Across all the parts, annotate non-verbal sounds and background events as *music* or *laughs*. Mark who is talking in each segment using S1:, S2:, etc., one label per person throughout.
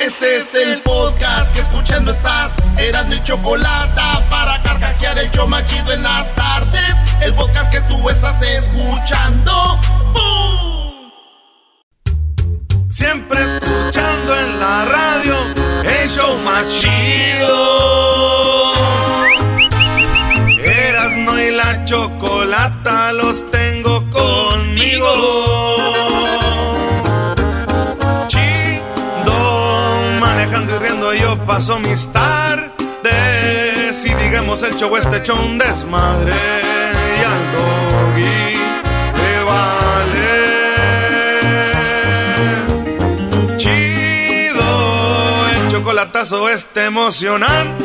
S1: Este es el podcast que escuchando estás. Eran mi chocolate para carcajear el yo machido en las tardes. El podcast que tú estás escuchando. ¡Bum!
S2: Siempre escuchando en la radio el show machido. Erasno y la chocolata los tengo conmigo. yo paso mis tardes y digamos el show este hecho un desmadre y al doggy le vale. Chido, el chocolatazo este emocionante.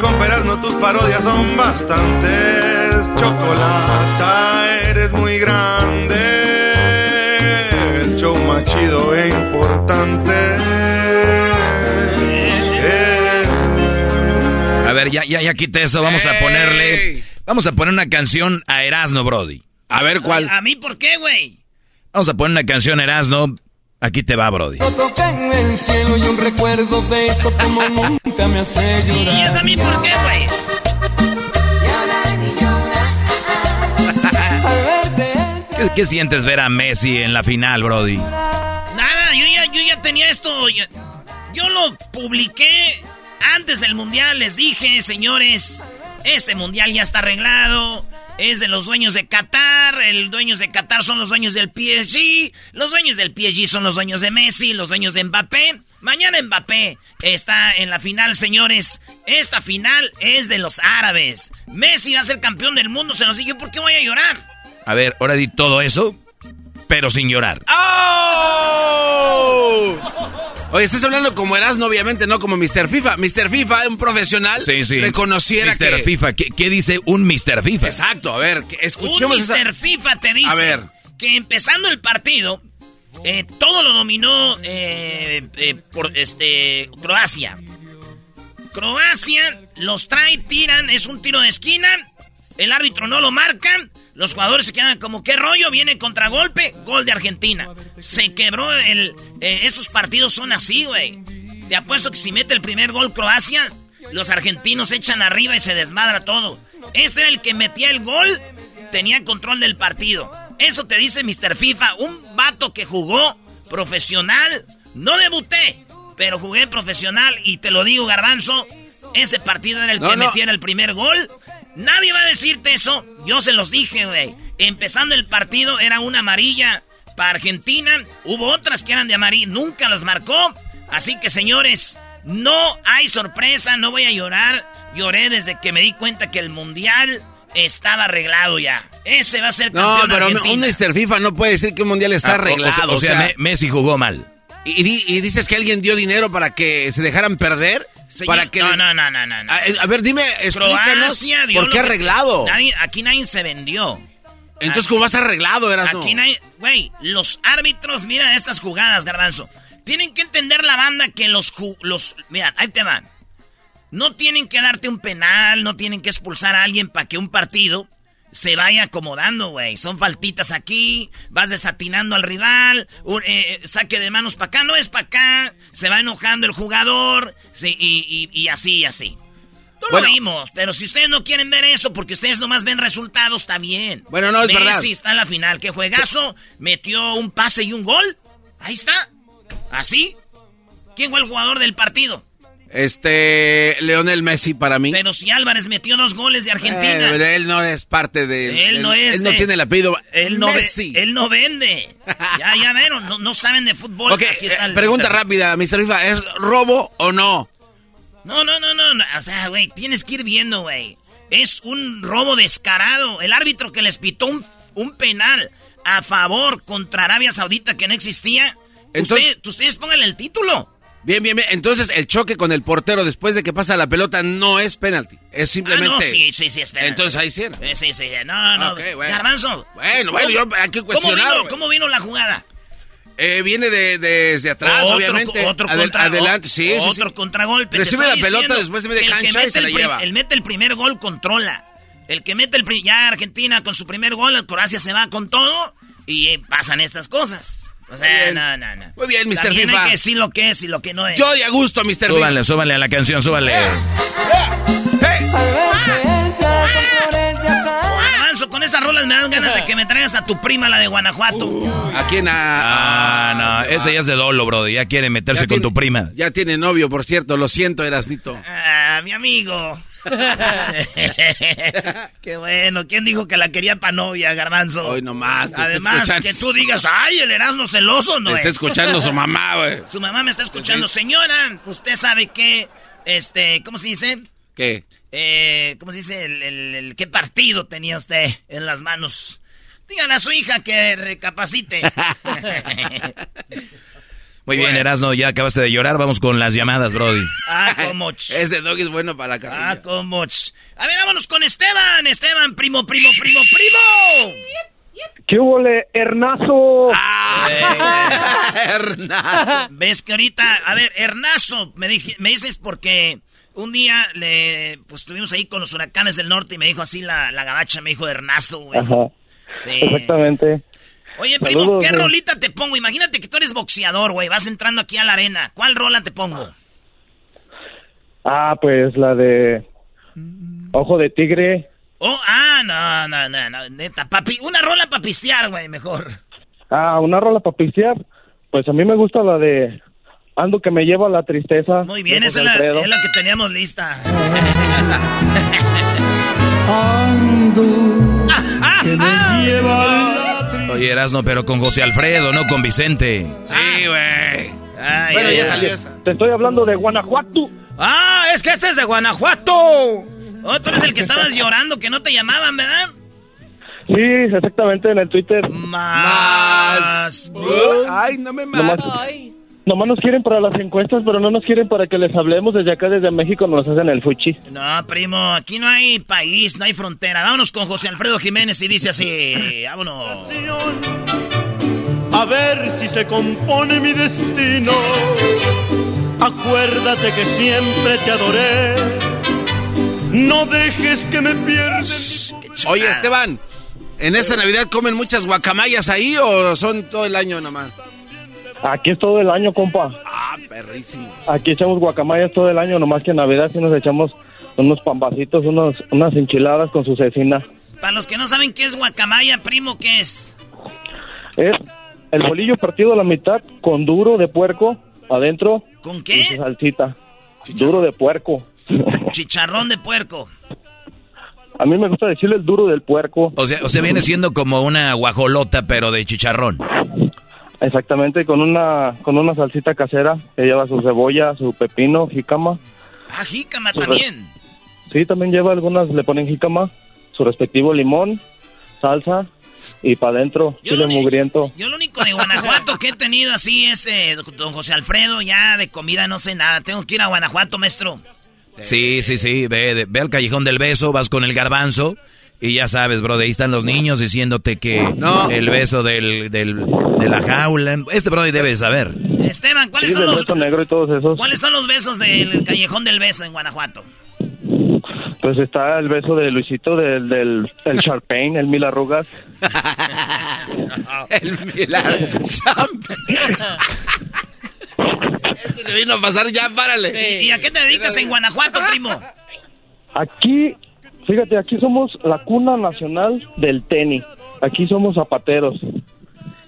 S2: Con no tus parodias son bastantes. Chocolata, eres muy grande. El show más chido e importante.
S3: A ver, ya, ya, ya quité eso. Vamos ¡Ey! a ponerle. Vamos a poner una canción a Erasno, Brody.
S4: A ver cuál.
S5: ¿A mí por qué, güey?
S3: Vamos a poner una canción a Erasno. Aquí te va, Brody.
S6: en el cielo y un recuerdo de eso
S5: *laughs*
S6: como nunca me hace llorar.
S5: ¿Y es a mí por qué, güey?
S3: ¿Qué, ¿Qué, sientes ver a Messi en la final, Brody?
S5: Nada, yo ya, yo ya tenía esto. yo, yo lo publiqué antes del mundial les dije, señores, este mundial ya está arreglado. Es de los dueños de Qatar. El dueños de Qatar son los dueños del PSG. Los dueños del PSG son los dueños de Messi, los dueños de Mbappé. Mañana Mbappé está en la final, señores. Esta final es de los árabes. Messi va a ser campeón del mundo, se los dije. ¿Por qué voy a llorar?
S3: A ver, ahora di todo eso, pero sin llorar.
S4: ¡Oh! Oye, estás hablando como Erasmo, obviamente, no como Mr. FIFA. Mr. FIFA, un profesional,
S3: sí, sí.
S4: reconociera
S3: Mr.
S4: que...
S3: FIFA, ¿Qué, ¿Qué, dice un Mr. FIFA?
S4: Exacto, a ver, escuchemos...
S5: Un Mr. Esa... FIFA te dice a ver. que empezando el partido, eh, todo lo dominó eh, eh, por este, Croacia. Croacia los trae, tiran, es un tiro de esquina, el árbitro no lo marca... Los jugadores se quedan como, ¿qué rollo? Viene contragolpe, gol de Argentina. Se quebró el... Eh, estos partidos son así, güey. Te apuesto que si mete el primer gol Croacia, los argentinos echan arriba y se desmadra todo. Ese era el que metía el gol, tenía control del partido. Eso te dice Mr. FIFA, un vato que jugó profesional. No debuté, pero jugué profesional y te lo digo, garbanzo. Ese partido era el no, que no. metiera el primer gol. Nadie va a decirte eso. Yo se los dije, güey. Empezando el partido era una amarilla para Argentina. Hubo otras que eran de amarilla. Nunca las marcó. Así que, señores, no hay sorpresa. No voy a llorar. Lloré desde que me di cuenta que el Mundial estaba arreglado ya. Ese va a ser campeón
S4: No, pero
S5: Argentina.
S4: un Mr. FIFA no puede decir que un Mundial está ah, arreglado.
S3: O, sea, o sea, Messi jugó mal.
S4: Y, y dices que alguien dio dinero para que se dejaran perder.
S5: Señor,
S4: para que
S5: no, no, no, no, no.
S4: A, a, ver, dime, explícanos Croacia, por qué arreglado.
S5: Nadie, aquí nadie se vendió.
S4: Entonces, ¿cómo vas arreglado, eras
S5: Aquí nadie... Güey, los árbitros, mira estas jugadas, garbanzo. Tienen que entender la banda que los... los mira, ahí te van. No tienen que darte un penal, no tienen que expulsar a alguien para que un partido se vaya acomodando, güey. Son faltitas aquí, vas desatinando al rival, un, eh, saque de manos para acá, no es para acá, se va enojando el jugador, sí, y, y, y, así, así. No bueno. lo vimos, pero si ustedes no quieren ver eso, porque ustedes nomás ven resultados, está bien.
S4: Bueno, no es
S5: Messi
S4: verdad.
S5: está en la final, qué juegazo, metió un pase y un gol, ahí está, así. ¿Quién fue el jugador del partido?
S4: Este, Leonel Messi para mí.
S5: Pero si Álvarez metió dos goles de Argentina.
S4: Eh, él no es parte de...
S5: él no es
S4: Él no
S5: de-
S4: tiene el apellido.
S5: Él no, ve-
S4: Messi.
S5: él no
S4: *laughs*
S5: vende. Ya, ya vieron, no, no saben de fútbol.
S4: Ok,
S5: Aquí está
S4: eh,
S5: el-
S4: pregunta rápida, Mr. FIFA, ¿es robo o no?
S5: No, no, no, no. no. O sea, güey, tienes que ir viendo, güey. Es un robo descarado. El árbitro que les pitó un, un penal a favor contra Arabia Saudita que no existía.
S4: Entonces-
S5: ustedes, ustedes pónganle el título.
S4: Bien, bien, bien. Entonces, el choque con el portero después de que pasa la pelota no es penalti. Es simplemente.
S5: Ah, no, sí, sí, sí, espera.
S4: Entonces ahí sí. era.
S5: Eh, sí, sí, no, no.
S4: Ok, bueno.
S5: Garbanzo.
S4: Bueno, bueno,
S5: ¿Cómo-
S4: yo hay que cuestionar,
S5: ¿Cómo vino,
S4: güey.
S5: cómo vino la jugada?
S4: Eh, viene de, desde atrás,
S5: Otro-
S4: obviamente.
S5: Otro,
S4: Adel-
S5: contra-
S4: adelante, sí, sí, sí.
S5: Otro contragolpe. Te
S4: Recibe
S5: estoy
S4: la pelota,
S5: diciendo
S4: después se mete
S5: que el que
S4: cancha y
S5: mete
S4: se
S5: el
S4: la
S5: pri-
S4: lleva.
S5: El mete el primer gol, controla. El que mete el pri- Ya Argentina con su primer gol, Croacia se va con todo y eh, pasan estas cosas. O
S4: Muy
S5: sea,
S4: bien.
S5: no, no, no.
S4: Muy bien, Mr.
S5: También
S4: FIFA.
S5: hay que decir lo que es y lo que no es.
S4: Yo de a gusto, Eh. Mr. FIFA.
S3: Súbale, súbale a la canción, súbale.
S4: ¡eh!
S5: Avanzo, con esas rolas me dan ganas de que me traigas a tu prima, la de Guanajuato.
S4: ¿A quién? A-
S3: Ah, no, ese ya es de dolo, Brody. Ya quiere
S4: Ya
S3: meterse con
S4: tiene-
S3: tu prima.
S4: Ya tiene novio, por cierto. Lo siento, Erasnito.
S5: Ah, mi
S4: *laughs*
S5: amigo. Qué bueno. ¿Quién dijo que la quería pa' novia, Garbanzo?
S4: Hoy nomás, te está
S5: Además,
S4: escuchando.
S5: que tú digas, ay, el Erasmo celoso no
S4: Te está
S5: es.
S4: escuchando su mamá, güey. Pues
S5: Su mamá me está escuchando. Señora, usted sabe que, este, ¿cómo se dice?
S4: ¿Qué?
S5: Eh, ¿Cómo se dice? El, el- el- ¿Qué partido tenía usted en las manos? Dígale a su hija que
S4: *laughs*
S5: recapacite. *laughs*
S3: Muy bien, Erasno, ya acabaste de llorar. Vamos con las llamadas, Brody.
S5: ah, como... ch-
S4: Ese dog es bueno para la
S5: Ah,
S4: carrera.
S5: como... ch- A ver, vámonos con Esteban. Esteban, primo, primo, primo, primo.
S7: ¿Qué hubo, le- Hernazo?
S4: Hernán.
S5: Ves que ahorita, a ver, Hernazo, me, dije- me dices porque un día le, pues estuvimos ahí con los huracanes del norte y me dijo así la, la gabacha, me dijo Hernazo, güey.
S7: Ajá,
S5: Sí.
S7: exactamente.
S5: Oye, primo,
S7: Saludos, eh.
S5: ¿qué
S7: güey.
S5: rolita te pongo? Imagínate que tú eres boxeador, güey, vas entrando aquí a la arena. ¿Cuál rola te pongo?
S7: Ah, pues la de Ojo de Tigre.
S5: Oh, ah, no, no, no, no, neta, papi, una rola para pistear, güey, mejor.
S7: Ah, una rola para pistear. Pues a mí me gusta la de Ando que me lleva la tristeza.
S5: Muy bien,
S7: de
S5: esa es
S7: José
S5: la,
S7: Alfredo.
S5: es la que teníamos lista.
S7: *laughs*
S5: Ah,
S3: Oye, Erasno, pero con José Alfredo, no con Vicente.
S4: Sí, güey.
S5: Ay,
S4: Bueno,
S5: ay,
S4: ya
S5: ay.
S4: salió esa.
S7: Te estoy hablando de Guanajuato.
S5: Ah, es que este es de Guanajuato. Oh, tú eres el que
S4: *laughs*
S5: estabas llorando, que no te llamaban, ¿verdad?
S7: Sí, exactamente, en el Twitter.
S5: Más.
S4: ¿Eh? Ay, no me
S7: Nomás,
S4: mates.
S7: nomás nos quieren para las encuestas, pero no nos quieren para que les hablemos desde acá, desde México, nos hacen el fuchi.
S5: No, primo, aquí no hay país, no hay frontera. Vámonos con José Alfredo Jiménez y dice así. Vámonos.
S8: A ver si se compone mi destino. Acuérdate que siempre te adoré. No dejes que me pierdas.
S5: Ah,
S4: Oye, Esteban, ¿en esta Navidad comen muchas guacamayas ahí o son todo el año nomás?
S7: Aquí es todo el año, compa.
S4: Ah, perrísimo.
S7: Aquí echamos guacamayas todo el año, nomás que en Navidad sí nos echamos unos pambacitos, unos, unas enchiladas con su cecina.
S5: Para los que no saben qué es guacamaya, primo, ¿qué es?
S7: Es el bolillo partido a la mitad con duro de puerco adentro
S5: ¿Con
S7: y su
S5: qué?
S7: salsita. Duro de puerco. *laughs*
S5: Chicharrón de puerco.
S7: A mí me gusta decirle el duro del puerco,
S3: O sea, o sea, viene siendo como una guajolota, pero de chicharrón.
S7: exactamente con una con una salsita casera que lleva su cebolla, su pepino, jicama.
S5: Ah, jícama también.
S7: Sí, también lleva algunas, le ponen jicama, su respectivo limón, salsa y para adentro
S5: Yo
S7: chile
S5: lo único-
S7: mugriento.
S5: Yo lo único de Guanajuato que he tenido así es eh, don José Alfredo, ya de comida no sé nada. Tengo que ir a Guanajuato, maestro.
S3: Sí, sí, sí. Ve, de- ve al callejón del beso, vas con el garbanzo. Y ya sabes, Brody, ahí están los niños diciéndote que
S4: No.
S3: el beso del, del- de la jaula. Este Brody debe saber.
S5: Esteban, ¿cuáles
S7: Sí,
S5: son
S7: del
S5: los
S7: resto negro y todos esos.
S5: ¿Cuáles son los besos del Callejón del Beso en Guanajuato?
S7: Pues está el beso de Luisito, del, del el
S5: *laughs*
S7: Sharpain, el Mil Arrugas.
S4: El Milagro. Ese le vino a pasar ya, párale.
S5: ¿Y a qué te dedicas en Guanajuato, primo?
S7: Aquí, fíjate, aquí somos la cuna nacional del tenis. Aquí somos zapateros.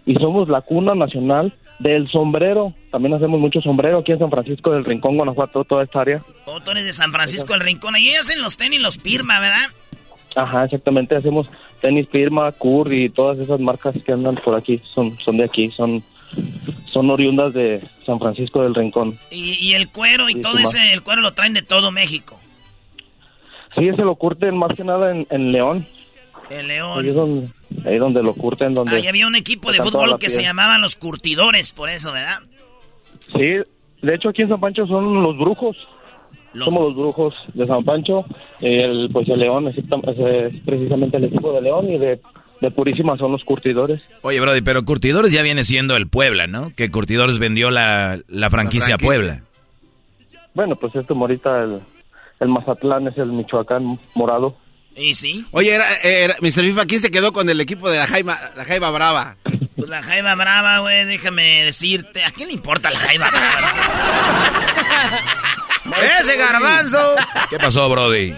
S7: Y somos la cuna nacional Del sombrero, también hacemos mucho sombrero aquí en San Francisco del Rincón, Guanajuato, toda esta área.
S5: Oh, tú eres de San Francisco del Rincón. Ahí hacen los tenis, los Pirma, ¿verdad?
S7: Ajá, exactamente, hacemos tenis Firma, Curry y todas esas marcas que andan por aquí, son, son de aquí, son, son oriundas de San Francisco del Rincón.
S5: Y, y el cuero y
S7: Sí,
S5: todo
S7: Puma.
S5: ese, el cuero lo traen de todo México.
S7: Sí, se lo curten más que nada en, en León,
S5: El
S7: ahí es
S5: León.
S7: donde, ahí donde lo curten, donde...
S5: Ahí había un equipo de
S7: sacan toda la
S5: fútbol que se
S7: piel.
S5: llamaban los curtidores, por eso, ¿verdad?
S7: Sí, de hecho aquí en San Pancho son los brujos. Somos los brujos de San Pancho, el, pues el León es, es precisamente el equipo de León y de, de Purísima son los curtidores.
S3: Oye, Brody, pero Curtidores ya viene siendo el Puebla, ¿no? Que Curtidores vendió la, la franquicia a Puebla.
S7: Bueno, pues es como ahorita el, el Mazatlán es el Michoacán morado.
S5: ¿Y sí?
S4: Oye, era, era- Mr. FIFA, ¿quién se quedó con el equipo de la Jaima, la Jaiba Brava?
S5: Pues la Jaiba Brava, güey, déjame decirte. ¿A quién le importa la Jaiba Brava? *laughs*
S4: *laughs*
S5: ¡Ese garbanzo!
S3: ¿Qué pasó, Brody?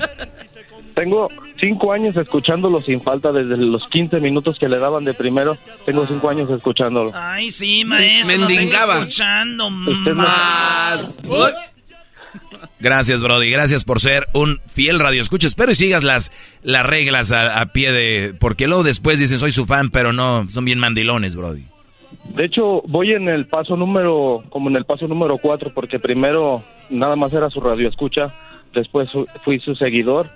S7: Tengo cinco años escuchándolo sin falta desde los 15 minutos que le daban de primero. Tengo cinco años escuchándolo.
S5: Ay, sí, maestro. lo vengo
S4: Mendigaba.
S5: escuchando,
S7: Usted no-
S5: más.
S3: Gracias, Brody. Gracias por ser un fiel radio escucha. Espero y sigas las, las reglas a, a pie de. Porque luego después dicen soy su fan, pero no, son bien mandilones, Brody.
S7: De hecho, voy en el paso número, como en el paso número cuatro, porque primero nada más era su radio escucha, después su- fui su seguidor,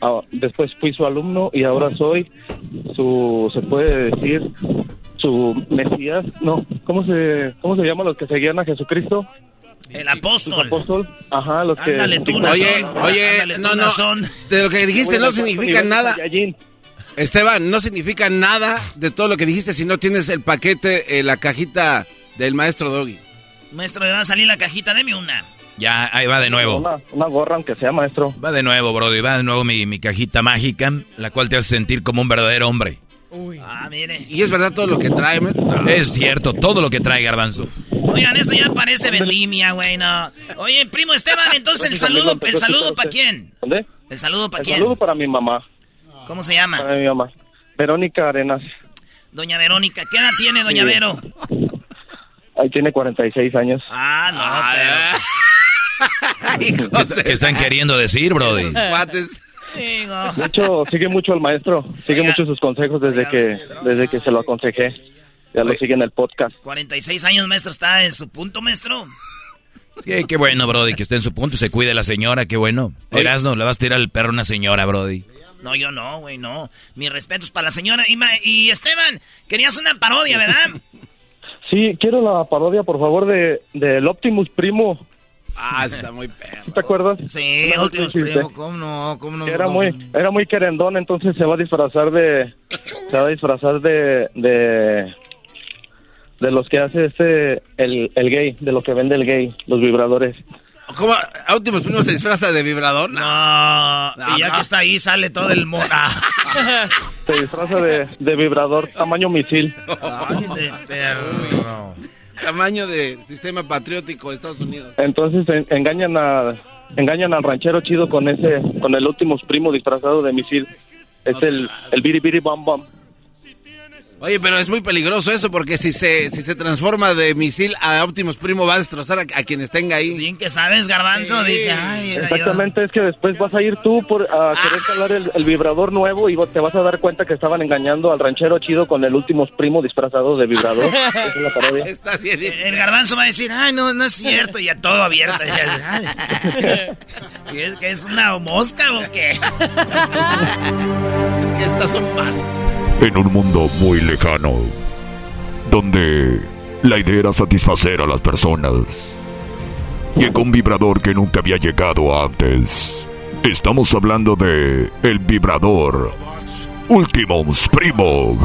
S7: ah, después fui su alumno y ahora soy su, se puede decir, su mesías, no, ¿cómo se, cómo se llama los que seguían a Jesucristo?
S5: El apóstol.
S7: Apóstol, ajá, los que...
S5: Ándale tú, una
S4: Oye,
S5: son.
S4: oye,
S5: Ándale tú,
S4: no,
S5: una
S4: no.
S5: son.
S4: De lo que dijiste
S7: Voy
S4: no
S7: al
S4: significa
S7: nivel de
S4: nada.
S7: Saiyajin.
S4: Esteban, no significa nada de todo lo que dijiste si no tienes el paquete, eh, la cajita del maestro Doggy.
S5: Maestro, me va a salir la cajita, deme una.
S3: Ya, ahí va de nuevo.
S7: Una, una gorra, aunque sea maestro.
S3: Va de nuevo, Brody. Va de nuevo mi, mi cajita mágica, la cual te hace sentir como un verdadero hombre.
S5: Ah, mire.
S4: Y es verdad todo lo que trae, maestro.
S3: Es cierto, todo lo que trae Garbanzo.
S5: Oigan, esto ya parece vendimia, güey, no. Oye, primo
S7: *laughs*
S5: Esteban, entonces el saludo, el saludo para quién?
S7: ¿Dónde?
S5: El saludo para
S7: El saludo
S5: quién?
S7: para mi mamá,
S5: ¿Cómo se llama?
S7: para mi mamá. Verónica Arenas,
S5: Doña Verónica. ¿Qué edad tiene Doña
S7: Sí.
S5: Vero?
S7: ahí tiene 46 años.
S5: Ah, no, pero...
S3: ¿Qué, está- qué están queriendo decir, Brody?
S5: Eh.
S4: Guates.
S5: Digo,
S7: De hecho, sigue mucho el maestro, sigue
S5: Oiga.
S7: mucho sus consejos desde
S5: Oiga,
S7: que desde que se lo aconsejé. Ya lo sigue en el podcast.
S5: 46 años, maestro, está en su punto, maestro.
S3: Sí, qué bueno, Brody, que esté en su punto y se cuide la señora, qué bueno. Erasno, le vas a tirar el perro a una señora, Brody.
S5: No, yo no, güey, no. Mis respetos para la señora. Y, ma- y Esteban, querías una parodia, ¿verdad?
S7: Sí, quiero la parodia, por favor, de del Optimus Primo.
S4: Ah, está muy perro.
S7: ¿Sí ¿Te acuerdas?
S5: Sí,
S7: Una vez
S5: últimos
S7: lo hiciste.
S5: primo, ¿cómo no? ¿Cómo no?
S7: Que Era muy era muy querendón, entonces se va a disfrazar de se va a disfrazar de de de los que hace este el, el gay, de lo que vende el gay, los vibradores.
S4: ¿Cómo? ¿A últimos primos se disfraza de vibrador? No.
S5: No,
S4: No,
S5: y ya
S4: no.
S5: que está ahí sale todo el Ah.
S4: *laughs*
S5: mona.
S7: Se disfraza de, de vibrador tamaño misil.
S5: Ay, de perro.
S4: Tamaño de sistema patriótico de Estados Unidos.
S7: Entonces en- engañan a engañan al ranchero chido con ese con el último primo disfrazado de misil. Es el el biri biri bam bam.
S4: Oye, pero es muy peligroso eso porque si se, si se transforma de misil a Optimus Primo va a destrozar a, a quienes tenga ahí.
S5: Bien que sabes, Garbanzo,
S4: Sí.
S5: dice. Ay, eh". era yo.
S7: Exactamente, es que después vas a ir tú por a querer calar el, el vibrador nuevo y te vas a dar cuenta que estaban engañando al ranchero chido con el último primo disfrazado de vibrador. Esa es la parodia.
S4: Está así.
S5: El garbanzo va a decir, ay, no, no es cierto, y a todo abierto. Y,
S4: *laughs*
S5: ay. Y es que es una mosca o qué.
S4: ¿Qué estás zumbando?
S9: en un mundo muy lejano, donde la idea era satisfacer a las personas. Llegó un vibrador que nunca había llegado antes. Estamos hablando de el vibrador Ultimums Primo.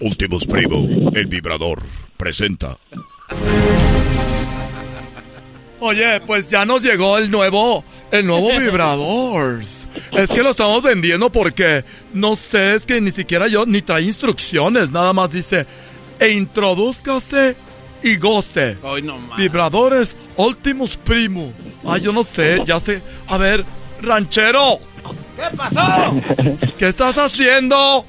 S10: Últimos Primo, el vibrador, presenta.
S11: Oye, pues ya nos llegó el nuevo,
S4: *laughs*
S11: el nuevo vibrador. Es que lo estamos vendiendo porque, no sé, es que ni siquiera yo, ni trae instrucciones, nada más dice, e introduzcase y goce.
S4: Ay, no más.
S11: Vibradores Optimus Primo. Ay, yo no sé, ya sé. A ver, ranchero,
S5: ¿Qué pasó?
S11: ¿qué estás haciendo?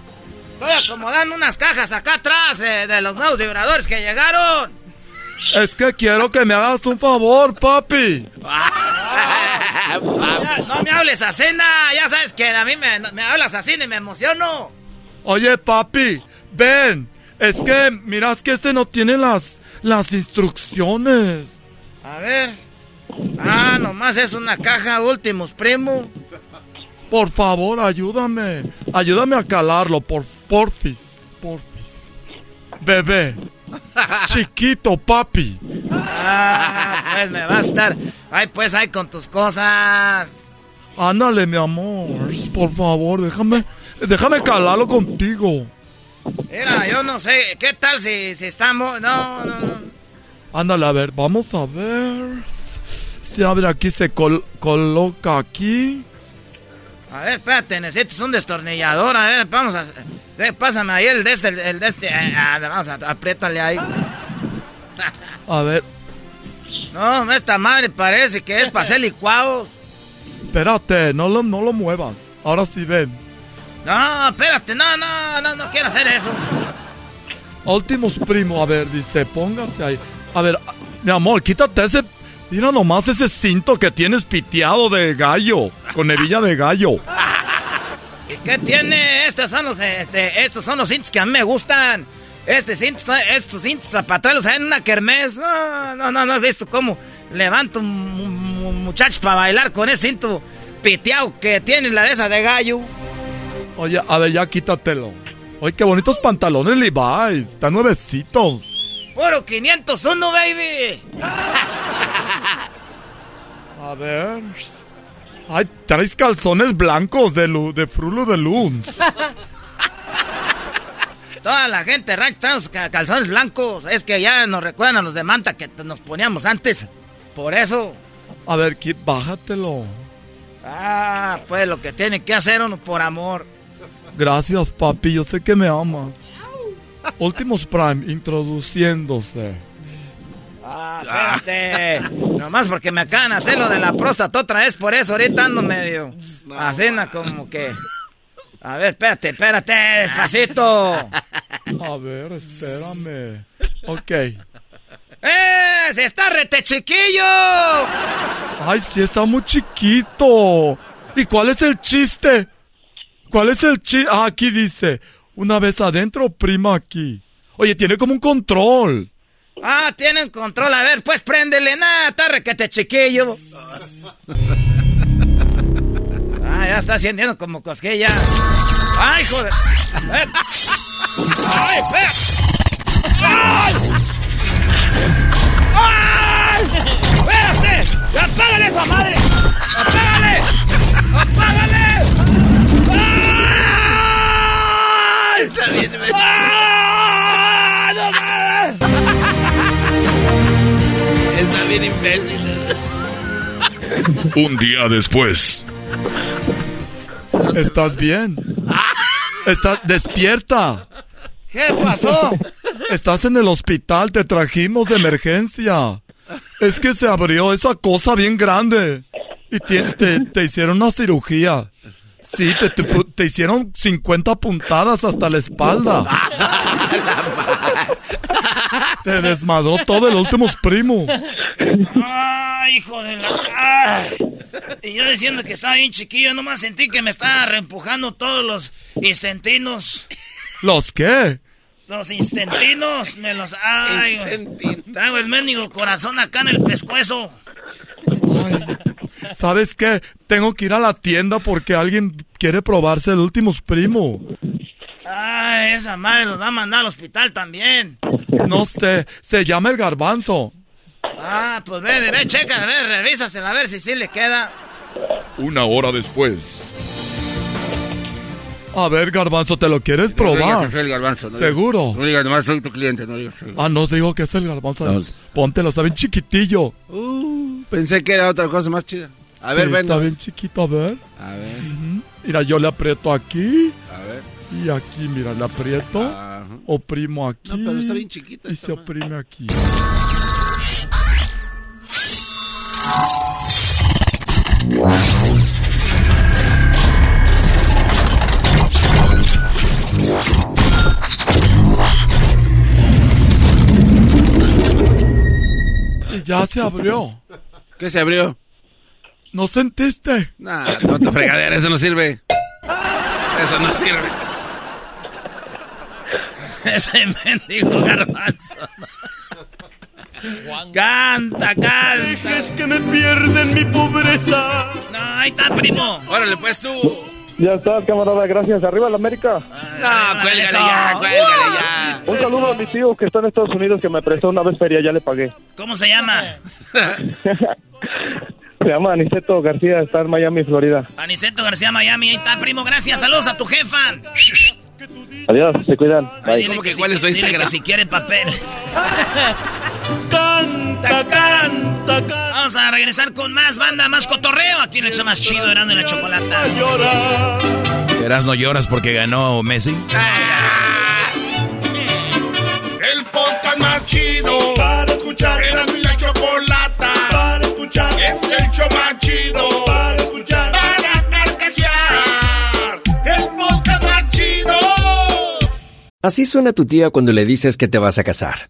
S5: Estoy acomodando unas cajas acá atrás eh, de los nuevos vibradores que llegaron.
S11: Es que quiero que me hagas un favor, papi.
S5: Ya, no me hables así, na, ya sabes que a mí me, me hablas así y me emociono.
S11: Oye, papi, ven. Es que, mira, es que este no tiene las, las instrucciones.
S5: A ver. Ah, nomás es una caja Últimos Primo.
S11: Por favor, ayúdame. Ayúdame a calarlo, por porfis. Porfis. Bebé. Chiquito, papi.
S5: Ah, pues me va a estar. Ay, pues ahí con tus cosas.
S11: Ándale, mi amor. Por favor, déjame. Déjame calarlo contigo.
S5: Mira, yo no sé, ¿qué tal si, si estamos? No, no, no.
S11: Ándale, a ver, vamos a ver. Se abre aquí, se col- coloca aquí.
S5: A ver, espérate, necesitas un destornillador. A ver, vamos a. eh, Pásame ahí el de este, el, el de este. eh, ah, vamos a. Apriétale ahí.
S11: A ver,
S5: No, esta madre parece que es para hacer licuados.
S11: espérate, no lo, no lo muevas. Ahora sí ven.
S5: No, espérate, no, no, no, no quiero hacer eso.
S11: Últimos primo, a ver, dice, póngase ahí. A ver, a- mi amor, quítate ese. Mira nomás ese cinto que tienes piteado de gallo, con hebilla de gallo.
S5: ¿Y qué tiene? Estos son los, este, estos son los cintos que a mí me gustan. Este cinto, estos cintos para atrás los hay en una kermés. No, no, no, no has visto cómo levanto un mu- mu- muchacho para bailar con ese cinto piteado que tiene la de esa de gallo.
S11: Oye, a ver, ya quítatelo. Oye, qué bonitos pantalones Levi's, están nuevecitos.
S5: Puro 501, baby. *laughs*
S11: A ver. Ay, traes calzones blancos de, lu- de frulo de luz.
S5: Toda la gente de rancho trae sus ca- calzones blancos. Es que ya nos recuerdan a los de manta que t- nos poníamos antes. Por eso.
S11: A ver, qui- bájatelo.
S5: Ah, pues lo que tiene que hacer uno por amor.
S11: Gracias, papi, yo sé que me amas. Últimos Prime, introduciéndose.
S5: Ah, espérate. Nomás porque me acaban de hacer lo de la próstata otra vez, por eso ahorita ando medio. Así na, como que. A ver, espérate, espérate, despacito.
S11: A ver, espérame. Ok.
S5: ¡Eh! ¡Se está rete chiquillo! Ah,
S11: Ay, sí, está muy chiquito. ¿Y cuál es el chiste? ¿Cuál es el chiste? Ah, aquí dice. Una vez adentro, prima aquí. Oye, tiene como un control.
S5: Ah, tienen control. A ver, pues préndele. Nada, está requete chiquillo. Ah, ya está haciendo como cosquilla. ¡Ay, joder! A ver. ¡Ay, espera! ¡Ay! ¡Ay! ¡Espérate! ¡Apágale esa madre! ¡Apágale! ¡Apágale! ¡Ay! ¡Ah! ¡No mames!
S4: Está bien imbécil.
S10: Un día después.
S11: ¿Estás bien? Estás despierta.
S5: ¿Qué pasó?
S11: Estás en el hospital, te trajimos de emergencia. Es que se abrió esa cosa bien grande. Y te, te- te hicieron una cirugía. Sí, te, te pu- te hicieron 50 puntadas hasta la espalda. Te desmadró todo el último primo.
S5: ¡Ay, hijo de la... ¡Ay! Y yo diciendo que estaba bien chiquillo, nomás sentí que me estaba reempujando todos los instantinios.
S11: ¿Los qué?
S5: Los instantinios, me los... ¡Ay! güey. Traigo el mendigo corazón acá en el pescuezo.
S11: ¿Sabes qué? Tengo que ir a la tienda porque alguien quiere probarse el último primo.
S5: ¡Ay, esa madre los va a mandar al hospital también!
S11: No sé, se llama el garbanzo.
S5: Ah, pues ve, ve, checa, a ver, revísasela, a ver si sí le queda.
S10: Una hora después.
S11: A ver, garbanzo, ¿te lo quieres
S4: digas
S11: probar?
S4: que soy el garbanzo, no digas-
S11: Seguro.
S4: No digas, nomás soy tu cliente, no digas. soy-
S11: Ah, no digo que es el garbanzo. Póntelo, está bien chiquitillo.
S4: Uh, pensé que era otra cosa más chida. A ver,
S11: Sí,
S4: ven.
S11: Está bien chiquito, a ver.
S4: A ver.
S11: Ujú. Mira, yo le aprieto aquí
S4: A ver.
S11: y aquí, mira, le aprieto.
S4: Ah,
S11: Oprimo aquí.
S4: No, pero está bien chiquita
S11: Y
S4: esta
S11: se
S4: madre.
S11: oprime aquí. Y ya se abrió.
S4: ¿Qué se abrió?
S11: ¿No sentiste?
S4: Nah, tonta fregadera, eso no sirve. Eso no sirve.
S5: Ese mendigo garbanzo. Canta, canta. Dejes que me pierden mi pobreza. No, ahí está, primo.
S4: Órale, pues tú.
S7: Ya está, camarada, gracias. Arriba la América.
S4: No, cuélgale ya, cuélgale ya.
S7: Un saludo a mi tío que está en Estados Unidos que me prestó una vez feria, ya le pagué.
S5: ¿Cómo se llama?
S4: *laughs*
S7: Se llama Aniceto García, está en Miami, Florida.
S5: Aniceto García, Miami. Ahí está, primo. Gracias. Saludos a tu jefa.
S7: Adiós, se cuidan. Bye.
S5: Dile si- dile que si quiere papel. *laughs* canta, canta, canta. Vamos a regresar con más banda, más cotorreo. Aquí en el show más chido, Erasmo y la Chocolata.
S3: Verás, no lloras porque ganó Messi.
S1: El podcast más chido para escuchar. Era mi la chocolata para escuchar. Es el show más chido para escuchar. Para carcajear. El podcast más chido.
S8: Así suena tu tía cuando le dices que te vas a casar.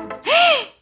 S8: *gasps*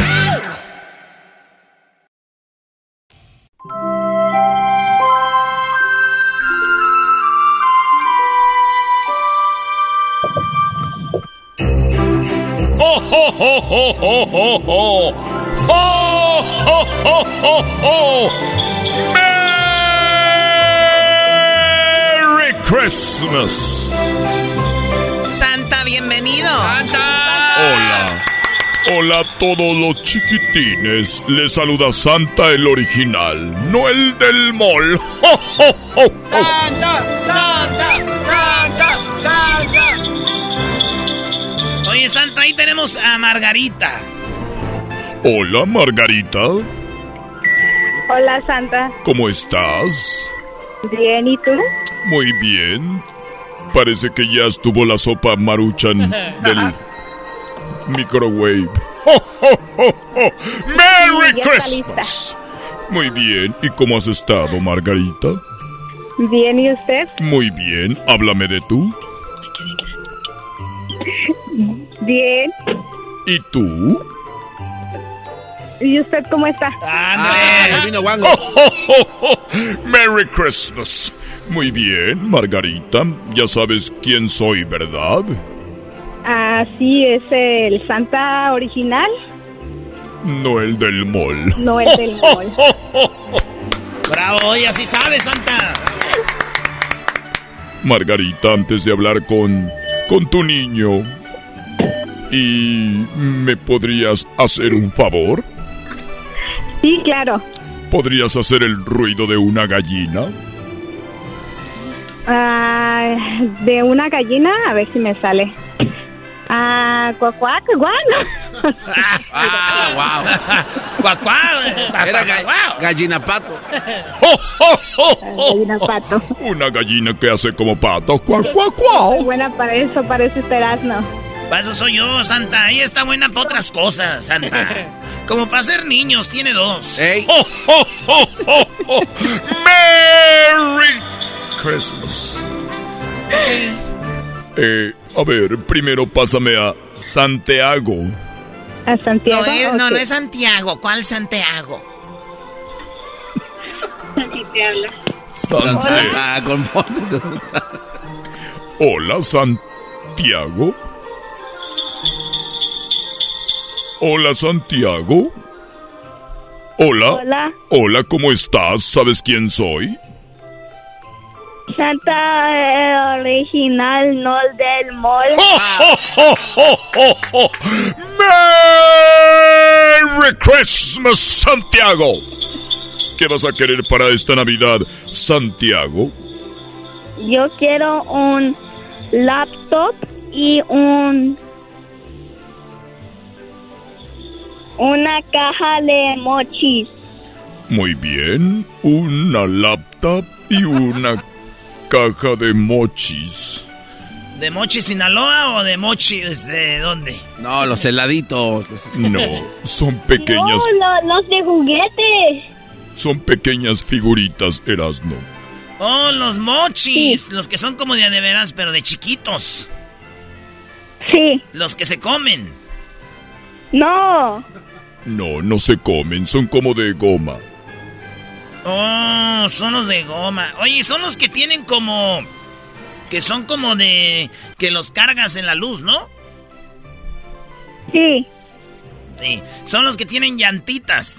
S12: ¡Oh, ho, ho, ho, ho, ho, ho! ¡Oh, ho, ho, ho, ho! ¡Merry Christmas!
S13: Santa, bienvenido. Santa.
S10: Hola. Hola a todos los chiquitines. Les saluda Santa el original, no el del *laughs* mall. ¡Jo, jo, jo, jo!
S14: Santa, Santa, Santa,
S5: Oye, Santa, ahí tenemos a Margarita.
S10: Hola Margarita,
S15: Hola Santa,
S10: ¿cómo estás?
S15: bien, ¿y tú?
S10: Muy bien. Parece que ya estuvo la sopa maruchan del microwave.
S12: ¡Ho, ho, ho, ho!
S15: Sí, ya
S12: ¡Merry
S15: está
S12: Christmas!
S10: Muy bien. ¿Y cómo has estado, Margarita?
S15: Bien, ¿y usted?
S10: Muy bien. Háblame de tú.
S15: Bien,
S10: ¿Y tú?
S15: ¿y usted cómo está?
S10: Ah. *laughs* ¡Oh, oh, oh, oh! ¡Merry Christmas! Muy bien, Margarita. Ya sabes quién soy, ¿verdad?
S15: Ah, sí, es el Santa original,
S10: No el del mall.
S15: no el del
S10: *laughs*
S15: mall.
S5: Bravo, oye, así sabes, Santa.
S10: Margarita, antes de hablar con. con tu niño. ¿Y me podrías hacer un favor?
S15: Sí, claro.
S10: ¿Podrías hacer el ruido de una gallina?
S15: Ah, de una gallina, a ver si me sale.
S16: Ah, cuacuac, guano.
S4: Ah, wow.
S12: Ah.
S5: Cuacuá.
S4: Era
S10: *laughs*
S4: ga- gallinapato.
S16: Gallinapato.
S10: Una gallina que hace como pato. Cuac, cuac.
S16: Muy buena para eso, para eso este Erasmo.
S5: Para eso soy yo, Santa. Ella está buena para otras cosas,
S16: *laughs*
S5: Santa. Como para ser niños, tiene dos.
S17: ¡Oh, oh, oh, oh, oh! ¡Merry
S10: Christmas. Eh, a ver, primero pásame a Santiago.
S16: A Santiago.
S13: No, es- no,
S16: ok.
S13: no es Santiago. ¿Cuál Santiago?
S16: Aquí te habla.
S10: Santiago. Hola, Santiago. Hola, Santiago. Hola.
S16: Hola.
S10: Hola, ¿cómo estás? ¿Sabes quién soy?
S16: Santa eh, original, no del mall.
S17: ¡Oh, oh, oh, oh!
S10: ¡Merry Christmas, Santiago! ¿Qué vas a querer para esta Navidad, Santiago?
S16: Yo quiero un laptop y un una caja de mochis.
S10: Muy bien, una laptop y una caja de mochis.
S5: ¿De Mochi Sinaloa o de Mochi desde dónde?
S4: No, los heladitos.
S10: No, son pequeñas,
S16: No, Oh, lo- los de juguete.
S10: son pequeñas figuritas, Erasmo.
S5: Oh, los mochis. Los que son como de a de veras, pero de chiquitos.
S16: Sí.
S5: Los que se comen.
S16: No.
S10: No, no se comen, son como de goma.
S5: Oh, son los de goma. Oye, son los que tienen como... Que son como de... Que los cargas en la luz, ¿no?
S16: Sí.
S5: Sí. Son los que tienen llantitas.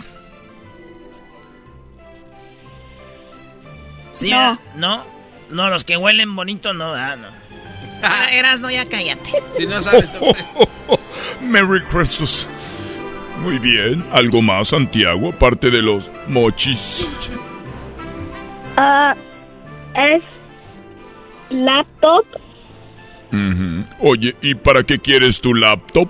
S5: Sí,
S13: No.
S5: ¿verdad? ¿no? No, los que huelen bonito no, ah, no.
S13: Ah, Eras, no, ya cállate.
S4: Si no sabes.
S10: Merry Christmas. Muy bien, ¿algo más, Santiago, aparte de los mochis?
S16: Ah, es laptop
S10: Ujú. Oye, ¿y para qué quieres tu laptop?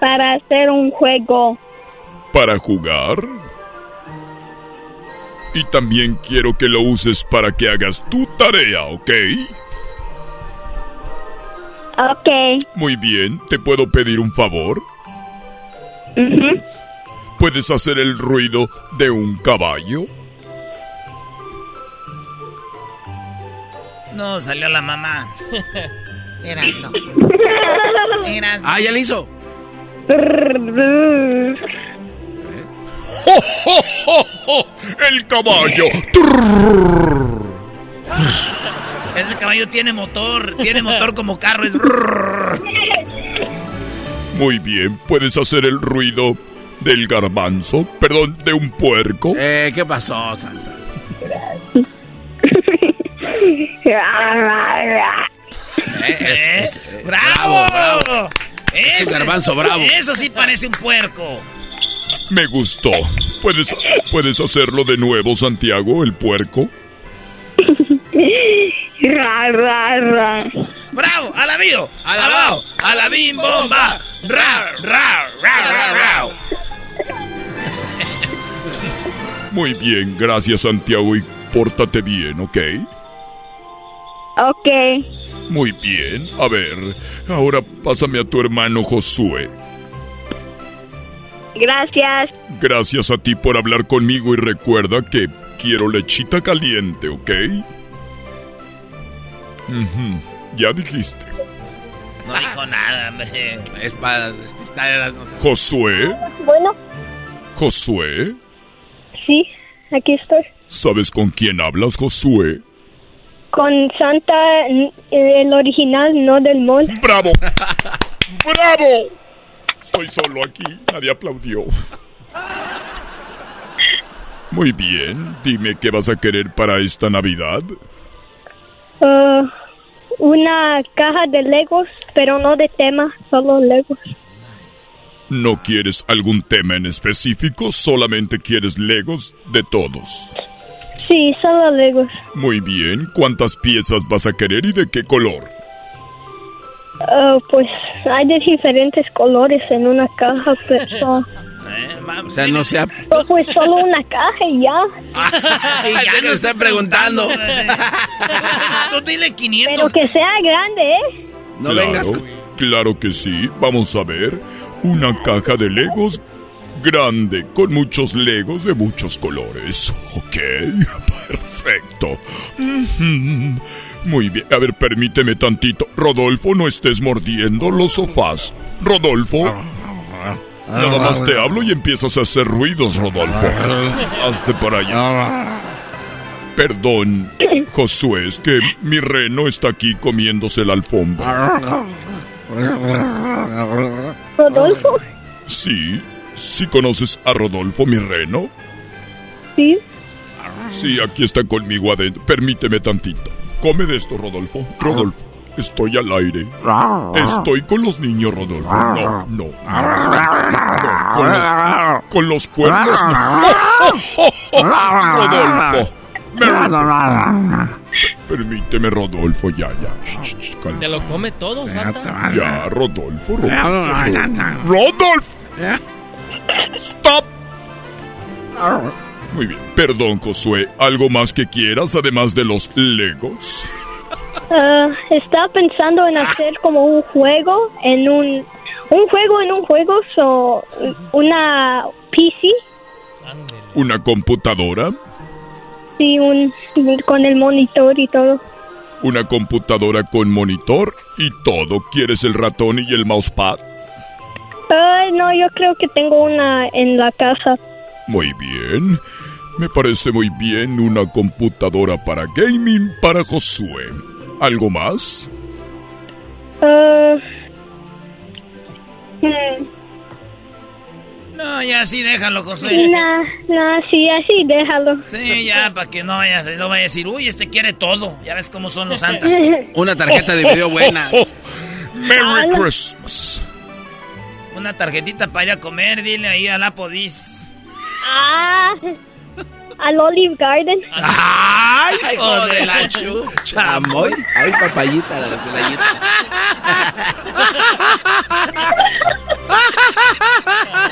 S16: para hacer un juego.
S10: ¿Para jugar? Y también quiero que lo uses para que hagas tu tarea, ¿ok?
S16: Ok.
S10: Muy bien, ¿te puedo pedir un favor?
S16: Ujú.
S10: ¿Puedes hacer el ruido de un caballo?
S5: No, salió la mamá. *laughs*
S13: Eras, no. Eras,
S4: Ah, ya le hizo.
S17: ¡Oh, oh, oh, oh! ¡El caballo! Trrr.
S5: Ese caballo tiene motor, tiene motor como carro, es...
S10: Muy bien, ¿puedes hacer el ruido del garbanzo? Perdón, de un puerco.
S4: Eh, ¿qué pasó, Santa?
S10: *laughs*
S5: ¿Eh?
S4: bravo,
S5: ¡Bravo!
S4: bravo. Es un
S5: Ese-
S4: garbanzo bravo.
S5: Eso sí parece un puerco.
S10: Me gustó. ¿Puedes, ¿Puedes hacerlo de nuevo, Santiago, el puerco?
S16: Ra, ra, ra.
S5: ¡Bravo! ¡Alabío! ¡Alabao! ¡Alabim bomba! ¡Ra, ra, ra, ra, ra!
S10: Muy bien, gracias, Santiago, y pórtate bien, ¿ok?
S16: Ok.
S10: Muy bien. A ver, ahora pásame a tu hermano Josué.
S16: Gracias.
S10: Gracias a ti por hablar conmigo y recuerda que quiero lechita caliente, ¿ok? Ujú, Ya dijiste.
S5: No dijo nada, hombre.
S4: Es para despistar Erasmo.
S10: Josué,
S16: Bueno,
S10: Josué,
S16: sí, aquí estoy.
S10: ¿sabes con quién hablas, Josué?
S16: Con Santa, n- el original, no del mall.
S10: ¡Bravo! ¡Bravo! Estoy solo aquí, nadie aplaudió. Muy bien, dime qué vas a querer para esta Navidad.
S16: Ah, una caja de Legos, pero no de tema, solo Legos.
S10: ¿No quieres algún tema en específico? ¿Solamente quieres Legos de todos?
S16: Sí, solo Legos.
S10: Muy bien, ¿cuántas piezas vas a querer y de qué color?
S16: Ah, pues hay de diferentes colores en una caja, pero...
S4: O sea, no sea.
S16: pero *laughs* pues solo una caja y ya.
S5: Ah,
S4: Y *laughs* ya nos están preguntando.
S5: Tú dile 500.
S16: Pero que sea grande, ¿eh?
S10: No vengas. Claro que sí. Vamos a ver. Una caja de Legos grande con muchos Legos de muchos colores. Ok, *laughs* perfecto. Mhm. Muy bien. A ver, permíteme tantito. Rodolfo, no estés mordiendo los sofás. Rodolfo. Nada más te hablo y empiezas a hacer ruidos, Rodolfo. Hazte para allá. Perdón, Josué, es que mi reno está aquí comiéndose la
S12: Ah,
S10: alfombra.
S16: ah. ¿Rodolfo?
S10: Sí, sí conoces a Rodolfo, mi reno.
S16: Sí.
S10: Sí, aquí está conmigo adentro. Permíteme tantito. Come de esto, Rodolfo. Rodolfo, estoy al aire. Estoy con los niños, Rodolfo. No, no. no. Con, los, con los cuernos, no. Rodolfo. Permíteme, Rodolfo, ya, ya. Shh, shh, calma.
S15: Se lo come
S18: Ah,
S15: todo, Santa.
S10: Ya, Rodolfo, Rodolfo. Rodolfo. Stop. Muy bien. Perdón, Josué. ¿Algo más que quieras además de los Legos?
S16: Ah, estaba pensando en hacer como un juego en un... Un juego en un juego, so, una PC,
S10: ¿Una computadora?
S16: sí, un, con el monitor y todo.
S10: ¿Una computadora con monitor y todo? ¿Quieres el ratón y el mousepad?
S16: Ah, no, yo creo que tengo una en la casa.
S10: Muy bien. Me parece muy bien una computadora para gaming para Josué. ¿Algo más?
S16: Ah, mm,
S5: No, ya sí, déjalo, José.
S16: Nah, nah, sí, así, déjalo.
S5: Sí, ya, para que no vayas, no vaya a decir, uy, este quiere todo. Ya ves cómo son los
S16: *laughs*
S5: santas.
S4: Una tarjeta de video
S19: *laughs*
S4: buena.
S10: Merry Christmas.
S5: Una tarjetita para ir a comer, dile ahí al Apodis.
S16: Ah, al Olive Garden.
S5: ¡Ay,
S4: hijo de la
S5: chu!
S4: Chamoy. Ay, papayita, la papayita.
S10: *laughs*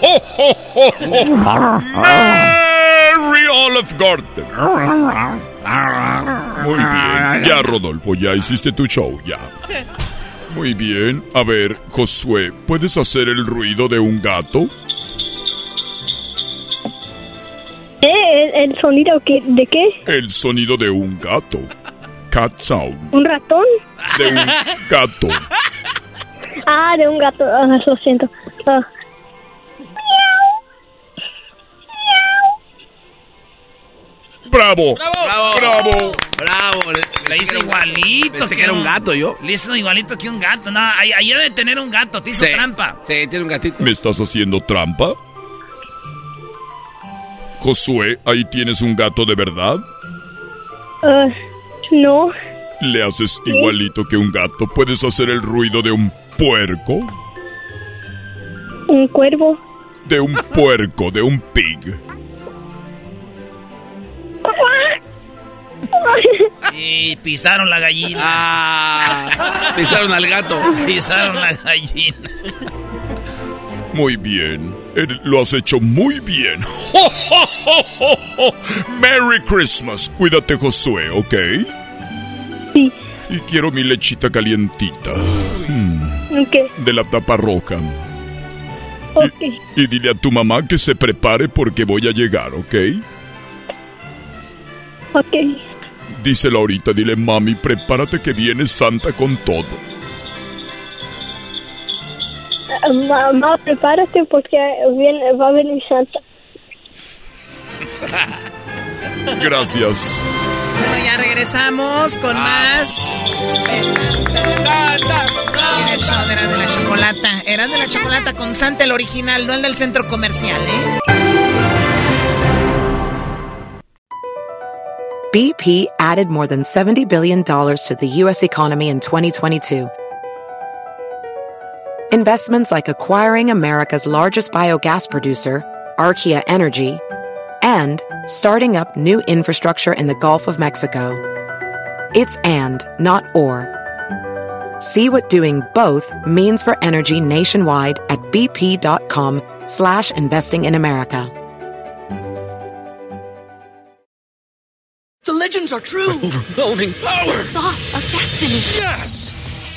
S10: Ho, ho, ho, ho. Merry Olive Garden. Muy
S12: Ah.
S10: bien. Ya, Rodolfo, ya hiciste tu show, ya. Muy bien. A ver, Josué, ¿puedes hacer el ruido de un gato?
S16: ¿Eh? ¿El, el sonido que, de qué?
S10: El sonido de un gato. Cat sound.
S16: ¿Un ratón?
S10: De un gato.
S16: Ah, de un gato. Ah, lo siento. Ah.
S10: ¡Bravo!
S5: ¡Bravo!
S10: ¡Bravo!
S5: ¡Bravo! Le hizo igualito.
S4: pensé que era un gato, yo.
S5: Le hizo igualito que un gato. No, ahí ahí debe tener un gato. Te hizo trampa.
S4: Sí, tiene un gatito.
S10: ¿Me estás haciendo trampa? Josué, ahí tienes un gato de verdad.
S16: Ah, no.
S10: Le haces igualito que un gato. ¿Puedes hacer el ruido de un puerco?
S16: Un cuervo.
S10: De un puerco, de un pig.
S5: Y pisaron la gallina. pisaron al gato. Pisaron la gallina.
S10: Muy bien. Él- Lo has hecho muy bien. *laughs* ¡Ho, ho, ho, ho, ho! Merry Christmas. Cuídate, Josué, ¿ok?
S16: Sí.
S10: Y quiero mi lechita calientita. Mm,
S16: Ok,
S10: De la tapa roja.
S16: ok.
S10: Y dile a tu mamá que se prepare porque voy a llegar, ¿ok?
S16: Ok.
S10: Díselo ahorita, dile mami, prepárate que viene Santa con todo.
S16: Ah, Mamá, prepárate porque viene, va a venir Santa.
S10: Gracias.
S13: Bueno, ya regresamos con más. En el show de Eras de la Chocolata. Eras de la Chocolata con Santa, el original, no el del centro comercial, ¿eh?
S20: BP added more than $70 billion to the U.S. economy in 2022. Investments like acquiring America's largest biogas producer, Archaea Energy, and starting up new infrastructure in the Gulf of Mexico. It's and, not or. See what doing both means for energy nationwide at bp.com slash investing in America.
S21: The legends are true.
S14: Overwhelming power!
S21: The sauce of destiny.
S14: Yes!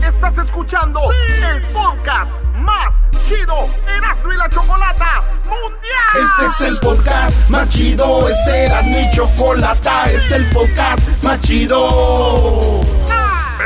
S1: Estás escuchando el podcast más chido Erasmo y la Chocolata Mundial. Este es el podcast más chido, este es Erasmo y Chocolata, este es el podcast más chido.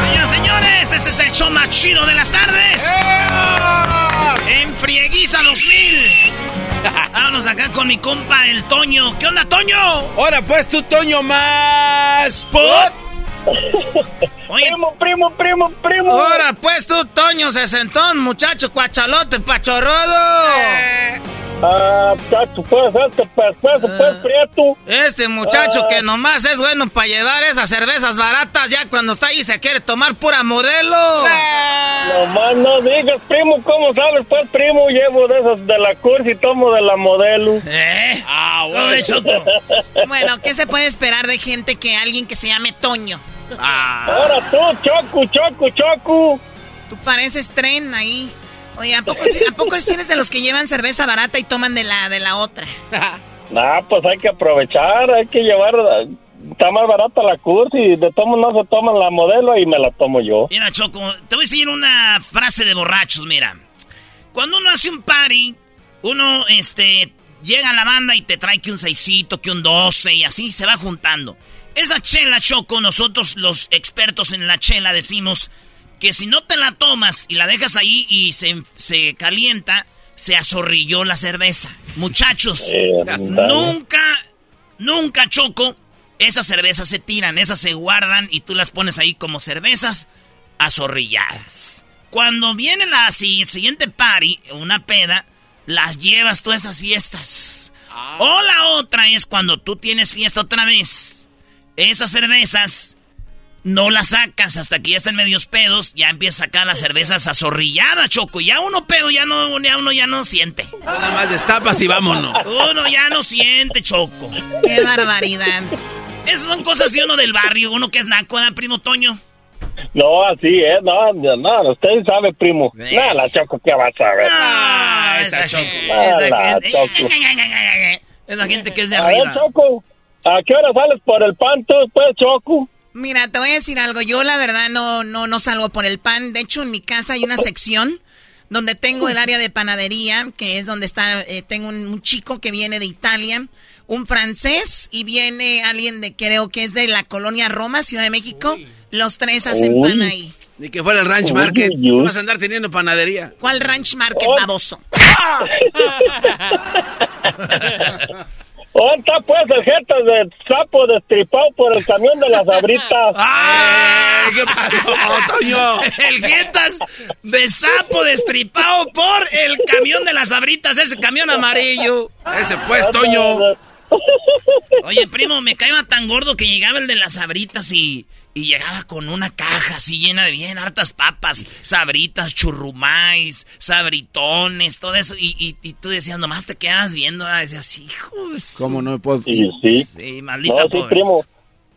S5: Señoras señores, ese es el show más chido de las tardes. En Frieguiza 2000. Vámonos acá con mi compa, el Toño. ¿Qué onda, Toño?
S4: Ahora pues tu Toño más
S5: *laughs* Primo, primo, primo, primo. Ahora, pues tú, Toño Sesentón, muchacho cuachalote, pachorrodo. Eh.
S22: Ah, chacho, pues, este, pues, pues, pues, prieto.
S5: Ah. Este muchacho
S22: Ah.
S5: que nomás es bueno para llevar esas cervezas baratas, ya cuando está ahí se quiere tomar pura modelo.
S22: Nomás no digas, primo, ¿cómo sabes? Pues, primo, llevo de esas de la cursa y tomo de la modelo.
S5: ¿Eh?
S22: Ah,
S5: bueno. Ay, Choco.
S13: Bueno, ¿qué se puede esperar de gente que alguien que se llame Toño?
S10: Ah.
S22: Ahora tú, choco, choco, choco.
S13: Tú pareces tren ahí. Oye, ¿a poco, sí- ¿a poco sí eres de los que llevan cerveza barata y toman de la, de la otra?
S22: Nah, pues hay que aprovechar, hay que llevar... Está más barata la cursa y de tomo no se toman la modelo y me la tomo yo.
S5: Mira, Choco, te voy a decir una frase de borrachos, mira. Cuando uno hace un party, uno, este, llega a la banda y te trae que un seisito, que un doce, y así se va juntando. Esa chela, Choco, nosotros los expertos en la chela decimos que si no te la tomas y la dejas ahí y se, se calienta, se azorrilló la cerveza. Muchachos,
S22: Eh,
S13: *laughs*
S5: nunca, nunca, Choco, esas cervezas se tiran, esas se guardan y tú las pones ahí como cervezas azorrilladas. Cuando viene la si- siguiente party, una peda, las llevas todas esas fiestas. O la otra es cuando tú tienes fiesta otra vez. Esas cervezas no las sacas hasta que ya están medios pedos, ya empiezas a sacar las cervezas azorrilladas, Choco. Ya uno pedo, ya no, ya uno ya no siente.
S4: Nada más destapas y vámonos.
S5: Uno ya no siente, Choco.
S13: ¡Qué barbaridad!
S5: Esas son cosas de uno del barrio, uno que es naco, ¿verdad, primo Toño?
S22: No, así es, no, no, no, usted sabe, primo. Nada, la choco, ¿qué vas a ver?
S5: esa Choco.
S22: Ah,
S5: Esa
S22: la
S5: gente.
S22: Choco.
S5: Es la gente que es de
S22: A ver,
S5: arriba.
S22: Choco, ¿a qué hora sales por el pan tú, pues, Choco?
S13: Mira, te voy a decir algo. Yo la verdad no, no, no salgo por el pan. De hecho, en mi casa hay una sección donde tengo el área de panadería, que es donde está, eh, tengo un, un chico que viene de Italia, un francés y viene alguien de, creo que es de la colonia Roma, Ciudad de México. Los tres hacen
S4: Uy.
S13: pan ahí.
S4: Ni que fuera el Ranch
S22: Uy,
S4: Market.
S22: uy, uy.
S4: Vas a andar teniendo panadería.
S13: ¿Cuál ranch market baboso?
S22: ¿Dónde está, pues, el jeta de sapo destripado por el camión de
S5: *laughs*
S22: las abritas?
S5: ¿Qué pasó, Toño? El jetas de sapo destripado por el camión de las abritas, ese camión amarillo.
S4: Ese pues, Toño.
S5: Oye, primo, me caía tan gordo que llegaba el de las abritas y, Y llegaba con una caja así llena de bien hartas papas, sabritas, churrumais, sabritones, todo eso. Y, y- y tú decías, nomás te quedabas viendo, ah, decías, hijo. de su-".
S4: ¿Cómo no me puedo...?
S22: Y sí.
S5: Sí, maldita
S22: No, sí,
S5: pobreza.
S22: primo.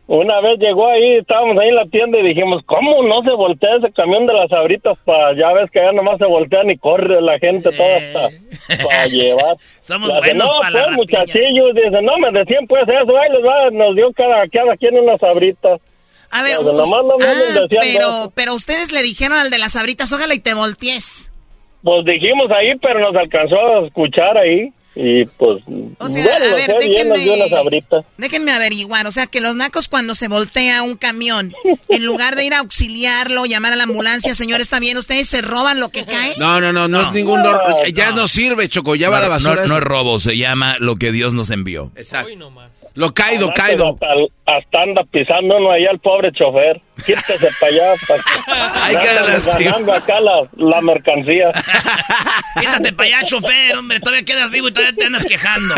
S22: Una vez llegó ahí, estábamos ahí en la tienda y dijimos, ¿cómo no se voltea ese camión de las abritas para ya ves que allá nomás se voltean y corre la gente toda hasta para llevar?
S5: *laughs* Somos
S22: Dice,
S5: buenos
S22: no,
S5: para la
S22: pues,
S5: rapiña".
S22: muchachillos, dice, no, me decían pues eso, ahí les va, nos dio cada, cada quien unas abritas.
S13: A ver,
S22: Los de
S13: us-
S22: nomás no me andan
S13: ah,
S22: deseando
S13: pero,
S22: eso.
S13: pero ustedes le dijeron al de las abritas, ojalá y te voltees.
S22: Pues dijimos ahí, pero nos alcanzó a escuchar ahí y pues,
S13: sea,
S22: bueno,
S13: a
S22: lo
S13: ver,
S22: sé bien, nos dio
S13: déjenme-
S22: unas abritas.
S13: Déjenme averiguar, o sea, que los nacos cuando se voltea un camión, en lugar de ir a auxiliarlo, llamar a la ambulancia, señor, está bien, ustedes se roban lo que cae.
S4: No, no, no, no, es ningún... nor- ya no. sirve, Choco, ya va a la
S3: No,
S4: basura.
S3: No,
S4: eso.
S3: no es robo, se llama lo que Dios nos envió.
S4: Exacto. Lo caído,
S22: Antes
S4: caído.
S22: Hasta, hasta anda pisando uno allá el pobre chofer. Quítese para allá. Hay
S4: que lastimar.
S22: ganando acá la, la mercancía.
S5: Quítate para allá, chofer, hombre, todavía quedas vivo y todavía te andas quejando.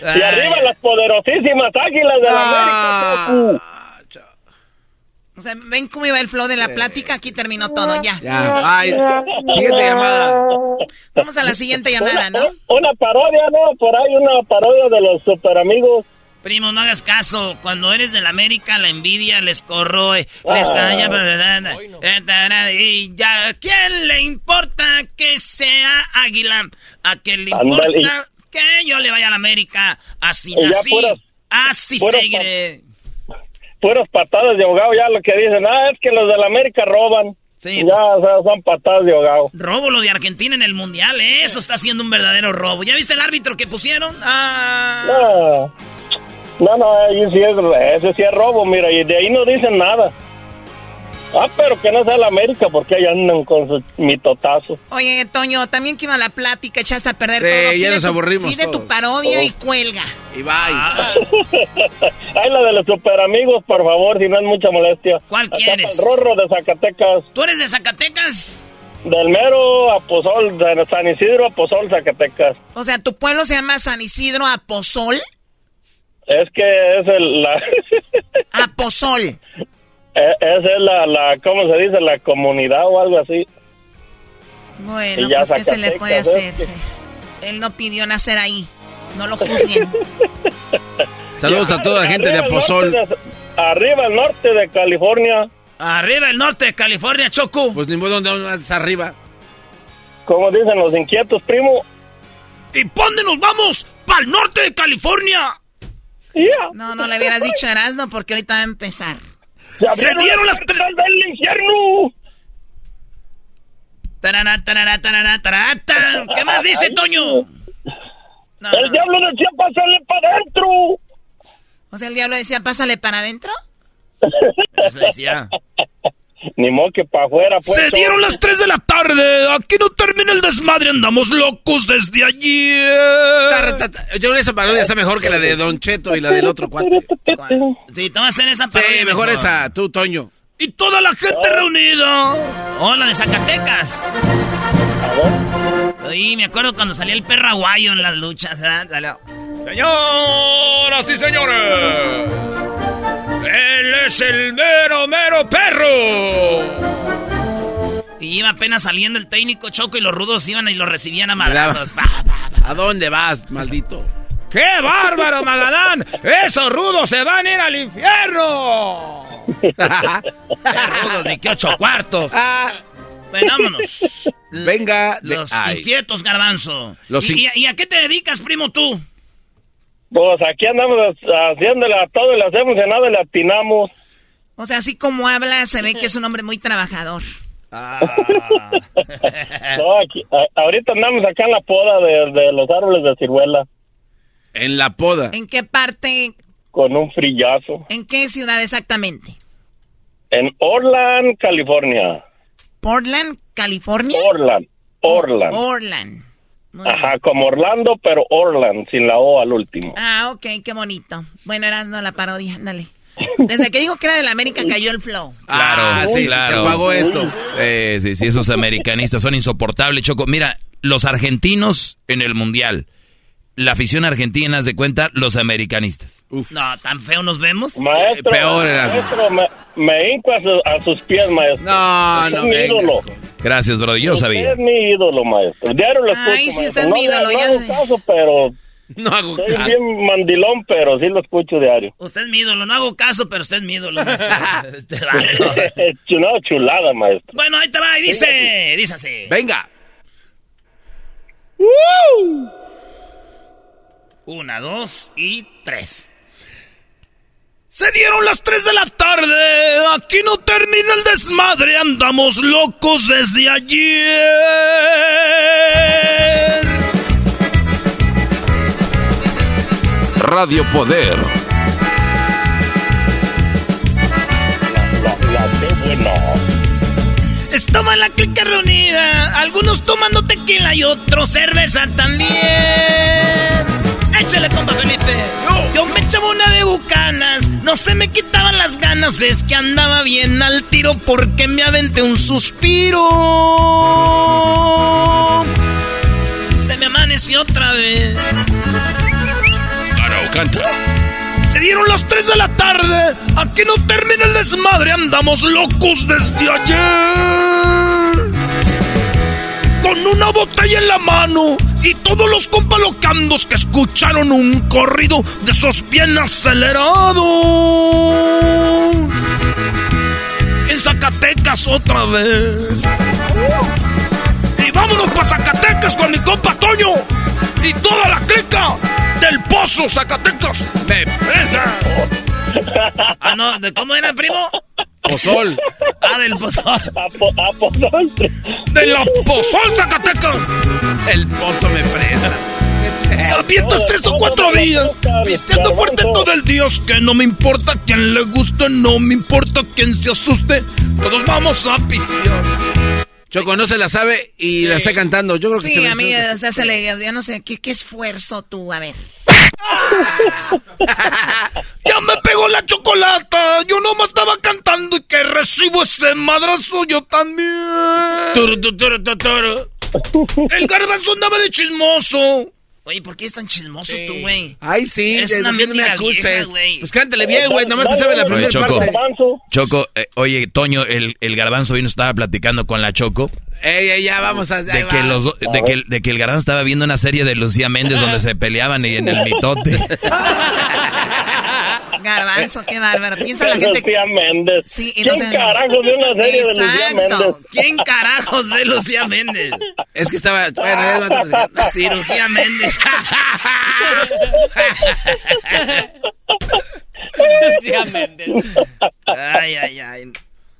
S22: Y arriba las poderosísimas águilas de la América.
S13: O sea, ven cómo iba el flow de la plática, aquí terminó todo, ya.
S22: Ya, bye. Siguiente llamada.
S13: Vamos a la siguiente llamada, ¿no?
S22: Una parodia, ¿no? Por ahí una parodia de los super amigos.
S5: Primo, no hagas caso. Cuando eres del América, la envidia les corroe.
S22: Ah.
S5: Les daña, bla, bla, bla. Eh, tará, Y ya, ¿a quién le importa que sea águila? ¿A quién le
S22: Ándale.
S5: importa que yo le vaya a la América? Así
S22: Y ya
S5: nací.
S22: puras-
S5: Así
S22: puras
S5: seguiré.
S22: Puras patadas de ahogado, ya lo que dicen. Ah, es que los de la América roban.
S5: Sí,
S22: ya, o sea, son patadas de ahogado.
S5: Robo lo de Argentina en el Mundial. ¿eh? Eso está siendo un verdadero robo. ¿Ya viste el árbitro que pusieron? Ah.
S22: No, no, no, ahí sí es, ese sí es robo, mira, y de ahí no dicen nada. Ah, pero que no sea la América, porque ahí andan con su mitotazo.
S13: Oye, Toño, también que iba la plática, echaste a perder
S22: Sí,
S13: todo.
S22: ya
S13: Pide
S22: nos
S13: tu-
S22: aburrimos
S13: Pide
S22: todos.
S13: tu parodia
S22: Oh.
S13: y cuelga.
S4: Y bye.
S22: *laughs* Ay, la de los super amigos, por favor, si no es mucha molestia.
S5: ¿Cuál
S22: Acá
S5: quieres?
S22: pa'l Rorro de Zacatecas.
S5: ¿Tú eres de Zacatecas?
S22: Del mero Aposol, de San Isidro Aposol, Zacatecas.
S13: O sea, tu pueblo se llama San Isidro Aposol.
S22: Es que es el, la... *laughs*
S13: Aposol.
S22: e- Esa es la, la, ¿cómo se dice? La comunidad o algo así.
S13: Bueno,
S22: Y ya
S13: pues qué se le
S22: Zacatecas,
S13: puede
S22: ¿eh?
S13: hacer. Él no pidió nacer ahí. No lo
S5: *laughs*
S13: juzguen.
S4: Saludos a toda la gente de
S22: Arriba el
S4: Aposol.
S22: norte de- arriba el norte de California.
S5: Arriba el norte de California, Choco.
S4: Pues ni modo donde más arriba.
S22: Como dicen los inquietos, primo.
S5: ¿Y dónde nos vamos? ¡Para el norte de California!
S13: No, no le hubieras dicho Erasmo porque ahorita va a empezar.
S5: ¡Se dieron las tres
S22: del infierno!
S5: Tarará, tarará, tarará, tarará, tará. ¿Qué más dice, Toño?
S22: ¡El diablo decía, pásale para adentro!
S13: O sea, el diablo decía, pásale para adentro.
S4: Pues
S22: *laughs* Ni modo que para afuera, pues.
S17: Se dieron las 3 de la tarde. Aquí no termina el desmadre. Andamos locos desde allí.
S4: Yo creo que esa parodia está mejor que la de Don Cheto y la del otro cuate.
S5: Sí, te vas a hacer esa
S4: Sí,
S5: parodia.
S4: mejor esa, Oh. tú, Toño.
S5: Y toda la gente reunida. Hola, de Zacatecas. Oye, me acuerdo cuando salía el perro aguayo en las luchas, ¿verdad? Salió.
S17: Señoras y señores, él es el mero, mero perro.
S5: Y iba apenas saliendo el técnico Choco y los rudos iban y lo recibían a madrazos. Pa,
S4: ¿A dónde vas, maldito?
S17: ¡Qué bárbaro, Magadán! ¡Esos rudos se van a ir al infierno!
S5: rudos, ni que ocho Ah, cuartos. *laughs*
S4: Ah,
S5: Bueno, vámonos.
S4: Venga, de-
S5: Los
S4: ay.
S5: inquietos, garbanzo.
S4: Los
S5: ¿Y,
S4: in-
S5: y- y a qué te dedicas, primo, tú?
S22: Pues aquí andamos haciéndole a todo y le hacemos y nada y le
S4: *laughs*
S22: atinamos.
S13: O sea, así como habla, se ve que es un hombre muy trabajador.
S22: No, aquí- a- ahorita andamos acá en la poda de, de los árboles de ciruela
S4: En la poda.
S13: ¿En qué parte,
S22: con un frillazo.
S13: en qué ciudad exactamente?
S22: En Orland, California.
S13: ¿Portland, California? Oh,
S22: Orland. Orland.
S13: Portland.
S22: Ajá, como Orlando, pero Orland, sin la O al último.
S13: Ah, ok, qué bonito. Bueno, Erasmo, la parodia, ándale. Desde que dijo que era de la América cayó el flow.
S3: Claro,
S4: Ah, sí,
S3: sí, claro.
S4: te pago esto.
S3: Eh, sí, sí, esos americanistas son insoportables, Choco. Mira, los argentinos en el Mundial. la afición argentina, haz de cuenta, los americanistas.
S5: No, tan feo nos vemos. Eh,
S22: Maestro, maestro, me, me hinco a, su- a sus pies, maestro. No,
S3: no
S22: Es mi
S3: vengas
S22: ídolo.
S3: Gracias, Brody, yo sabía.
S22: Es mi ídolo, maestro. Diario lo escucho,
S13: Ay, sí,
S22: maestro.
S13: usted es mi
S22: no,
S13: ídolo,
S22: no
S13: ya
S22: hago
S13: sé.
S22: caso, pero...
S3: No hago
S22: Soy
S5: caso.
S22: bien mandilón, pero sí lo escucho
S5: *laughs*
S22: diario.
S5: Usted es mi ídolo, no hago caso, pero usted es mi
S4: *laughs*
S5: ídolo. Este vato.
S22: no, chulada, maestro.
S5: bueno, ahí te va y dice, dice así.
S22: Venga.
S5: Una, dos y tres. Se dieron las 3 de la tarde, aquí no termina el desmadre, andamos locos desde ayer.
S23: Radio Poder.
S5: Estaba la clica reunida, algunos tomando tequila y otros cerveza también. Échale, compa Felipe. Yo me echaba una de bucanas, no se me quitaban las ganas, es que andaba bien al tiro porque me aventé un suspiro. Se me amaneció otra vez.
S17: Se dieron las 3 de la tarde. Aquí no termina el desmadre. Andamos locos desde ayer. Con una botella en la mano y todos los compalocandos que escucharon un corrido de esos bien acelerados. En Zacatecas otra vez. Y vámonos para Zacatecas con mi compa Toño y toda la clica del Pozo Zacatecas. Me presta.
S5: *laughs* Ah, no, ¿de cómo era, primo?
S4: Pozol.
S5: Ah, del pozol.
S22: pozol.
S17: De la Pozol Zacatecas.
S4: El pozo me presta.
S17: Avientas tres o cuatro días. Vistiendo fuerte todo el dios. Que no me importa quién le guste, no me importa quién se asuste. Todos vamos a pisciar.
S4: Choco no se la sabe Eh, y la está cantando. Yo creo que se
S13: Sí,
S4: la
S13: a mí,
S4: sabe.
S13: o sea, se le, yo no sé, ¿qué, qué esfuerzo tú? A ver.
S17: Ya me pegó la chocolata. Yo no me estaba cantando y que recibo ese madrazo yo también. Turu, tu, turu, tu, turu. El garbanzo andaba de chismoso.
S5: Oye, ¿por qué es tan chismoso tú, güey?
S4: Ay, sí,
S5: Es
S4: ya
S5: una
S4: no me
S5: mendiga
S4: acuses.
S5: vieja, güey.
S4: Pues cántale bien, güey, nomás se sabe la
S3: Oye,
S4: primera
S3: Choco,
S4: parte.
S3: Choco, eh, oye, Toño, el, el garbanzo vino, estaba platicando con la Choco.
S4: Ey, ey, ya vamos a. ahí
S3: De
S4: va.
S3: que, los, do- de, que, de que el garbanzo estaba viendo una serie de Lucía Méndez donde se peleaban y en el mitote.
S13: Garbanzo, qué bárbaro. Piensa la gente.
S22: Lucía Méndez.
S13: Sí,
S22: ¿Quién carajos ve una serie de Lucía
S13: Exacto.
S22: Méndez?
S5: ¿Quién carajos ve Lucía Méndez?
S4: Es que estaba. Bueno, ya no te voy a decir. La cirugía
S5: Méndez.
S22: Lucía Méndez.
S5: Ay, ay, ay.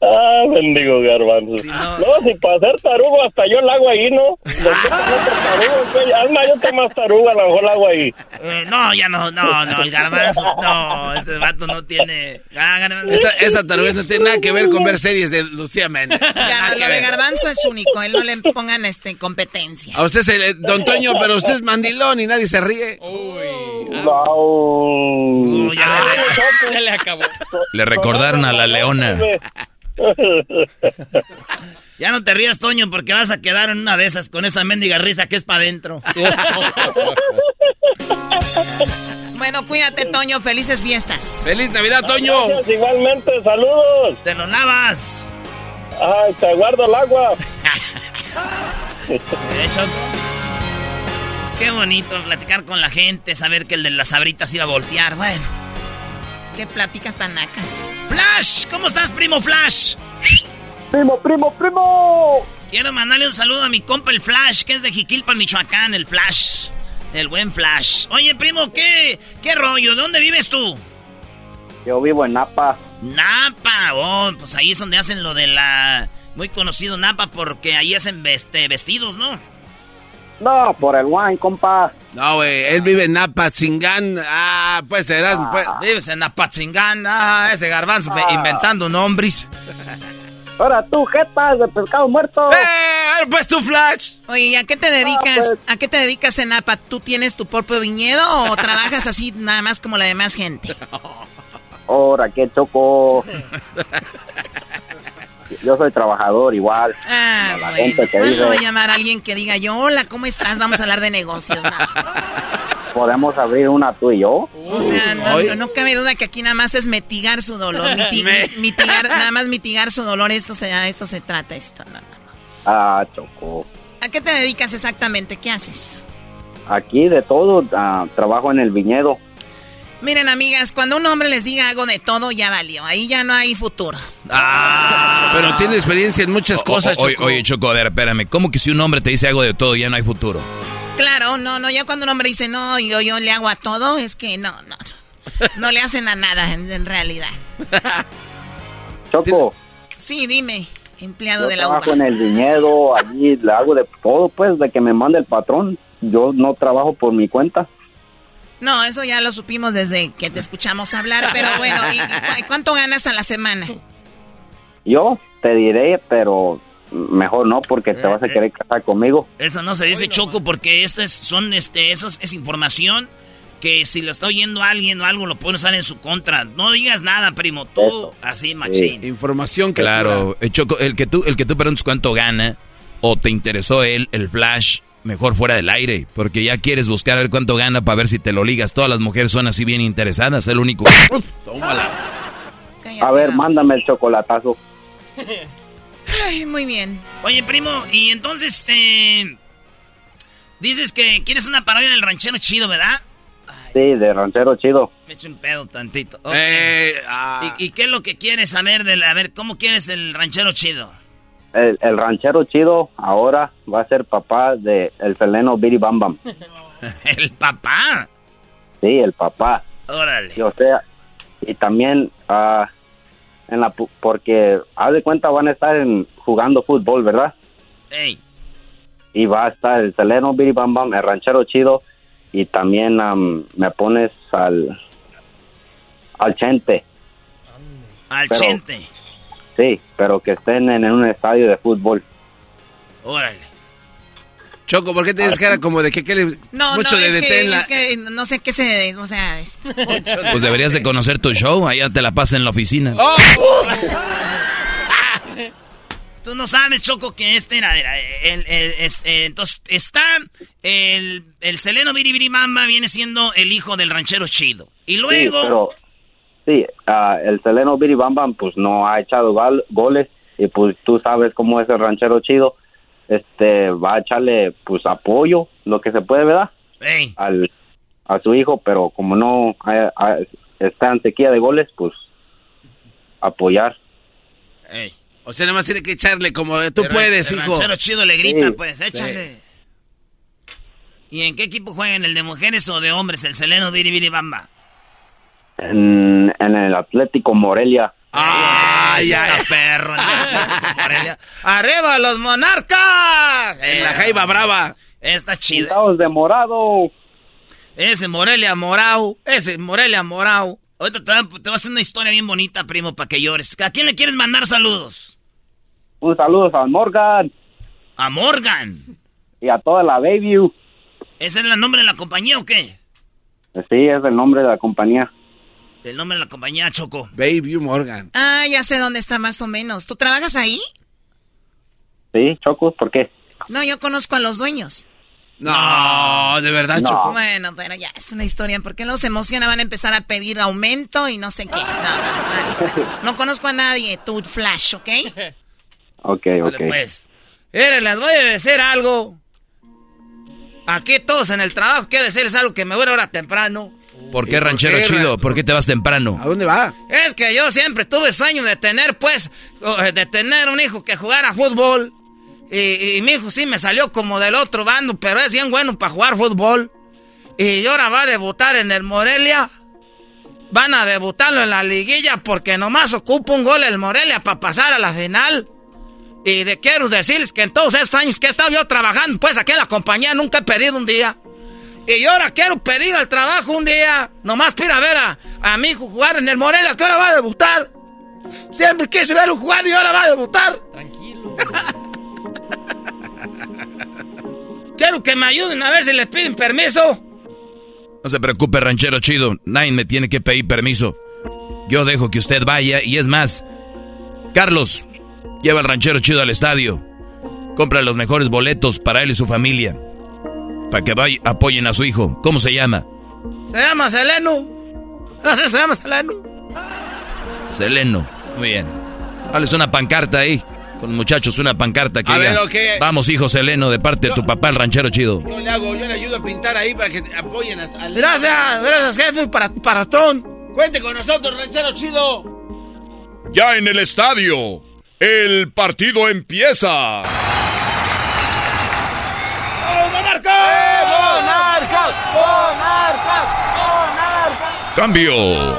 S22: Ah, bendigo garbanzo. no. si para ser tarugo hasta yo la hago ahí, ¿no? Los dos son otros tarugos, güey. Alma, pues, yo tomo más tarugo, a lo mejor la hago ahí.
S5: Eh, no, ya no, no, no, el garbanzo, no, ese vato no tiene... Ah, garbanzo.
S4: Esa, esa taruga no tiene nada que ver con ver series de Lucía Méndez. Nada que
S13: Lo de
S4: ver.
S13: Garbanzo es único. Él no le pongan este, competencia.
S4: A usted se le. Don Toño, pero usted es mandilón y nadie se ríe.
S9: Mm.
S22: No.
S4: Ah.
S15: Se le acabó.
S3: Le recordaron a la leona.
S5: Ya no te rías, Toño, porque vas a quedar en una de esas con esa mendiga risa que es para adentro.
S13: Bueno, cuídate, Toño. Felices fiestas.
S4: *laughs* ¡Feliz Navidad,
S22: Gracias, igualmente, saludos.
S5: Te lo lavas.
S22: Ay, te guardo el agua.
S5: Qué bonito platicar con la gente, saber que el de las sabritas iba a voltear, bueno.
S13: Qué pláticas tan nacas.
S5: Flash, ¿cómo estás, primo Flash?
S22: Primo, primo, primo.
S5: Quiero mandarle un saludo a mi compa el Flash, que es de Jiquilpan, Michoacán, el Flash. El buen Flash. Oye, primo, ¿qué, qué rollo? ¿Dónde vives tú?
S2: Yo vivo en Napa.
S5: Napa, oh, pues ahí es donde hacen lo de la... Muy conocido Napa porque ahí hacen este, vestidos, ¿no?
S2: No, por el wine, compa.
S4: No, güey, él vive en Apatzingán. Ah, pues serás. Pues.
S5: Vives en Apatzingán. Ah, ese garbanzo fe- inventando nombres.
S2: Ahora tú, jetas de pescado muerto. Ah,
S4: pues tu flash.
S13: Oye, ¿y a qué te dedicas?
S2: pues.
S13: ¿A qué te dedicas en APA? ¿Tú tienes tu propio viñedo
S2: *laughs*
S13: o trabajas así nada más como la demás gente?
S2: Ahora qué
S13: *laughs*
S2: choco. Yo soy trabajador igual.
S13: Ah,
S2: Como la
S13: bueno.
S2: gente que
S13: ¿Cuándo
S2: dice-
S13: va a llamar a alguien que diga yo, hola, ¿cómo estás? Vamos a hablar de negocios. No.
S24: podemos abrir una tú y yo.
S13: O sea, no, no- no cabe duda que aquí nada más es mitigar su dolor. miti- mitigar, nada más mitigar su dolor. Esto se, a esto se trata. Esto, no, no.
S24: Ah, Choco.
S13: ¿A qué te dedicas exactamente? ¿Qué haces?
S24: Aquí de todo, ah, trabajo en el viñedo.
S13: Miren, amigas, cuando un hombre les diga hago de todo, ya valió. Ahí ya no hay futuro.
S3: Pero tiene experiencia en muchas cosas, Choco. Oye, Choco, a ver, espérame. ¿Cómo que si un hombre te dice algo de todo ya no hay futuro?
S13: Claro, no, no. Ya cuando un hombre dice no, yo, yo le hago a todo, es que no, no. no. No le hacen a nada, en, en realidad.
S24: Choco,
S13: Sí, dime, empleado
S24: yo
S13: de la UPA.
S24: trabajo en el viñedo, allí le hago de todo, pues, de que me mande el patrón. Yo no trabajo por mi cuenta.
S13: No, eso ya lo supimos desde que te escuchamos hablar, pero bueno, ¿y, y cu- cuánto ganas a la semana?
S24: Yo te diré, pero mejor no, porque
S13: Eh,
S24: te vas a querer casar conmigo.
S5: Eso no se dice choco porque estas son este esas es información que si lo está oyendo alguien o algo lo pueden usar en su contra. No digas nada, primo, tú así machín.
S3: Información que Claro, eh, Choco, el que tú el que tú preguntes cuánto gana o te interesó él el flash mejor fuera del aire, porque ya quieres buscar a ver cuánto gana para ver si te lo ligas. Todas las mujeres son así bien interesadas, el único.
S24: A ver, mándame el chocolatazo.
S13: *laughs* Ay, muy bien.
S5: Oye, primo, y entonces eh, dices que quieres una parodia del ranchero chido, ¿verdad?
S24: Sí, de ranchero chido.
S5: Me echo un pedo tantito. Ok.
S24: Eh, ah.
S5: ¿Y, y qué es lo que quieres saber del a ver cómo quieres el ranchero chido? *laughs*
S24: El, el ranchero chido ahora va a ser papá de el feleno Biri Bam Bam.
S5: El papá.
S24: Sí, el papá.
S5: Órale.
S24: Y, o sea, y también ah, en la pu- porque haz de cuenta van a estar en- jugando fútbol, ¿verdad?
S5: Ey.
S24: Y va a estar el Seleno, Biri Bam Bam, el ranchero chido y también am, me pones al al Chente.
S5: Al
S24: Pero-
S5: chente.
S24: Sí, pero que estén en, en un estadio de fútbol.
S5: Órale.
S4: Choco, ¿por qué tienes
S5: *laughs*
S4: cara como de que, que le-
S13: No,
S4: mucho
S13: no,
S4: de
S13: es que,
S4: detén la-
S13: es que no sé qué se... O sea,
S4: *laughs*
S13: es- *laughs*
S3: Pues deberías de conocer tu show, allá te la pasa en la oficina.
S5: *laughs* Tú no sabes, Choco, que este era. era el, el- es- eh, entonces, está el, el Seleno Biribiri Mamba viene siendo el hijo del ranchero chido. Y luego.
S24: Sí, pero sí, ah, el Seleno Biri Bam Bam pues no ha echado gal- goles y pues tú sabes cómo es el ranchero chido. Este va a echarle pues apoyo, lo que se puede, ¿verdad?
S5: Ey.
S24: Al a su hijo, pero como no ha- ha- está en sequía de goles, pues apoyar.
S4: O sea, nada más tiene que echarle como de, tú
S5: el ran-
S4: puedes,
S5: el
S4: hijo.
S5: ranchero chido le grita,
S4: Sí.
S5: pues, échale. ¿Y en qué equipo juegan? ¿El de mujeres o de hombres? El Seleno Biribiri Bamba.
S24: En, en el Atlético Morelia.
S5: Ay, ay, perro. *laughs* ¡Arriba los monarcas! En la jaiba brava. Está chido.
S24: Pintados de morado.
S5: Ese Morelia Morao. Ese Morelia Morao. Ahorita te, va- te va a hacer una historia bien bonita, primo, para que llores. ¿A quién le quieres mandar saludos?
S24: Un saludo a Morgan
S5: A Morgan.
S24: y a toda la Bayview.
S5: ¿Ese es el nombre de la compañía o qué?
S24: Sí, es el nombre de la compañía.
S5: El nombre de la compañía, Choco.
S24: Bayview Morgan.
S13: ah, ya sé dónde está más o menos. ¿Tú trabajas ahí?
S24: Sí, Chocos, ¿por qué?
S13: No, yo conozco a los dueños.
S4: No, de verdad,
S24: No.
S4: Choco.
S13: Ah, Bueno, pero ya, es una historia. ¿Por qué los emociona? Van a empezar a pedir aumento y no sé qué. No, no, *laughs* no, no. No conozco a nadie. Tú, Flash, *laughs* ¿ok?
S24: Ok, ok.
S5: Miren, les voy a decir algo. Aquí todos en el trabajo quiero decirles algo que me voy a ir ahora temprano.
S3: ¿Por qué ranchero
S5: qué,
S3: chido? ¿Por qué te vas temprano? ¿A dónde va?
S5: Es que yo siempre tuve sueño de tener, pues, o, eh, de tener un hijo que jugara fútbol. Y, y mi hijo sí me salió como del otro bando, pero es bien bueno para jugar fútbol. Y ahora va a debutar en el Morelia. Van a debutarlo en la liguilla porque nomás ocupa un gol el Morelia para pasar a la final. Y de, quiero decirles que en todos estos años que he estado yo trabajando, pues aquí en la compañía nunca he pedido un día. Y yo ahora quiero pedir al trabajo un día. Nomás para ver a, a mi hijo jugar en el Morelia, que ahora va a debutar. Siempre quise verlo jugar y ahora va a debutar. Tranquilo. *laughs* quiero que me ayuden a ver si les piden permiso.
S3: No se preocupe, ranchero chido. Nadie me tiene que pedir permiso. Yo dejo que usted vaya y es más. Carlos, lleva al ranchero chido al estadio. Compra los mejores boletos para él y su familia. Para que vaya, apoyen a su hijo. ¿Cómo se llama?
S13: Se llama Seleno.
S5: *laughs*
S13: Así se llama Seleno.
S3: Seleno. Muy bien. Dales una pancarta ahí. Con muchachos, una pancarta que
S4: A ver,
S3: diga,
S4: ok.
S3: Vamos, hijo Seleno, de parte de tu papá, el ranchero chido.
S4: Yo le hago, yo le ayudo a pintar ahí para que apoyen a- al...
S13: Gracias, gracias, jefe, para, para Tron.
S4: Cuente con nosotros, ranchero chido.
S10: Ya en el estadio, el partido empieza.
S12: ¡Eh,
S17: ¡Monarcas! ¡Monarcas! ¡Monarcas!
S10: Cambio.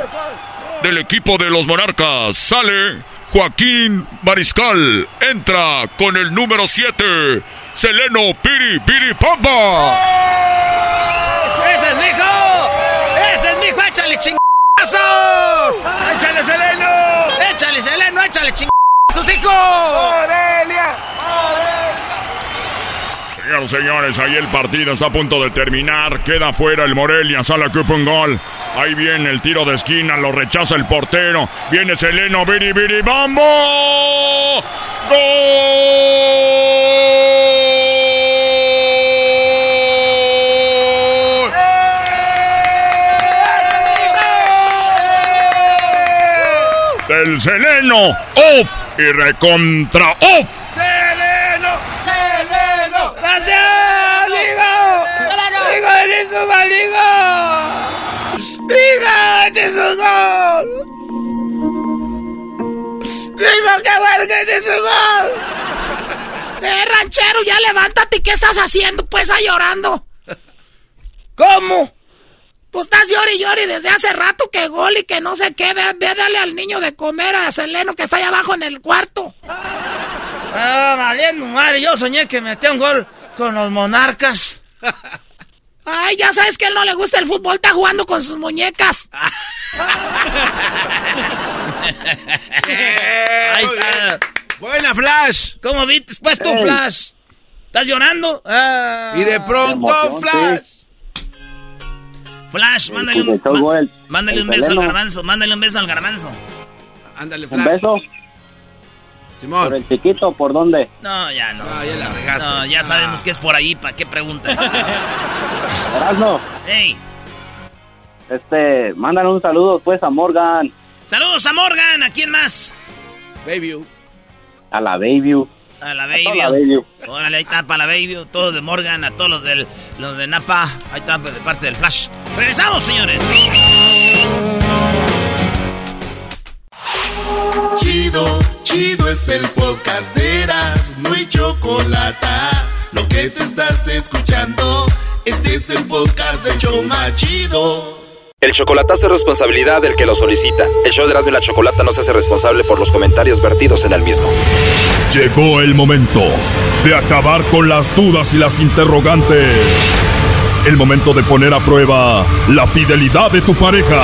S10: Del equipo de los Monarcas sale Joaquín Mariscal. Entra con el número 7, Seleno Piri Piri Pampa.
S17: ¡Ese es mi hijo! ¡Ese es mi hijo! ¡Échale chingazos! ¡Échale Seleno! ¡Échale Seleno! ¡Échale chingazos, hijo! ¡Aurelia!
S10: Señoras y señores, ahí el partido está a punto de terminar. Queda fuera el Morelia, sale que un gol. Ahí viene el tiro de esquina, lo rechaza el portero. Viene Seleno, Biri Biri Bambo. ¡Gol! Del Seleno, off y recontra off.
S17: ¡Seleno! ¡Seleno! ¡Gracias, hijo! ¡Hijo de su gol, hijo! ¡Hijo este es un gol! ¡Hijo, qué bueno que este es un gol!
S13: Eh, ranchero, ya levántate. ¿Qué estás haciendo? Pues está
S17: *laughs*
S13: llorando.
S17: ¿Cómo?
S13: Pues estás llori, llori desde hace rato que gol y que no sé qué. Ve, ve, dale al niño de comer a Seleno que está allá abajo en el cuarto.
S17: Ah, valiendo madre, yo soñé que metía un gol con los monarcas.
S13: Ay, ya sabes que a él no le gusta el fútbol, está jugando con sus muñecas.
S5: Ahí está. Buena, Flash. ¿Cómo viste? Pues tú,
S17: Ey.
S5: Flash. ¿Estás llorando? Ah.
S4: Y de pronto, Flash. Pues
S5: Flash, mándale un,
S6: Escuchó Pues el gol, el-
S5: mándale
S6: el
S5: un beso al
S6: Seleno.
S5: garbanzo. Mándale un beso al garbanzo.
S4: Ándale,
S6: Un beso.
S4: Simón.
S6: ¿Por el chiquito? ¿Por dónde?
S5: No, ya no.
S4: Ah, ya la regaste. Ah.
S5: No, ya sabemos que es por ahí. ¿Para qué
S6: *laughs*
S5: preguntas?
S6: Erasmo,
S5: ¡Ey!
S6: este, mándale un saludo pues a Morgan,
S5: ¡Saludos a Morgan! ¿A quién más?
S4: Baby.
S6: a la Baby.
S5: A la
S6: toda
S5: Baby.
S6: la Bayview.
S5: Órale, ahí está para la Baby. Todos de Morgan, a todos los, del, los de Napa. Ahí está pues, de parte del Flash. ¡Regresamos, señores!
S1: Chido, chido es el podcast de Eras, no hay chocolate. Lo que te estás escuchando, este es el podcast de Choma Chido.
S7: El chocolatazo es responsabilidad del que lo solicita. El show de Erasmo y la Chocolata no se hace responsable por los comentarios vertidos en el mismo.
S10: Llegó el momento de acabar con las dudas y las interrogantes. El momento de poner a prueba la fidelidad de tu pareja.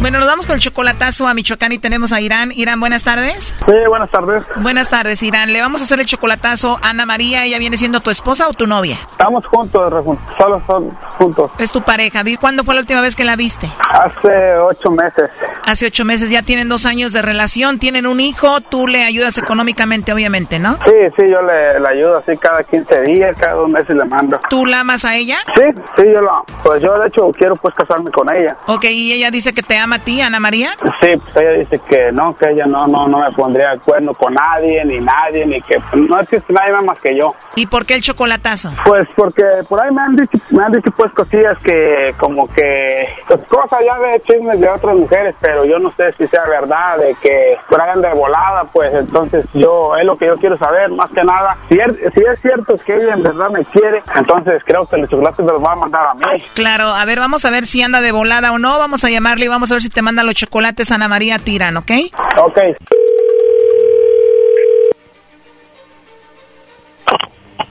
S13: Bueno, nos vamos con el chocolatazo a Michoacán y tenemos a Irán. Irán, buenas tardes.
S9: Sí, buenas tardes.
S13: Buenas tardes, Irán. Le vamos a hacer el chocolatazo a Ana María. ¿Ella viene siendo tu esposa o tu novia?
S9: Estamos juntos, Raúl. solo son juntos.
S13: Es tu pareja. Vi- ¿Cuándo fue la última vez que la viste?
S9: Hace ocho meses.
S13: Hace ocho meses. Ya tienen dos años de relación, tienen un hijo. Tú le ayudas económicamente, obviamente, ¿no?
S9: Sí, sí, yo le, le ayudo así cada 15 días, cada dos meses le mando.
S13: ¿Tú la amas a ella?
S9: Sí, sí, yo la... Pues yo de hecho quiero pues casarme con ella.
S13: Ok, ¿y ella dice que te ama a ti, Ana María?
S9: Sí, pues ella dice que no, que ella no, no, no me pondría de acuerdo con nadie, ni nadie, ni que... pues, No es que nadie más que yo.
S13: ¿Y por qué el chocolatazo?
S9: Pues porque por ahí me han dicho, me han dicho pues cosillas que como que pues, cosas ya de chismes de otras mujeres, pero yo no sé si sea verdad de que por ahí anda de volada, pues entonces yo es lo que yo quiero saber más que nada. Si es, si es cierto que ella en verdad me quiere, entonces creo que el chocolate me los va a mandar a mí.
S13: Claro, a ver, vamos a ver si anda de volada o no. Vamos a llamarle y vamos a ver si te manda los chocolates Ana María Tirán, ¿ok?
S9: Ok.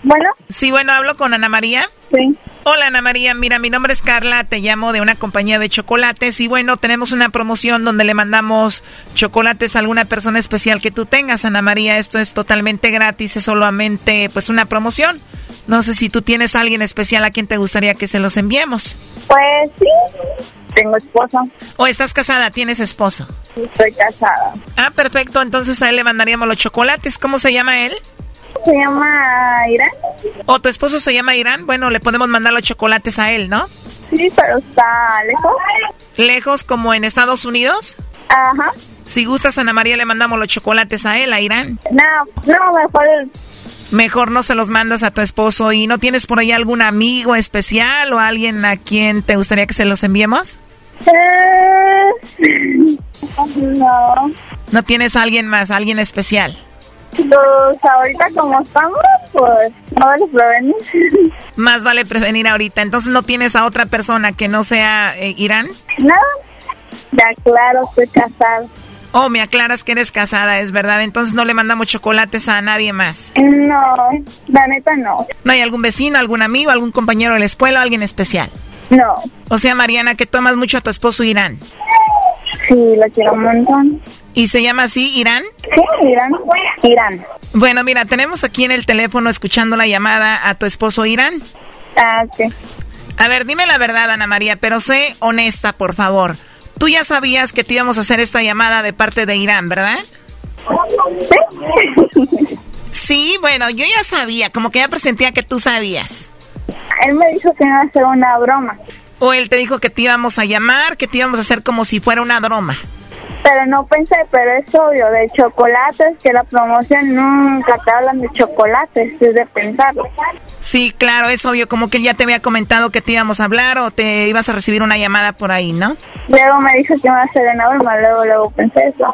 S13: Bueno. Sí, bueno, hablo con Ana María. Sí. Hola Ana María, mira, mi nombre es Carla, te llamo de una compañía de chocolates y bueno, tenemos una promoción donde le mandamos chocolates a alguna persona especial que tú tengas, Ana María. Esto es totalmente gratis, es solamente pues una promoción. No sé si tú tienes a alguien especial a quien te gustaría que se los enviemos.
S15: Pues sí, tengo esposa.
S13: ¿O estás casada? ¿Tienes esposo?
S15: Estoy casada.
S13: Ah, perfecto. Entonces a él le mandaríamos los chocolates. ¿Cómo se llama él?
S15: Se llama Irán.
S13: ¿O tu esposo se llama Irán? Bueno, le podemos mandar los chocolates a él, ¿no?
S15: Sí, pero está lejos.
S13: ¿Lejos como en Estados Unidos?
S15: Ajá.
S13: Si gustas, Ana María, le mandamos los chocolates a él, a Irán.
S15: No, no, mejor el-
S13: Mejor no se los mandas a tu esposo. ¿Y no tienes por ahí algún amigo especial o alguien a quien te gustaría que se los enviemos?
S15: Eh, no.
S13: ¿No tienes a alguien más, a alguien especial?
S15: Pues ahorita como estamos, pues no les problema. *laughs*
S13: Más vale prevenir ahorita. Entonces, ¿no tienes a otra persona que no sea eh, Irán?
S15: No, ya claro, estoy casada.
S13: Oh, me aclaras que eres casada, es verdad. Entonces, no le mandamos chocolates a nadie más.
S15: No, la neta no.
S13: ¿No hay algún vecino, algún amigo, algún compañero de la escuela, alguien especial?
S15: No,
S13: O sea, Mariana, que tomas mucho a tu esposo Irán.
S15: sí, lo quiero un montón.
S13: ¿Y se llama así Irán?
S15: Sí, Irán, Irán.
S13: Bueno, mira, tenemos aquí en el teléfono escuchando la llamada a tu esposo Irán.
S15: Ah, sí.
S13: A ver, dime la verdad, Ana María, pero sé honesta, por favor. Tú ya sabías que te íbamos a hacer esta llamada de parte de Irán, ¿verdad? Sí, bueno, yo ya sabía, como que ya presentía que tú sabías.
S15: Él me dijo que iba a hacer una broma,
S13: O él te dijo que te íbamos a llamar, que te íbamos a hacer como si fuera una broma.
S15: pero no pensé, pero es obvio, de chocolates, que la promoción nunca te hablan de chocolates, es de pensarlo.
S13: Sí, claro, es obvio, como que él ya te había comentado que te íbamos a hablar o te ibas a recibir una llamada por ahí, ¿no?
S15: Luego me dijo que iba a hacer una broma, luego, luego pensé eso.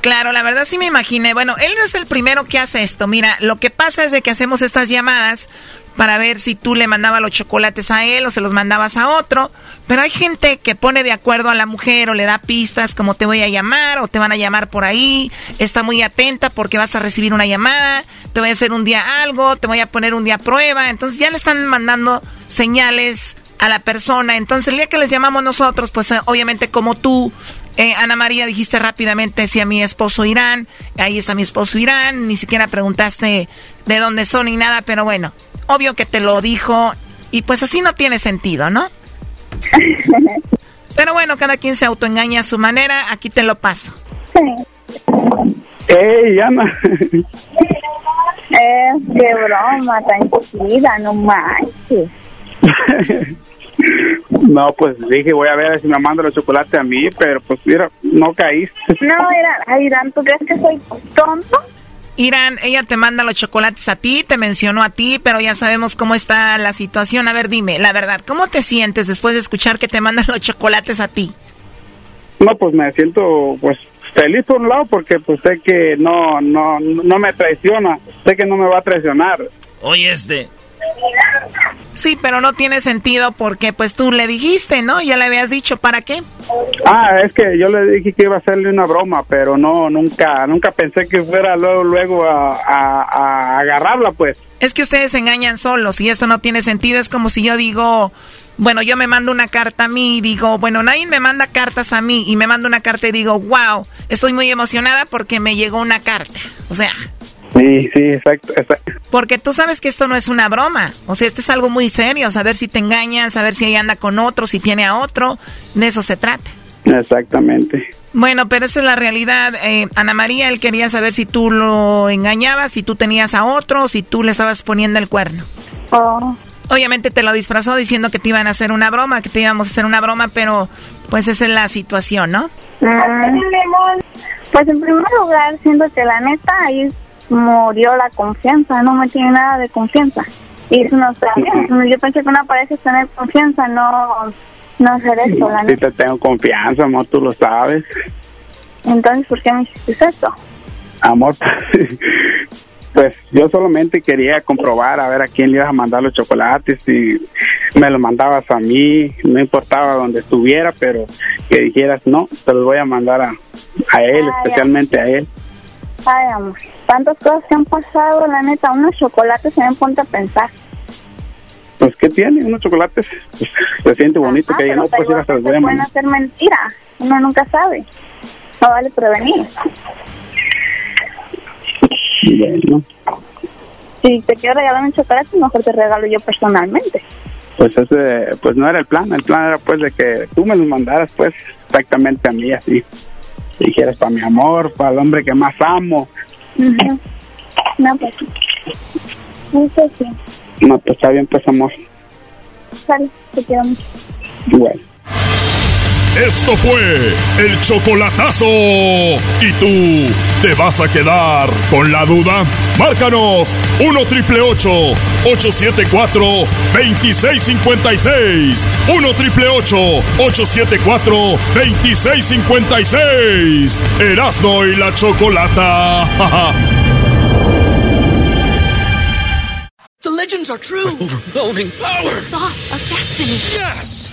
S13: Claro, la verdad sí me imaginé. Bueno, él no es el primero que hace esto. Mira, lo que pasa es de que hacemos estas llamadas para ver si tú le mandabas los chocolates a él o se los mandabas a otro. Pero hay gente que pone de acuerdo a la mujer o le da pistas como te voy a llamar o te van a llamar por ahí. Está muy atenta porque vas a recibir una llamada, te voy a hacer un día algo, te voy a poner un día a prueba. Entonces ya le están mandando señales a la persona. Entonces, el día que les llamamos nosotros, pues eh, obviamente como tú, eh, Ana María, dijiste rápidamente, si a mi esposo Irán, ahí está mi esposo Irán, ni siquiera preguntaste de dónde son ni nada, pero bueno, obvio que te lo dijo y pues así no tiene sentido, ¿no? Pero bueno, cada quien se autoengaña a su manera, aquí te lo paso.
S9: ¡Ey, llama!
S15: Eh, qué broma, tranquila, no manches.
S9: *laughs* No, pues dije, voy a ver si me manda los chocolates a mí, pero pues mira, no caíste.
S15: No, Irán, ay, Irán, ¿tú crees que soy tonto?
S13: Irán, ella te manda los chocolates a ti, te mencionó a ti, pero ya sabemos cómo está la situación. A ver, dime, la verdad, ¿cómo te sientes después de escuchar que te mandan *laughs* los chocolates a ti?
S9: No, pues me siento pues feliz por un lado porque pues sé que no, no, no me traiciona, sé que no me va a traicionar.
S5: Oye, este.
S13: Sí, pero no tiene sentido porque pues tú le dijiste, ¿no? Ya le habías dicho, ¿para qué?
S9: Ah, es que yo le dije que iba a hacerle una broma, pero no, nunca, nunca pensé que fuera luego, luego a, a- a agarrarla, pues.
S13: Es que ustedes se engañan solos y esto no tiene sentido. Es como si yo digo, bueno, yo me mando una carta a mí y digo, bueno, nadie me manda cartas a mí y me mando una carta y digo, wow, estoy muy emocionada porque me llegó una carta. O sea,
S9: Sí, sí, exacto, exacto.
S13: Porque tú sabes que esto no es una broma. O sea, esto es algo muy serio. Saber si te engañan, saber si ella anda con otro, si tiene a otro. De eso se trata.
S9: Exactamente.
S13: Bueno, pero esa es la realidad. Eh, Ana María, él quería saber si tú lo engañabas, si tú tenías a otro, si tú le estabas poniendo el cuerno.
S15: Oh,
S13: Obviamente te lo disfrazó diciendo que te iban a hacer una broma, que te íbamos a hacer una broma, pero pues esa es la situación, ¿no?
S15: mm. Pues en primer lugar, siento que la neta ahí murió la confianza, no me tiene nada de confianza. Y eso no está bien. Yo pensé que una pareja es tener confianza, no, no hacer eso, la
S9: Sí
S15: neta.
S9: te tengo confianza, amor, tú lo sabes.
S15: Entonces, ¿por qué me hiciste eso?
S9: Amor, *laughs* pues yo solamente quería comprobar a ver a quién le ibas a mandar los chocolates, si me los mandabas a mí, no importaba donde estuviera, pero que dijeras, no, te los voy a mandar a, a él,
S15: Ah,
S9: especialmente a él.
S15: Ay, amor, tantas cosas que han pasado, la neta, unos chocolates se me ponte a pensar.
S9: Pues, ¿qué tiene? Unos chocolates. Pues, se siente
S11: Ah,
S9: bonito que diga,
S15: pero
S9: no, pues,
S15: te
S9: ya se los voy a
S15: Pueden
S9: mandar.
S15: hacer mentira, uno nunca sabe. No vale prevenir.
S9: Bueno,
S11: si te quiero regalar un chocolate, mejor te regalo yo personalmente.
S2: Pues ese, pues no era el plan, el plan era pues de que tú me los mandaras pues exactamente a mí así. Dijeras para mi amor, para el hombre que más amo.
S11: Ujú. No, pues. Eso sí.
S2: No, pues está bien pues amor.
S11: Sale, te quiero mucho.
S2: Bueno.
S10: Esto fue el chocolatazo. ¿Y tú te vas a quedar con la duda? Márcanos 1 triple 874 2656. 1 triple 874 2656. Erasno y la chocolata. *laughs*
S21: The legends are true.
S14: Overwhelming power.
S21: The sauce of destiny.
S14: Yes!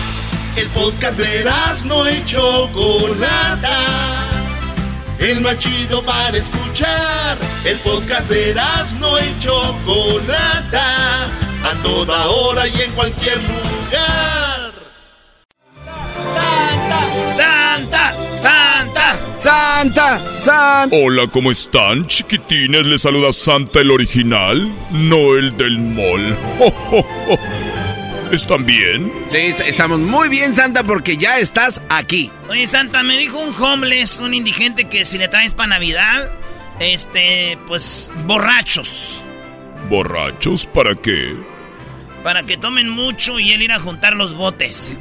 S1: El podcast de no y Chocolata. El más chido para escuchar. El podcast de no y Chocolata. A toda hora y en cualquier lugar.
S5: Santa, Santa.
S10: Santa, Santa. Hola, ¿cómo están, chiquitines? Les saluda Santa el original, no el del mall. *laughs* Jo, jo, jo. ¿Están bien?
S4: Sí, es- estamos muy bien, Santa, porque ya estás aquí.
S5: Oye, Santa, me dijo un homeless, un indigente, que si le traes para Navidad, este, pues, borrachos.
S10: ¿Borrachos para qué?
S5: Para que tomen mucho y él ir a juntar los botes.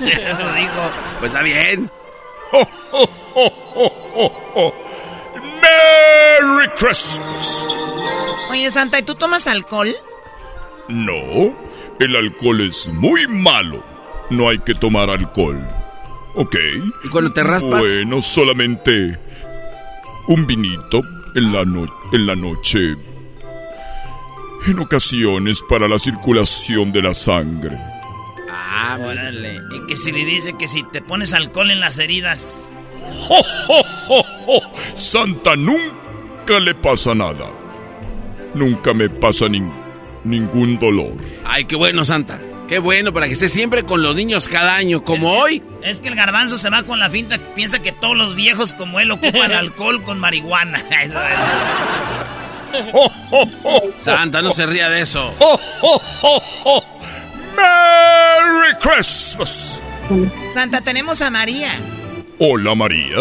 S5: Eso dijo.
S4: Pues está bien.
S10: ¡Merry Christmas!
S13: Oye, Santa, ¿y tú tomas alcohol?
S10: No, el alcohol es muy malo. No hay que tomar alcohol. ¿Ok? ¿Y
S4: cuando te raspas?
S10: Bueno, solamente un vinito en la, no- en la noche. En ocasiones para la circulación de la sangre.
S5: Órale. Y que si le dice que si te pones alcohol en las heridas.
S10: ¡Jo, jo, jo, jo! Santa nunca le pasa nada. Nunca me pasa nin- ningún dolor.
S4: Ay, qué bueno, Santa. Qué bueno para que estés siempre con los niños cada año, como hoy.
S5: Es que el garbanzo se va con la finta, piensa que todos los viejos como él
S8: *laughs*
S5: ocupan alcohol con marihuana. *laughs* Eso es.
S12: oh.
S4: Santa, no se ría de eso.
S10: ¡Merry Christmas!
S13: Santa, tenemos a María.
S10: Hola María,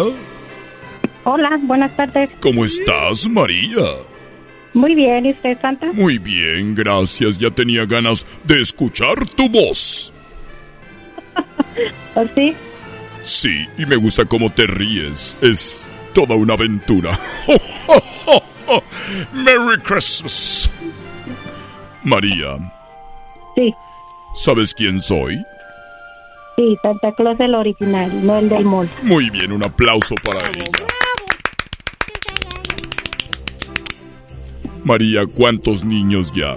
S8: Hola, buenas tardes.
S10: ¿cómo estás María?
S8: Muy bien, ¿y usted, Santa?
S10: Muy bien, gracias, ya tenía ganas de escuchar tu voz.
S8: ¿O sí?
S10: Sí, y me gusta cómo te ríes, es toda una aventura. *laughs* ¡Merry Christmas! María.
S8: Sí.
S10: ¿Sabes quién soy?
S8: Sí, Santa Claus el original, no el del mall.
S10: Muy bien, un aplauso para ella. María, ¿cuántos niños ya?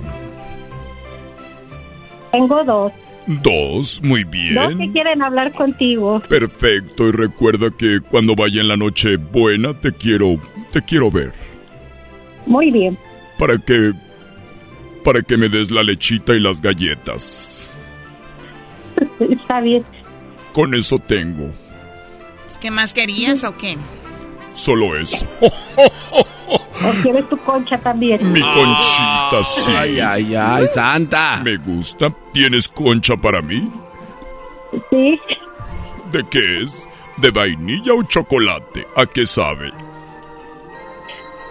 S8: Tengo dos.
S10: Dos, muy bien.
S8: Dos que quieren hablar contigo.
S10: Perfecto, y recuerda que cuando vaya en la noche buena te quiero te quiero ver
S8: Muy bien.
S10: para que para que me des la lechita y las galletas.
S8: Está bien.
S10: Con eso tengo,
S13: Pues, ¿Qué más querías o qué?
S10: solo eso.
S8: ¿O quieres tu concha también?
S10: Mi conchita sí.
S8: Ay,
S10: Ah. ay, ay, santa. Me gusta. ¿Tienes concha para mí?
S8: Sí,
S10: ¿De qué es? ¿De vainilla o chocolate? ¿A qué sabe?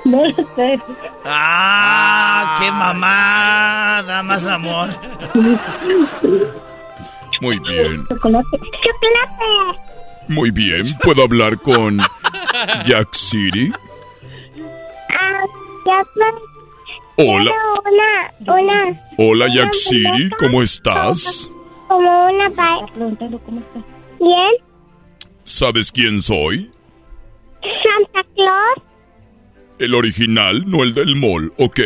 S8: no lo sé.
S5: ¡Ah! ¡Qué mamada! Más
S8: *laughs*
S5: amor.
S10: Muy bien.
S8: Chocolate.
S10: Muy bien, puedo hablar con Jack City. Hola,
S25: Hola, hola,
S10: hola Jack City, ¿cómo estás?
S25: como una paella. cómo está. Bien,
S10: ¿Sabes quién soy?
S25: Santa Claus,
S10: El original, no el del mall, ¿ok?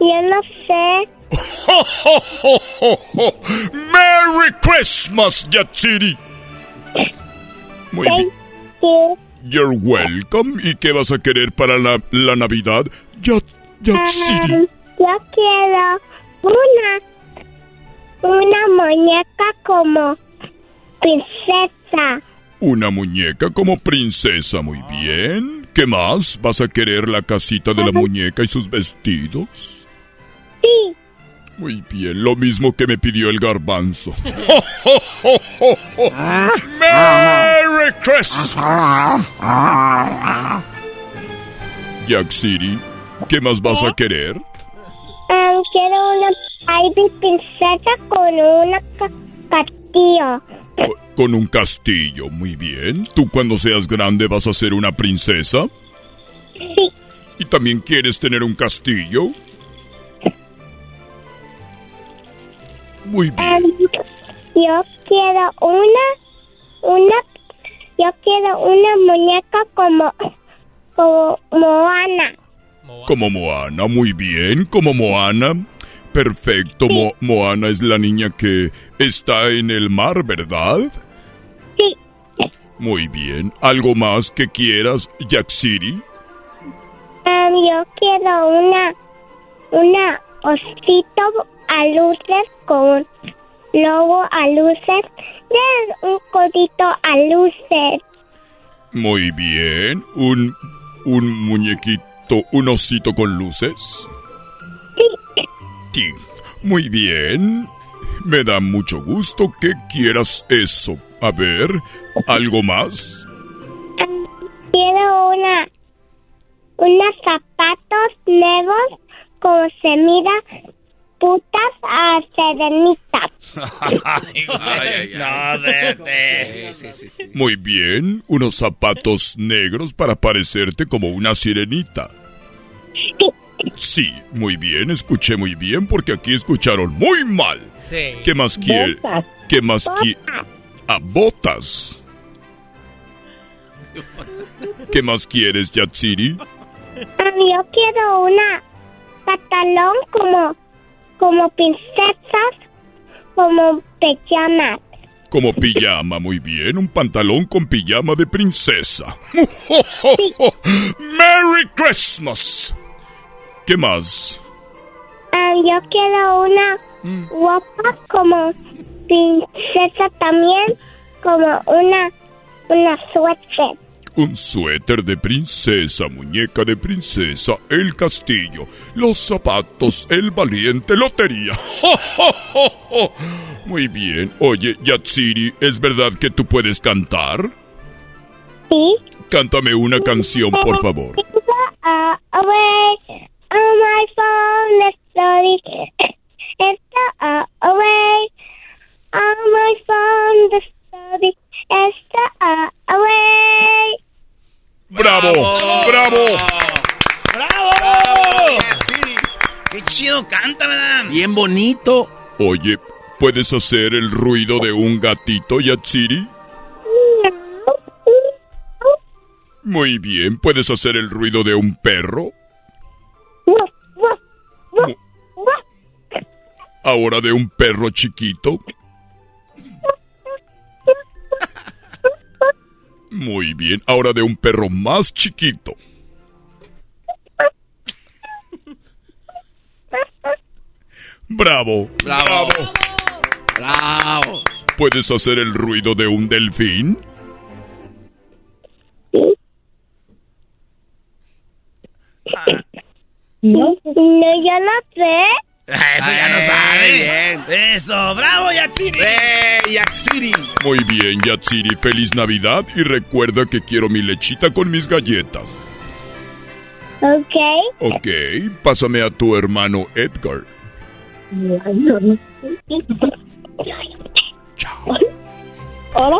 S25: yo no sé.
S10: Ho, ho, ho, ho, ho. Merry Christmas, Yatsiri. Muy bien. You're welcome. ¿Y qué vas a querer para la, la Navidad? Yat, Yatsiri.
S25: Ah, yo quiero una, una muñeca como princesa.
S10: Una muñeca como princesa, muy bien. ¿Qué más? ¿Vas a querer la casita de la muñeca y sus vestidos?
S25: Sí.
S10: Muy bien, lo mismo que me pidió el garbanzo. ¡Ho, ho, ho, ho, ho! merry Christmas! Jack City, ¿qué más vas a querer?
S25: Ah, quiero una baby princesa con una ca- castillo.
S10: Co- Con un castillo, muy bien. ¿Tú cuando seas grande vas a ser una princesa?
S25: Sí.
S10: ¿Y también quieres tener un castillo? Muy bien.
S25: Ah, yo quiero una, una, yo quiero una muñeca como, como Moana.
S10: Como Moana, muy bien, como Moana. Perfecto, Mo- Moana es la niña que está en el mar, ¿verdad?
S25: Sí.
S10: Muy bien, ¿algo más que quieras, Jack City?
S25: Ah, yo quiero una, una osito a luces con logo a luces, de un codito a luces.
S10: Muy bien, un, un muñequito, un osito con luces. Sí. Muy bien, me da mucho gusto que quieras eso. A ver, ¿algo más?
S25: Quiero una, unos zapatos nuevos como se mira putas a serenitas.
S5: No, vete.
S10: Muy bien, unos zapatos negros para parecerte como una sirenita. Sí, muy bien, escuché muy bien porque aquí escucharon muy mal.
S17: Sí.
S10: ¿Qué más quiere?
S17: Botas.
S10: ¿Qué más quiere? A botas. ¿Qué más quieres, Yatsiri?
S25: Ah, Yo quiero una pantalón como, como princesas, como pechanas.
S10: Como pijama, muy bien, un pantalón con pijama de princesa. *laughs* Merry Christmas. ¿Qué más?
S25: Ah, yo quiero una guapa como princesa también, como una, una suéter.
S10: Un suéter de princesa, muñeca de princesa, el castillo, los zapatos, el valiente, lotería. *laughs* Muy bien. Oye, Yatsiri, ¿es verdad que tú puedes cantar?
S25: Sí.
S10: Cántame una canción, por favor.
S25: Uh, away on my phone, the story. It's the uh, away on my phone, the story. It's the uh, away.
S10: ¡Bravo! ¡Bravo!
S5: ¡Bravo! ¡Qué chido canta, ¿verdad?
S10: Bien bonito. Oye, ¿puedes hacer el ruido de un gatito, Yatsiri? Muy bien, ¿puedes hacer el ruido de un perro? Mu- Ahora de un perro chiquito. Muy bien, ahora de un perro más chiquito. Bravo.
S4: Bravo. Bravo.
S10: ¿Puedes hacer el ruido de un delfín?
S25: No, no, yo no sé.
S5: Eso ya no sabe. Eso, bravo, Yatsiri. ¡Eh, Yatsiri!
S10: Muy bien, Yatsiri, feliz Navidad y recuerda que quiero mi lechita con mis galletas.
S25: Okay.
S10: Ok, pásame a tu hermano Edgar.
S25: Oh,
S20: Hola,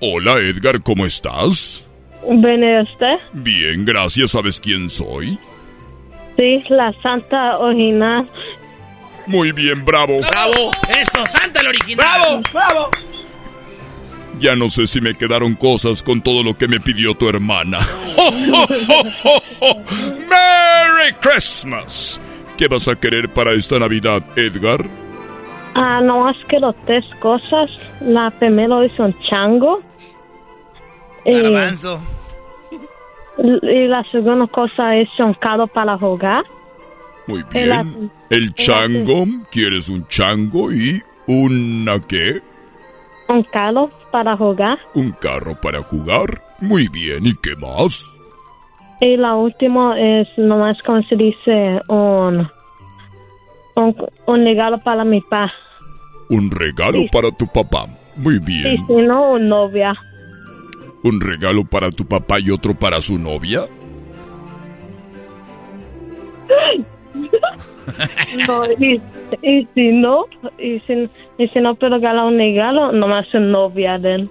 S10: Hola Edgar, ¿cómo estás?
S20: ¿viene usted?
S10: Bien, gracias, ¿sabes quién soy?
S20: Sí, la santa original.
S10: Muy bien, bravo.
S5: ¡Bravo! Eso, Santa el original. ¡Bravo! ¡Bravo!
S10: Ya no sé si me quedaron cosas con todo lo que me pidió tu *laughs* hermana. ¡Merry Christmas! ¿Qué vas a querer para esta Navidad, Edgar?
S26: Ah, no más que las tres cosas. La primera es un chango. Y-
S5: Garbanzo.
S26: Y la segunda cosa es un carro para jugar.
S10: Muy
S26: El
S10: bien.
S26: azul.
S10: El chango. ¿Quieres un chango y una qué?
S26: Un carro para jugar.
S10: Un carro para jugar. Muy bien. ¿Y qué más?
S26: Y la última es nomás como se dice un, un, un regalo para mi papá.
S10: Un regalo
S26: Sí.
S10: para tu papá. Muy
S26: Y
S10: bien.
S26: si no, un novia.
S10: Un regalo para tu papá y otro para su novia.
S26: No, y, y si no, y si, y si no puedo regalar un regalo, nomás un novia de él.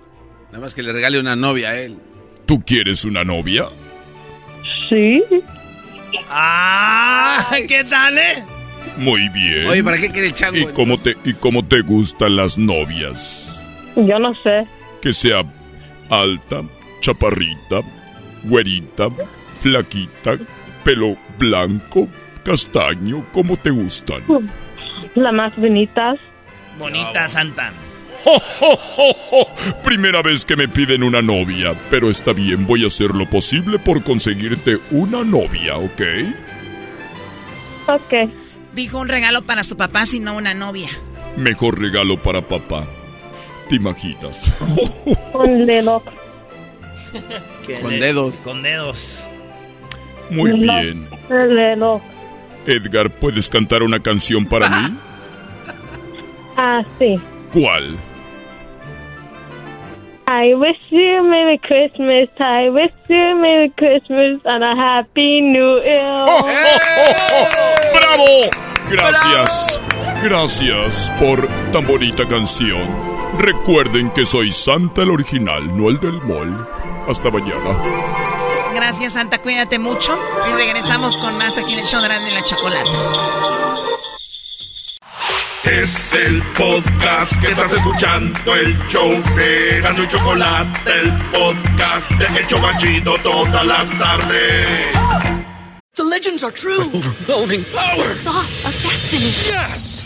S4: Nada más que le regale una novia a él.
S10: ¿Tú quieres una novia?
S26: Sí.
S5: ¡Ah! ¿Qué tal, eh?
S10: Muy bien.
S4: Oye, ¿para qué quiere el chango,
S10: ¿Y cómo, te, ¿Y cómo te gustan las novias?
S26: Yo no sé.
S10: Que sea alta, chaparrita, güerita, flaquita, pelo blanco, castaño, ¿cómo te gustan?
S26: Las más bonitas.
S5: Bonita santa.
S10: *laughs* ¡Jo, jo, jo, jo! oh, Primera vez que me piden una novia, pero está bien, voy a hacer lo posible por conseguirte una novia, ¿ok?
S26: Ok.
S13: Dijo un regalo para su papá, sino una novia.
S10: Mejor regalo para papá. ¿Te imaginas?
S26: Un reloj.
S4: Con dedos.
S5: Con dedos.
S10: Muy
S26: No.
S10: bien.
S26: Un reloj.
S10: Edgar, ¿puedes cantar una canción para mí?
S26: Ah, sí.
S10: ¿Cuál?
S26: I wish you a Merry Christmas. I wish you a Merry Christmas and a Happy New Year.
S10: ¡Bravo! Gracias. Gracias por tan bonita canción. Recuerden que soy Santa el original, no el del mall. Hasta mañana.
S13: Gracias, Santa. Cuídate mucho. Y regresamos con más aquí en el show de Erasmo y la Chocolata.
S1: Es el podcast que estás escuchando, el show de Erasmo y Chocolate, el podcast de Hecho Banchito todas las tardes.
S14: The legends are true. overwhelming power. sauce of destiny. Yes.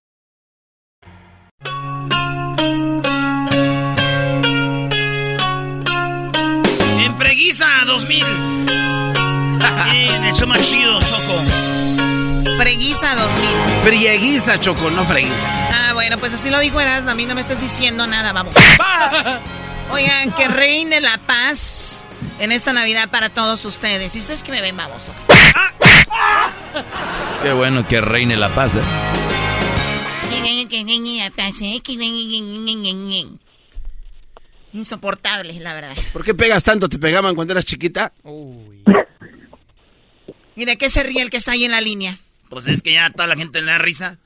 S5: En Freguiza 2000. En el show más chido, Choco.
S13: Freguiza 2000.
S4: Frieguiza, Choco, no freguiza.
S13: Ah, bueno, pues así lo dijo Erasmo. A mí no me estás diciendo nada, vamos. Oigan, que reine la paz en esta Navidad para todos ustedes. Y ustedes que me ven babosos.
S3: Qué bueno que reine la paz, ¿eh?
S13: Insoportables, la verdad.
S4: ¿Por qué pegas tanto? ¿Te pegaban cuando eras chiquita?
S13: ¿Y de qué se ríe el que está ahí en la línea?
S5: Pues es que ya toda la gente le da risa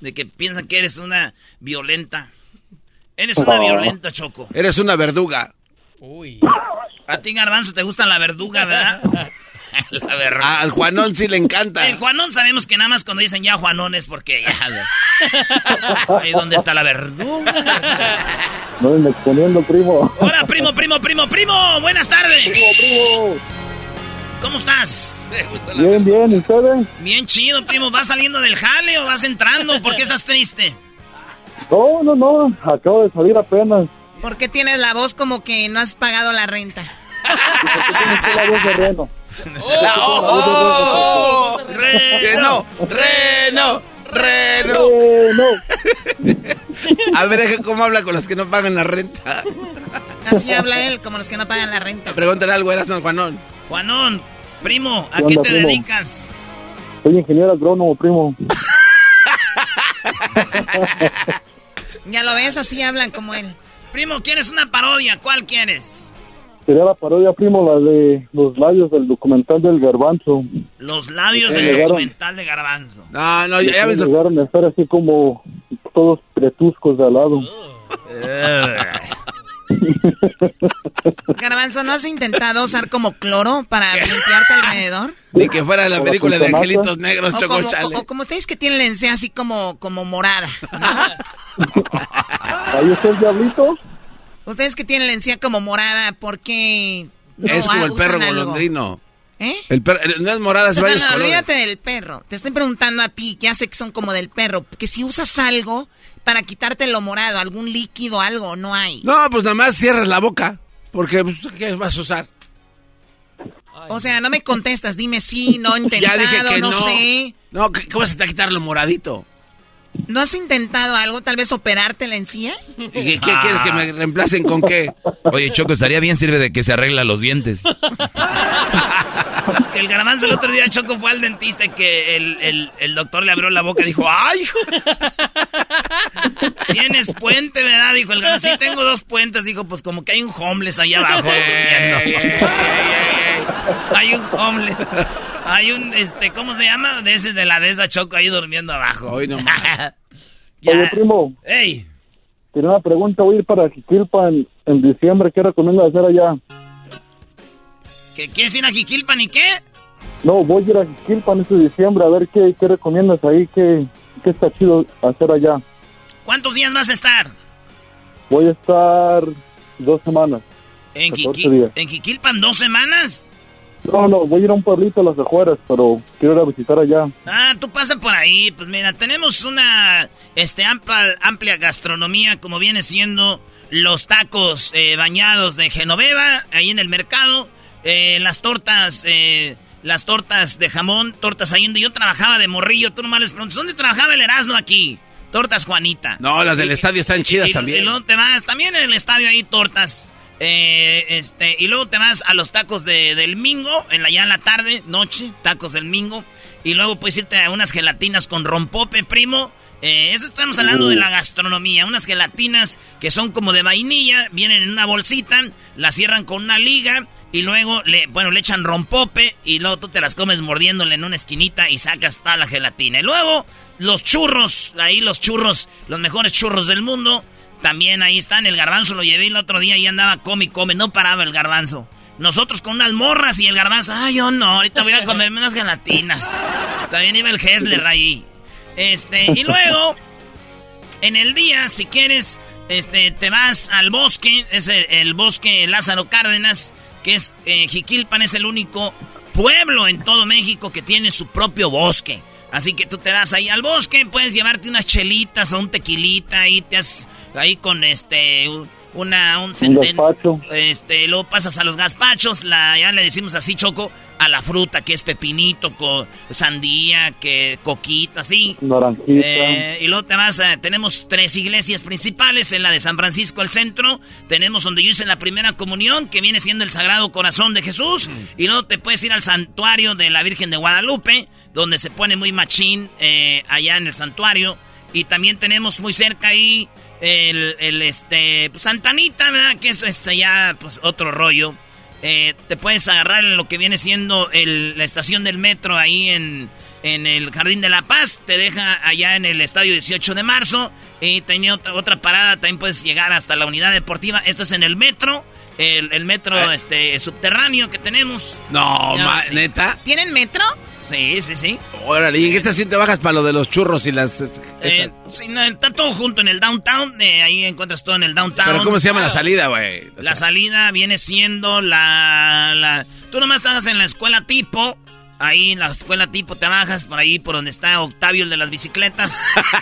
S5: de que piensan que eres una violenta. Eres una
S4: No.
S5: violenta, Choco.
S4: Eres una verduga.
S5: A ti, Garbanzo, te gusta la verduga, ¿verdad? la verduga.
S4: A- al Juanón sí le encanta.
S5: El Juanón sabemos que nada más cuando dicen ya Juanón es porque ya. güey. Ahí dónde está la verduga.
S23: No me exponiendo, primo.
S5: Hola, primo, primo, primo, primo. Buenas tardes. Primo, primo. ¿Cómo estás?
S23: Bien, bien, ¿y ustedes?
S5: Bien chido, primo. ¿Vas saliendo del jale o vas entrando? ¿Por qué estás triste?
S23: No, no, no. Acabo de salir apenas.
S13: ¿Por qué tienes la voz como que no has pagado la renta?
S23: Tengo la voz de reno.
S5: *laughs* ¡Oh! ¡Reno!
S4: ¡Reno! ¡Reno! *laughs* A ver deja cómo habla con los que no pagan la renta.
S13: Así habla él, como los que no pagan la renta.
S4: Pregúntale algo, eras no, Juanón.
S5: Juanón, primo,
S23: ¿a ¿Qué qué onda, te primo?
S5: dedicas?
S23: Soy ingeniero agrónomo, primo.
S13: Ya lo ves, así hablan como él.
S5: Primo, ¿quieres una parodia? ¿Cuál quieres?
S23: sería la parodia, primo, la de los labios del documental del garbanzo.
S5: Los labios
S23: Sí,
S5: del
S23: llegaron.
S5: documental de Garbanzo.
S4: No, no,
S23: Y cómo Llegaron a estar así como todos pretuscos de al lado.
S5: Eh.
S13: Garbanzo, ¿no has intentado usar como cloro
S4: *laughs*
S13: para limpiarte alrededor?
S4: Ni que fuera la
S23: Con la
S4: película de
S23: cucamaca.
S4: Angelitos Negros,
S13: o,
S4: Choco
S13: como,
S4: Chale.
S13: o- o como ustedes que tienen la encía así como, como morada.
S4: *laughs*
S23: Ahí está el diablito.
S13: Ustedes que tienen la encía como morada, ¿por qué no
S4: es como
S13: a-
S4: el perro
S13: usan algo?
S4: golondrino.
S13: ¿Eh?
S4: El perro, el- no es morada, es
S13: No,
S4: varios
S13: no,
S4: colores.
S13: olvídate del perro. Te estoy preguntando a ti, que ya sé que son como del perro, que si usas algo para quitarte lo morado, algún líquido, algo, no hay.
S4: No, pues nada más cierras la boca. Porque, pues, ¿qué vas a usar?
S13: O sea, no me contestas, dime sí, no he intentado, no, sé.
S4: No, ¿qué- ¿cómo se te va a quitar lo moradito?
S13: ¿No has intentado algo? Tal vez operarte la encía.
S4: ¿Y qué, qué quieres que me reemplacen con qué?
S3: Oye, Choco, estaría bien sirve de que se arregla los dientes.
S5: Que El garbanzo el otro día Choco fue al dentista y que el, el- el doctor le abrió la boca y dijo, ¡ay! hijo". Tienes puente, ¿verdad? Dijo el garbanzo, sí tengo dos puentes. Dijo, pues como que hay un homeless allá abajo. durmiendo". hay un homeless. Hay un, este, ¿cómo se llama? De ese, de la de esa Choco ahí durmiendo abajo.
S4: Hoy no
S23: Oye, primo,
S5: *laughs* ¡Ey!
S23: tenía una pregunta. Voy a ir para Jiquilpa en, en diciembre. ¿Qué recomienda hacer allá?
S5: ¿Que quieres ir a Jiquilpan y qué?
S23: No, voy a ir a Jiquilpa en este diciembre a ver qué, qué recomiendas ahí. Qué, ¿Qué está chido hacer allá?
S5: ¿Cuántos días vas a estar?
S23: Voy a estar dos semanas.
S5: ¿En,
S23: 14
S5: Jiqui-
S23: días.
S5: en Jiquilpan dos semanas?
S23: No, no, voy a ir a un pueblito a las afueras, pero quiero ir a visitar allá.
S5: Ah, tú pasa por ahí. Pues mira, tenemos una este, amplia, amplia gastronomía, como viene siendo los tacos eh, bañados de Genoveva, ahí en el mercado. eh, las tortas, eh, las tortas de jamón, tortas ahí donde yo trabajaba de morrillo. Tú nomás les preguntas, ¿dónde trabajaba el Erasmo aquí? Tortas Juanita.
S4: No, las del estadio están chidas
S5: Y- Y
S4: también.
S5: luego te vas, también en el estadio hay tortas. eh, este, y luego te vas a los tacos de, del Mingo, en la, ya en la tarde, noche, tacos del Mingo. Y luego puedes irte a unas gelatinas con rompope, primo. Eh, eso estamos hablando de la gastronomía. Unas gelatinas que son como de vainilla, vienen en una bolsita, las cierran con una liga y luego, le, bueno, le echan rompope y luego tú te las comes mordiéndole en una esquinita y sacas toda la gelatina. Y luego los churros, ahí los churros, los mejores churros del mundo, también ahí están. El garbanzo lo llevé el otro día y andaba come y come, no paraba el garbanzo. Nosotros con unas morras y el garbanzo, ay, yo no, ahorita voy a comerme unas gelatinas. También iba el Hessler ahí. Este, y luego, en el día, si quieres, este, te vas al bosque, es el, el bosque Lázaro Cárdenas, que es eh, Jiquilpan, es el único pueblo en todo México que tiene su propio bosque. Así que tú te vas ahí al bosque, puedes llevarte unas chelitas o un tequilita ahí, te has, ahí con este, un- una, un
S23: Un
S5: centen-
S23: gazpacho.
S5: este, luego pasas a los gazpachos, la, ya le decimos así, Choco, a la fruta, que es pepinito, co- sandía, que coquita, así.
S23: Naranjita.
S5: Eh, y luego te vas a- tenemos tres iglesias principales, en la de San Francisco, el centro, tenemos donde yo hice la primera comunión, que viene siendo el Sagrado Corazón de Jesús, y luego te puedes ir al santuario de la Virgen de Guadalupe, donde se pone muy machín eh, allá en el santuario, y también tenemos muy cerca ahí el, el, este, pues, Santanita, ¿verdad? Que es este, ya pues, otro rollo. Eh, te puedes agarrar en lo que viene siendo el- la estación del metro ahí en, en el Jardín de la Paz. Te deja allá en el estadio 18 de marzo. Y tenía otra, otra parada, también puedes llegar hasta la unidad deportiva. Esto es en el metro, el, el metro este subterráneo que tenemos.
S4: Ah. No,
S5: Ya,
S4: ma-
S5: sí.
S4: neta.
S13: ¿Tienen metro?
S5: Sí, sí, sí.
S4: Órale, ¿y en qué estación te bajas para lo de los churros y las. este,
S5: Eh, sí, no, está todo junto en el downtown. eh, ahí encuentras todo en el downtown. Ah,
S4: Pero ¿cómo se llama la salida, güey?
S5: La salida viene siendo la, la- Tú nomás estás en la escuela tipo. Ahí en la escuela tipo te bajas por ahí, por donde está Octavio, el de las bicicletas.
S4: *laughs*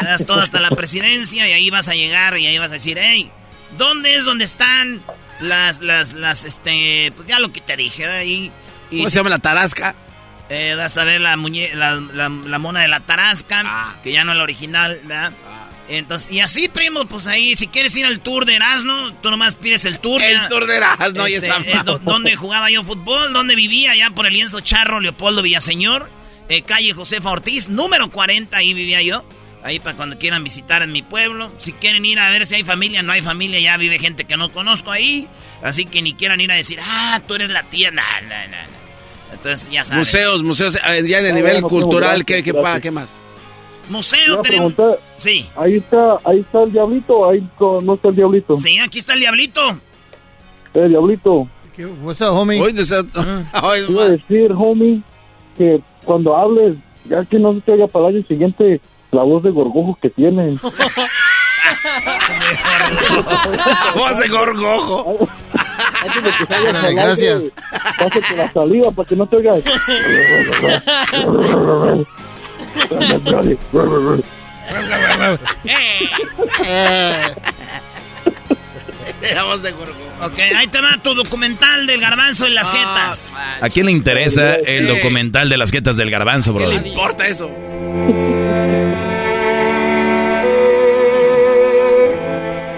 S5: Te das todo hasta la presidencia y ahí vas a llegar y ahí vas a decir, hey, ¿dónde es donde están las, las, las, este, pues ya lo que te dije, ahí. Y
S4: ¿Cómo
S5: si-
S4: se llama la tarasca?
S5: eh, vas a ver la, muñe la, la- la mona de la Tarasca,
S4: Ah.
S5: que ya no es la original, ¿verdad? Entonces, y así, primo, pues ahí, si quieres ir al tour de Erasmo, tú nomás pides el tour. ya.
S4: El
S5: Este, eh,
S4: tour de Erasmo, y esa madre.
S5: do- ¿Dónde jugaba yo fútbol? ¿Dónde vivía? Ya por el lienzo Charro, Leopoldo Villaseñor, eh, calle Josefa Ortiz, número 40, ahí vivía yo. Ahí para cuando quieran visitar en mi pueblo. Si quieren ir a ver si hay familia, no hay familia, ya vive gente que no conozco ahí. Así que ni quieran ir a decir, ah, tú eres la tía. Nah, nah, nah. Entonces ya saben.
S4: Museos, museos, eh, ya en el
S5: Ah,
S4: nivel
S5: bueno,
S4: cultural,
S5: gracias,
S4: ¿qué, qué, pa-
S5: gracias.
S4: qué más?
S5: Museo tenemos.
S23: Ah, Pregunté,
S5: Sí.
S23: Ahí está, ahí está el diablito, ahí co- no está el diablito.
S5: Sí, aquí está el diablito.
S23: El diablito.
S27: What's up, homie?
S5: Ah.
S23: Te Iba a decir, homie, que cuando hables, ya que no se te oiga para el año siguiente, la voz de gorgojo
S5: *laughs*
S23: que tienes.
S4: Voz de gorgojo.
S27: Ándale, gracias.
S23: Pásate la saliva para que no te
S5: *laughs*
S23: *laughs* oigas.
S5: Eh. *laughs* La voz de Gorgo. Ah, Ok, ahí te va tu documental del garbanzo en las jetas.
S13: Ah,
S3: ¿A quién le interesa el documental de las jetas del garbanzo,
S4: ¿Qué le
S3: brother?
S4: importa eso?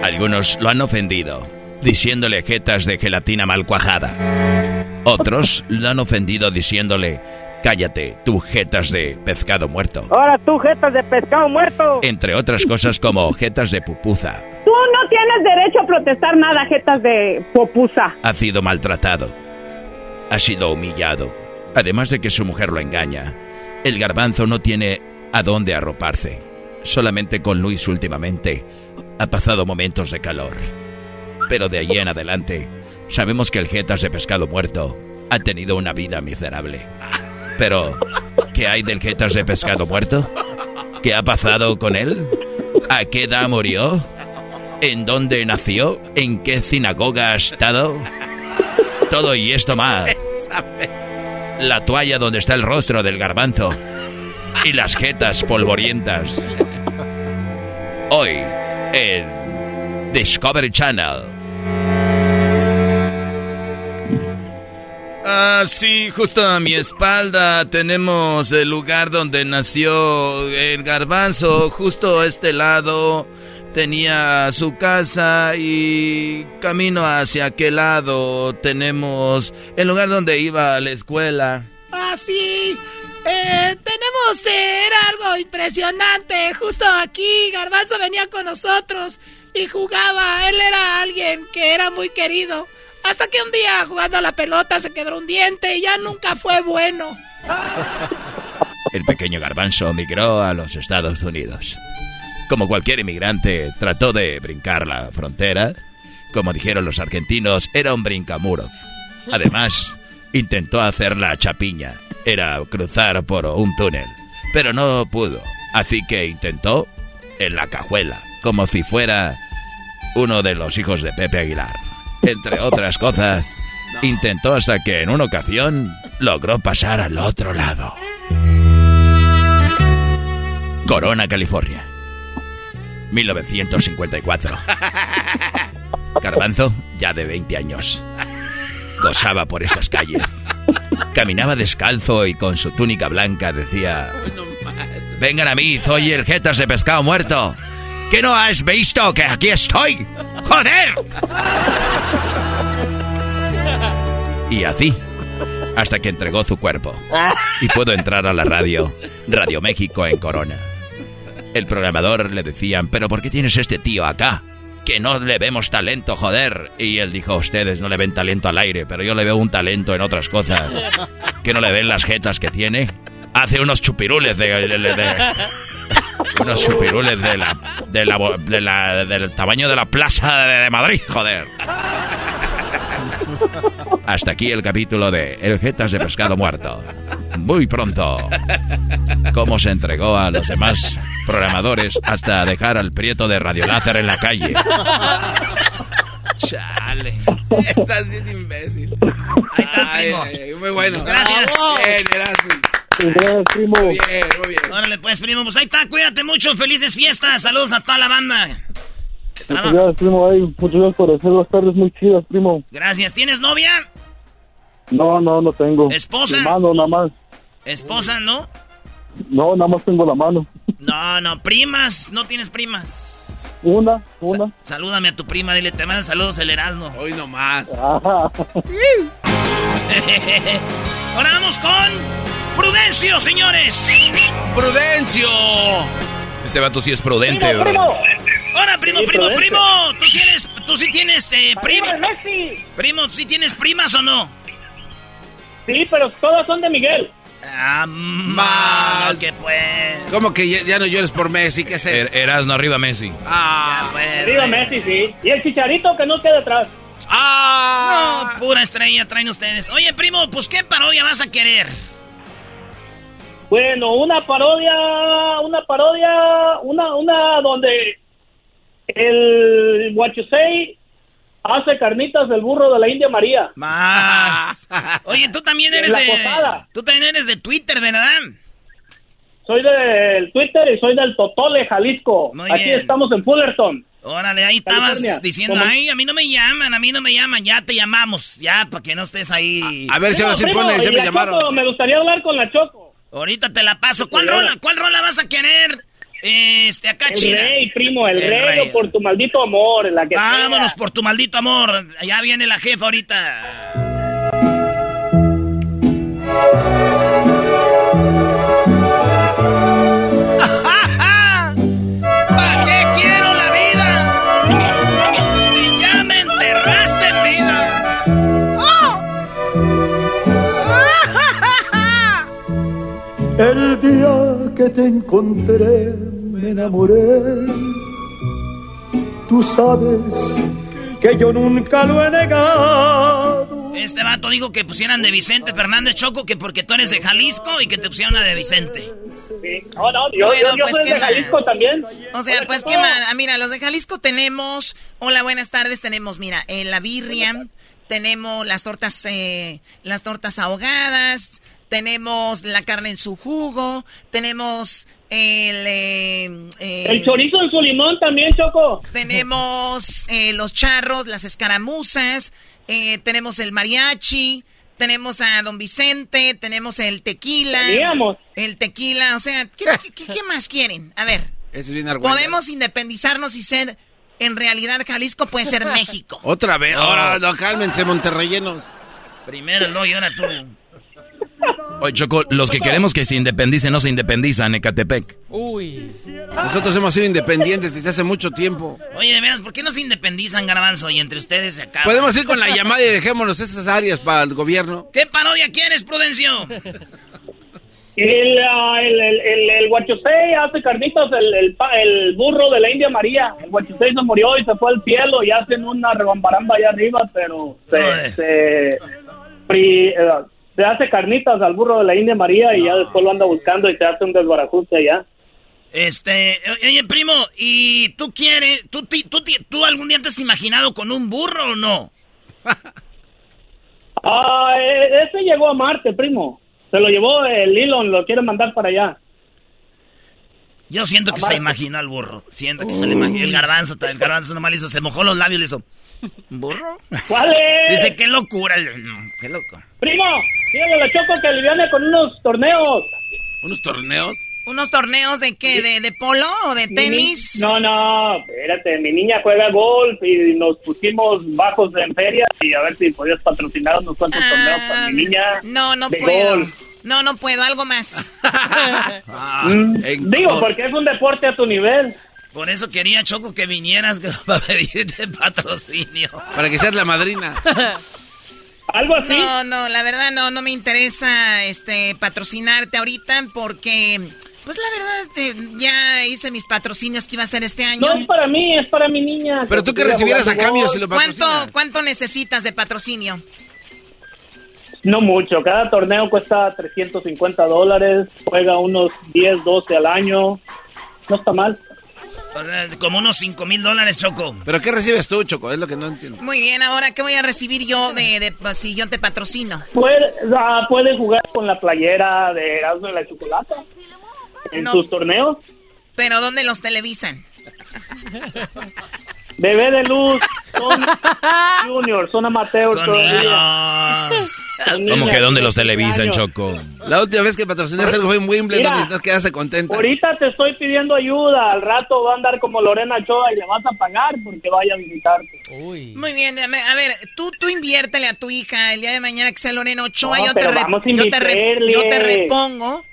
S3: Algunos lo han ofendido, diciéndole jetas de gelatina mal cuajada. Otros lo han ofendido diciéndole, cállate, tú jetas de pescado muerto.
S19: Ahora tú, jetas de pescado muerto.
S3: Entre otras cosas como jetas de pupuza.
S19: Tú no tienes derecho a protestar nada, jetas de popusa.
S3: Ha sido maltratado. Ha sido humillado. Además de que su mujer lo engaña. El garbanzo no tiene a dónde arroparse. Solamente con Luis últimamente ha pasado momentos de calor. Pero de allí en adelante, sabemos que el Jetas de Pescado Muerto ha tenido una vida miserable. Pero, ¿qué hay del Jetas de Pescado Muerto? ¿Qué ha pasado con él? ¿A qué edad murió? ¿En dónde nació? ¿En qué sinagoga ha estado? Todo y esto más. La toalla donde está el rostro del garbanzo. Y las jetas polvorientas. Hoy, en Discovery Channel. Ah, sí, justo a mi espalda tenemos el lugar donde nació el garbanzo. Justo a este lado tenía su casa y camino hacia aquel lado tenemos el lugar donde iba a la escuela.
S16: Ah, sí. Eh, tenemos eh, era algo impresionante. Justo aquí, Garbanzo venía con nosotros y jugaba. Él era alguien que era muy querido. Hasta que un día jugando a la pelota se quebró un diente y ya nunca fue bueno.
S3: El pequeño garbanzo migró a los Estados Unidos. Como cualquier inmigrante, trató de brincar la frontera. Como dijeron los argentinos, era un brincamuros. Además, intentó hacer la chapiña. Era cruzar por un túnel. Pero no pudo. Así que intentó en la cajuela, como si fuera uno de los hijos de Pepe Aguilar. Entre otras cosas, intentó hasta que en una ocasión logró pasar al otro lado. Corona, California. 1954. Garbanzo, ya de 20 años. Gozaba por estas calles. Caminaba descalzo y con su túnica blanca decía... Vengan a mí, soy el Jetas de Pescado Muerto. ¿Que no has visto que aquí estoy? ¡Joder! Y así, hasta que entregó su cuerpo. Y pudo entrar a la radio, Radio México en Corona. El programador le decían, pero ¿por qué tienes este tío acá? Que no le vemos talento, joder. Y él dijo, ustedes no le ven talento al aire, pero yo le veo un talento en otras cosas. Que no le ven las jetas que tiene. Hace unos chupirules de... de-
S5: *laughs*
S3: de- de- unos chupirules de la, de la, bo- de la- del tamaño de la plaza de- de Madrid, joder. Hasta aquí el capítulo de El Jetas de Pescado Muerto. Muy pronto. Cómo se entregó a los demás programadores hasta dejar al prieto de Radio Láser en la calle.
S4: Chale. Estás bien imbécil. Ahí está, eh, Muy bueno. Eh,
S5: Gracias.
S4: Bien, Erasmo.
S23: primo.
S4: Muy bien, muy bien.
S5: Órale, pues, primo, pues ahí está, cuídate mucho, felices fiestas, saludos a toda la banda.
S23: Muchas gracias, primo. Ay, muchas gracias por hacer las tardes muy chidas, primo.
S5: Gracias, ¿tienes novia?
S23: No, no, no tengo.
S5: ¿Esposa?
S23: Mi mano, nada más.
S5: ¿Esposa, no?
S23: No, nada más tengo la mano.
S5: No, no, primas, no tienes primas.
S23: Una, una.
S5: Salúdame a tu prima, dile, te mandan saludos el Erasmo. Hoy nomás. *laughs* Ahora vamos con Prudencio, señores.
S4: Prudencio.
S3: Este vato sí es prudente,
S5: Primo,
S3: bro.
S5: primo. Ahora, primo,
S3: Sí,
S5: primo,
S3: prudente.
S5: primo. ¿Tú sí, eres- tú sí tienes eh, primo.
S6: ¡Arriba el Messi!
S5: Primo, ¿tú sí tienes primas o no?
S6: Sí, pero todas son de Miguel.
S5: Ah, mal. Que pues. Eh,
S4: ¿Cómo que ya, ya no llores por Messi? ¿Qué es eso?
S3: Er, Erasno, arriba Messi.
S5: Ah, pues.
S6: Arriba Eh, Messi, sí. Y el chicharito que no queda atrás.
S5: Ah. No, pura estrella traen ustedes. Oye, primo, pues qué parodia vas a querer.
S6: Bueno, una parodia, una parodia, una, una donde el Huachusei hace carnitas del burro de la India María.
S5: Más. *laughs* Oye, tú también
S6: En
S5: eres
S6: la
S5: de.
S6: posada.
S5: Tú también eres de Twitter, ¿verdad?
S6: Soy del Twitter y soy del Totole, Jalisco. Aquí
S5: bien.
S6: estamos en Fullerton.
S5: Órale, ahí estabas
S6: California.
S5: diciendo,
S6: ¿Cómo?
S5: ay, a mí no me llaman, a mí no me llaman, ya te llamamos, ya, para que no estés ahí.
S6: Primo, primo, y la Choco, me gustaría hablar con la Choco.
S5: Ahorita te la paso. ¿Cuál
S6: Sí,
S5: rola?
S6: hola.
S5: ¿Cuál rola vas a querer? Este, acá,
S6: El
S5: China.
S6: rey, primo, el,
S5: El
S6: rey,
S5: rey. Ah,
S6: o por tu maldito amor. La que
S5: Vámonos
S6: sea.
S5: por tu maldito amor. Ya viene la jefa ahorita. ¿Para qué quiero la vida? Si ya me enterraste en vida. ¡Oh!
S7: El día que te encontré me enamoré. Tú sabes que yo nunca lo he negado.
S5: Este vato dijo que pusieran de Vicente Fernández Choco, que porque tú eres de Jalisco y que te pusieron la de Vicente.
S6: No, no, yo,
S5: Bueno,
S6: yo- yo
S5: pues,
S6: soy
S5: ¿qué
S6: de Jalisco
S5: más?
S6: también.
S13: O sea,
S6: Hola,
S13: pues
S6: Choco.
S13: qué mal. Ah, mira, los de Jalisco tenemos. Hola, buenas tardes. Tenemos, mira, eh, la birria. Tenemos las tortas, eh, las tortas ahogadas. Tenemos la carne en su jugo. Tenemos el. eh, eh,
S6: El chorizo en su limón también, Choco.
S13: Tenemos eh, los charros, las escaramuzas, eh, tenemos el mariachi, tenemos a don Vicente, tenemos el tequila.
S6: Teníamos.
S13: El tequila, o sea, ¿qué, qué- qué- qué más quieren? A ver,
S4: Ese es bien argüendero.
S13: podemos independizarnos y ser, en realidad, Jalisco puede
S6: *laughs*
S13: ser México.
S4: Otra vez. Ahora, no, cálmense, Monterreyenos.
S5: Primero el hoyo, ahora tú.
S3: Oye, Choco, los que queremos que se independicen no se independizan, Ecatepec.
S5: Uy.
S4: Nosotros hemos sido independientes desde hace mucho tiempo.
S5: Oye, de veras, ¿por qué no se independizan, Garbanzo? Y entre ustedes se acaban.
S4: Podemos ir con la llamada y dejémonos esas áreas para el gobierno.
S5: *laughs* ¿Qué parodia quieres,
S6: *laughs*
S5: Prudencio?
S6: El, ah, el, el, el, el Huachusei hace carnitas, el, el, pa- el burro de la India María. El Huachusei se murió y se fue al cielo y hacen una rebambaramba allá arriba, pero se, se, pri- eh, se hace carnitas al burro de la India María y ya después lo anda buscando y se hace un desbarajuste allá.
S5: Este, oye, primo, ¿y tú quieres, tú, ti- tú, ti- tú algún día te has imaginado con un burro o no?
S6: Ah, e- ese llegó a Marte, primo. Se lo llevó el Elon, lo quiere mandar para allá.
S5: Yo siento que se imaginó al burro. Siento que se le imaginó. El garbanzo, el garbanzo nomás le hizo, se mojó los labios y le hizo, ¿burro?
S6: ¿Cuál es?
S5: Dice, qué locura. No, qué loco.
S6: Primo, dígale a la Choco que aliviane con unos torneos.
S4: ¿Unos torneos?
S13: ¿Unos torneos de qué? ¿De, de polo o de tenis?
S6: No, no, espérate, mi niña juega golf y nos pusimos bajos en feria y a ver si podías patrocinar unos cuantos torneos para mi niña.
S13: Ah, No, no
S6: de
S13: puedo.
S6: golf.
S13: No, no puedo, algo más.
S4: Ah,
S6: Mm, Digo, porque es un deporte a tu nivel.
S5: Por eso quería, Choco, que vinieras *laughs* para pedirte patrocinio.
S4: Para que seas la madrina.
S6: *laughs* ¿Algo así?
S13: No, no, la verdad no, no me interesa este patrocinarte ahorita porque, pues la verdad, eh, ya hice mis patrocinios que iba a hacer este año.
S6: No es para mí, es para mi niña.
S4: Pero tú que recibieras a cambio si lo
S13: ¿Cuánto,
S4: patrocinas.
S13: ¿Cuánto necesitas de patrocinio?
S6: No mucho, cada torneo cuesta 350 dólares, juega unos 10, 12 al año. No está mal.
S5: O sea, Como unos 5 mil dólares, Choco.
S4: ¿Pero qué recibes tú, Choco? Es lo que no entiendo.
S13: Muy bien, ahora, ¿qué voy a recibir yo de, de- pues, si yo te patrocino?
S6: Puede, ah, puede jugar con la playera de Erasmo y la Chocolata en
S13: No.
S6: sus torneos.
S13: Pero ¿dónde los televisan?
S6: Bebé de luz, son juniors, son amateurs
S4: ah,
S6: todavía. Son
S3: ¿Cómo
S6: niños.
S3: que dónde los televisan,
S6: años.
S3: Choco?
S4: La última vez que patrocinaste algo fue en Wimbledon
S6: Mira.
S4: y entonces quedaste contenta.
S6: Ahorita te estoy pidiendo ayuda, al rato va a andar como Lorena Choa y le vas a pagar porque vaya a visitarte.
S13: Muy bien, a ver, a ver, tú, tú inviértele a tu hija el día de mañana que sea Lorena Ochoa,
S6: No,
S13: yo, te
S6: pero
S13: re-
S6: vamos a
S13: yo, te re-
S6: invitarle.
S13: yo te repongo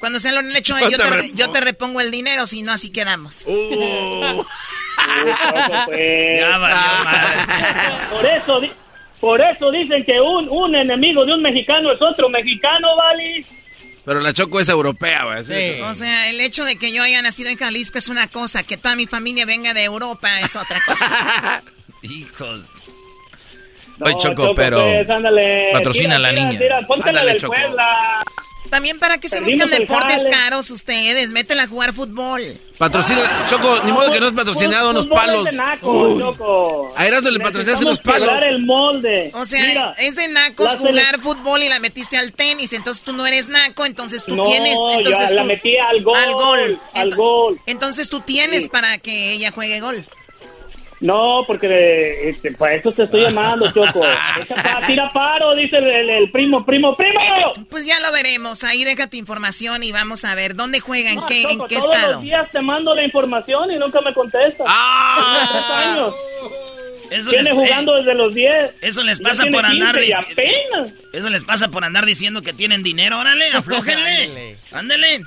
S13: Cuando sea lo hecho,
S5: No
S13: yo,
S5: te
S13: te, re-
S5: repongo.
S13: yo te repongo el dinero, si no, así quedamos.
S5: *laughs*
S3: Uh.
S6: *laughs*
S5: Ya valió madre.
S6: Por eso, di- por eso dicen que un, un enemigo de un mexicano es otro mexicano, ¿vale?
S4: Pero la Choco es europea, güey. así de-
S13: O sea, el hecho de que yo haya nacido en Jalisco es una cosa, que toda mi familia venga de Europa es otra
S6: *laughs*
S13: cosa.
S5: Hijos.
S3: Oye, Choco, pero
S6: pues,
S3: patrocina a la niña. Ándale, Choco.
S13: También para que se
S6: Perdimos
S13: buscan
S6: el
S13: deportes
S6: jale.
S13: caros ustedes, métela a jugar fútbol.
S4: Patrocina, Choco, ni modo que no es patrocinado unos
S13: Fútbol es
S4: palos.
S13: de nacos,
S4: Uy. A Erasmo le patrocinaste unos palos.
S6: molde.
S13: O sea,
S6: Mira,
S13: es de nacos
S6: la
S13: jugar
S6: sele-
S13: fútbol y la metiste al tenis, entonces tú no eres naco, entonces tú
S6: No,
S13: tienes...
S6: yo
S13: Entonces
S6: la
S13: tú-
S6: metí al golf, al
S13: ento-
S6: golf.
S13: Entonces tú tienes
S6: Sí.
S13: para que ella juegue golf.
S6: No, porque eh, este, para eso te
S13: *laughs*
S6: estoy llamando, Choco. Echa pa- tira paro, dice el, el- el primo, primo, primo.
S13: Pues ya lo veremos, ahí deja tu información y vamos a ver dónde juega, en
S6: No,
S13: qué,
S6: Choco,
S13: en qué
S6: todos
S13: estado.
S6: los días te mando la información y nunca me contestas.
S13: Ah.
S6: Tres años.
S5: Eso
S6: Viene
S13: eh.
S5: les- eh,
S6: jugando desde los 10.
S5: Eso les
S6: Ya
S5: pasa
S6: tiene
S5: por andar
S6: 15 y
S5: dici-
S6: apenas.
S5: Eso les pasa por andar diciendo que tienen dinero.
S4: *laughs*
S5: Órale, aflójenle. Ándale.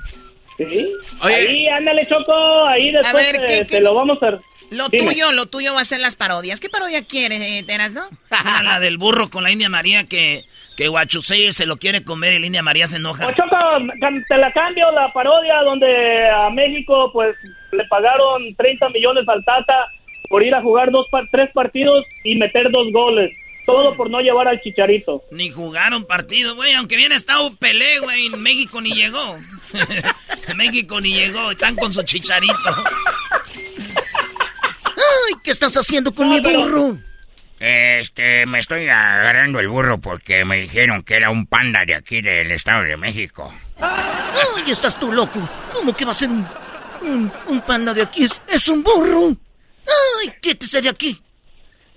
S6: Sí. Ahí, ándale, Choco. Ahí
S13: A
S6: después
S13: ver,
S6: te,
S13: ¿qué- qué-
S6: te lo vamos a...
S13: Lo
S6: Dime.
S13: tuyo, lo tuyo va a ser las parodias. ¿Qué parodia quieres, eh, Teras, no?
S5: Una, la del burro con la India María que, que Guachusei se lo quiere comer y la India María se
S13: Ah.
S5: enoja.
S6: O Pues, Choco, cam- te la cambio la parodia donde a México pues le pagaron 30 millones al Tata por ir a jugar dos par- tres partidos y meter dos goles.
S13: Mm.
S6: Todo por no llevar al Chicharito.
S5: Ni jugaron partido, güey. Aunque bien estado Pelé, güey. en México ni
S6: *laughs*
S5: llegó. México ni llegó. Están con su chicharito.
S6: *laughs*
S13: Ay, ¿qué estás haciendo con mi burro?
S21: Este, me estoy agarrando el burro porque me dijeron que era un panda de aquí del Estado de México.
S27: Ay, estás tú loco. ¿Cómo que va a ser un, un, un panda de aquí? Es, es un burro. Ay, quítese de aquí.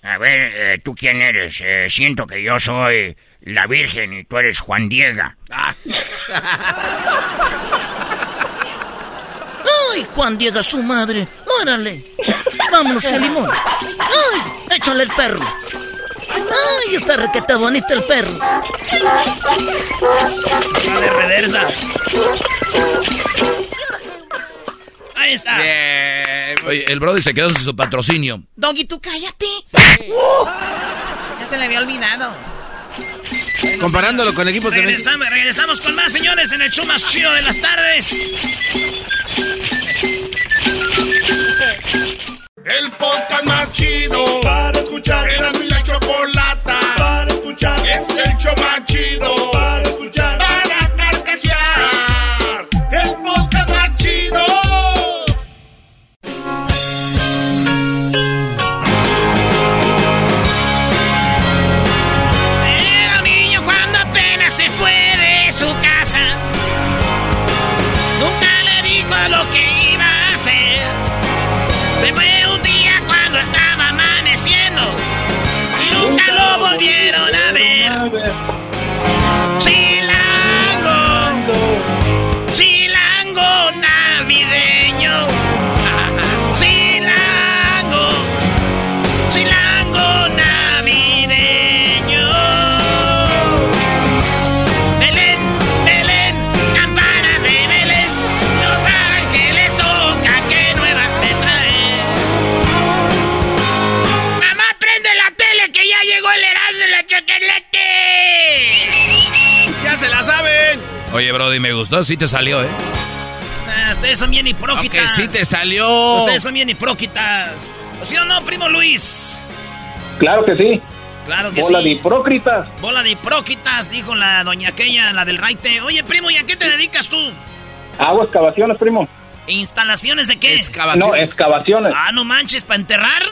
S21: A ver, eh, ¿tú quién eres? Eh, siento que yo soy la Virgen y tú eres Juan Diego. Ah.
S27: Ay, Juan Diego, su madre. Órale. Vámonos, Calimón. Ay, échale el perro. Ay, está requete bonito el perro.
S5: La de reversa. *laughs* Ahí está.
S3: Oye, el Brody se quedó sin su patrocinio.
S13: Doggy, tú cállate. Ya se le había olvidado.
S4: Comparándolo con equipos Pues de México.
S5: Regresamos, regresamos con más, señores, en el show más chido de las tardes.
S1: El podcast más chido para escuchar. Era mi la chocolata para escuchar. Es el show más chido para escuchar. Para carcajear. El podcast más chido.
S12: Era un niño cuando apenas se fue de su casa. Nunca le dijo lo que iba a hacer. Se fue un día cuando estaba amaneciendo. Y nunca lo volvieron a ver. Chilango. Chilango navideño. *laughs* Chilango. Chilango navideño. Belén, Belén, campanas de Belén. Los ángeles tocan que nuevas me traen. Mamá, prende la tele que ya llegó el Erasmo y la chocolate.
S4: ¡Eh! Ya se la saben.
S3: Oye, Brody, me gustó, sí te salió, ¿eh?
S5: Ah, ustedes son bien hipróquitas.
S3: Aunque sí te salió.
S5: Ustedes son bien hipróquitas. ¿O ¿Sí o no, primo Luis?
S28: Claro que sí.
S5: Claro que
S28: Bola
S5: sí.
S28: de hipócritas.
S5: Bola de hipróquitas, dijo la doña aquella, la del raite. Oye, primo, ¿y a qué te dedicas tú?
S28: Hago excavaciones, primo.
S5: ¿Instalaciones de qué?
S28: No, excavaciones.
S5: Ah, no manches, ¿para enterrar?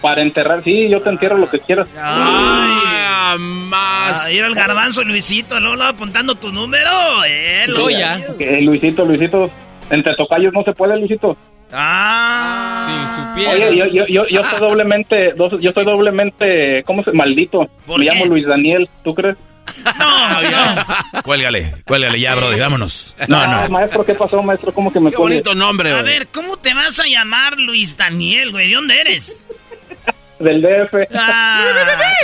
S28: Para enterrar, sí, yo te entierro lo que quieras.
S5: Ay, más. Ah, era el garbanzo y Luisito, Lola, apuntando tu número. Eh, lo-
S28: Eh, Luisito, Luisito. Entre tocayos no se puede, Luisito.
S5: Ah.
S28: Oye, yo, yo, yo, yo estoy doblemente, dos- yo estoy doblemente, ¿cómo se? Maldito.
S5: ¿Por
S28: Me
S5: qué?
S28: llamo Luis Daniel, ¿tú crees? *laughs*
S3: Cuélgale, cuélgale ya, Brody, vámonos. No,
S28: Ah,
S3: no.
S28: maestro, ¿qué pasó, maestro? ¿Cómo que me cuelgue?
S3: nombre,
S5: A ver, ¿cómo te vas a llamar Luis Daniel, güey? ¿De dónde eres?
S28: del DF.
S5: Ah,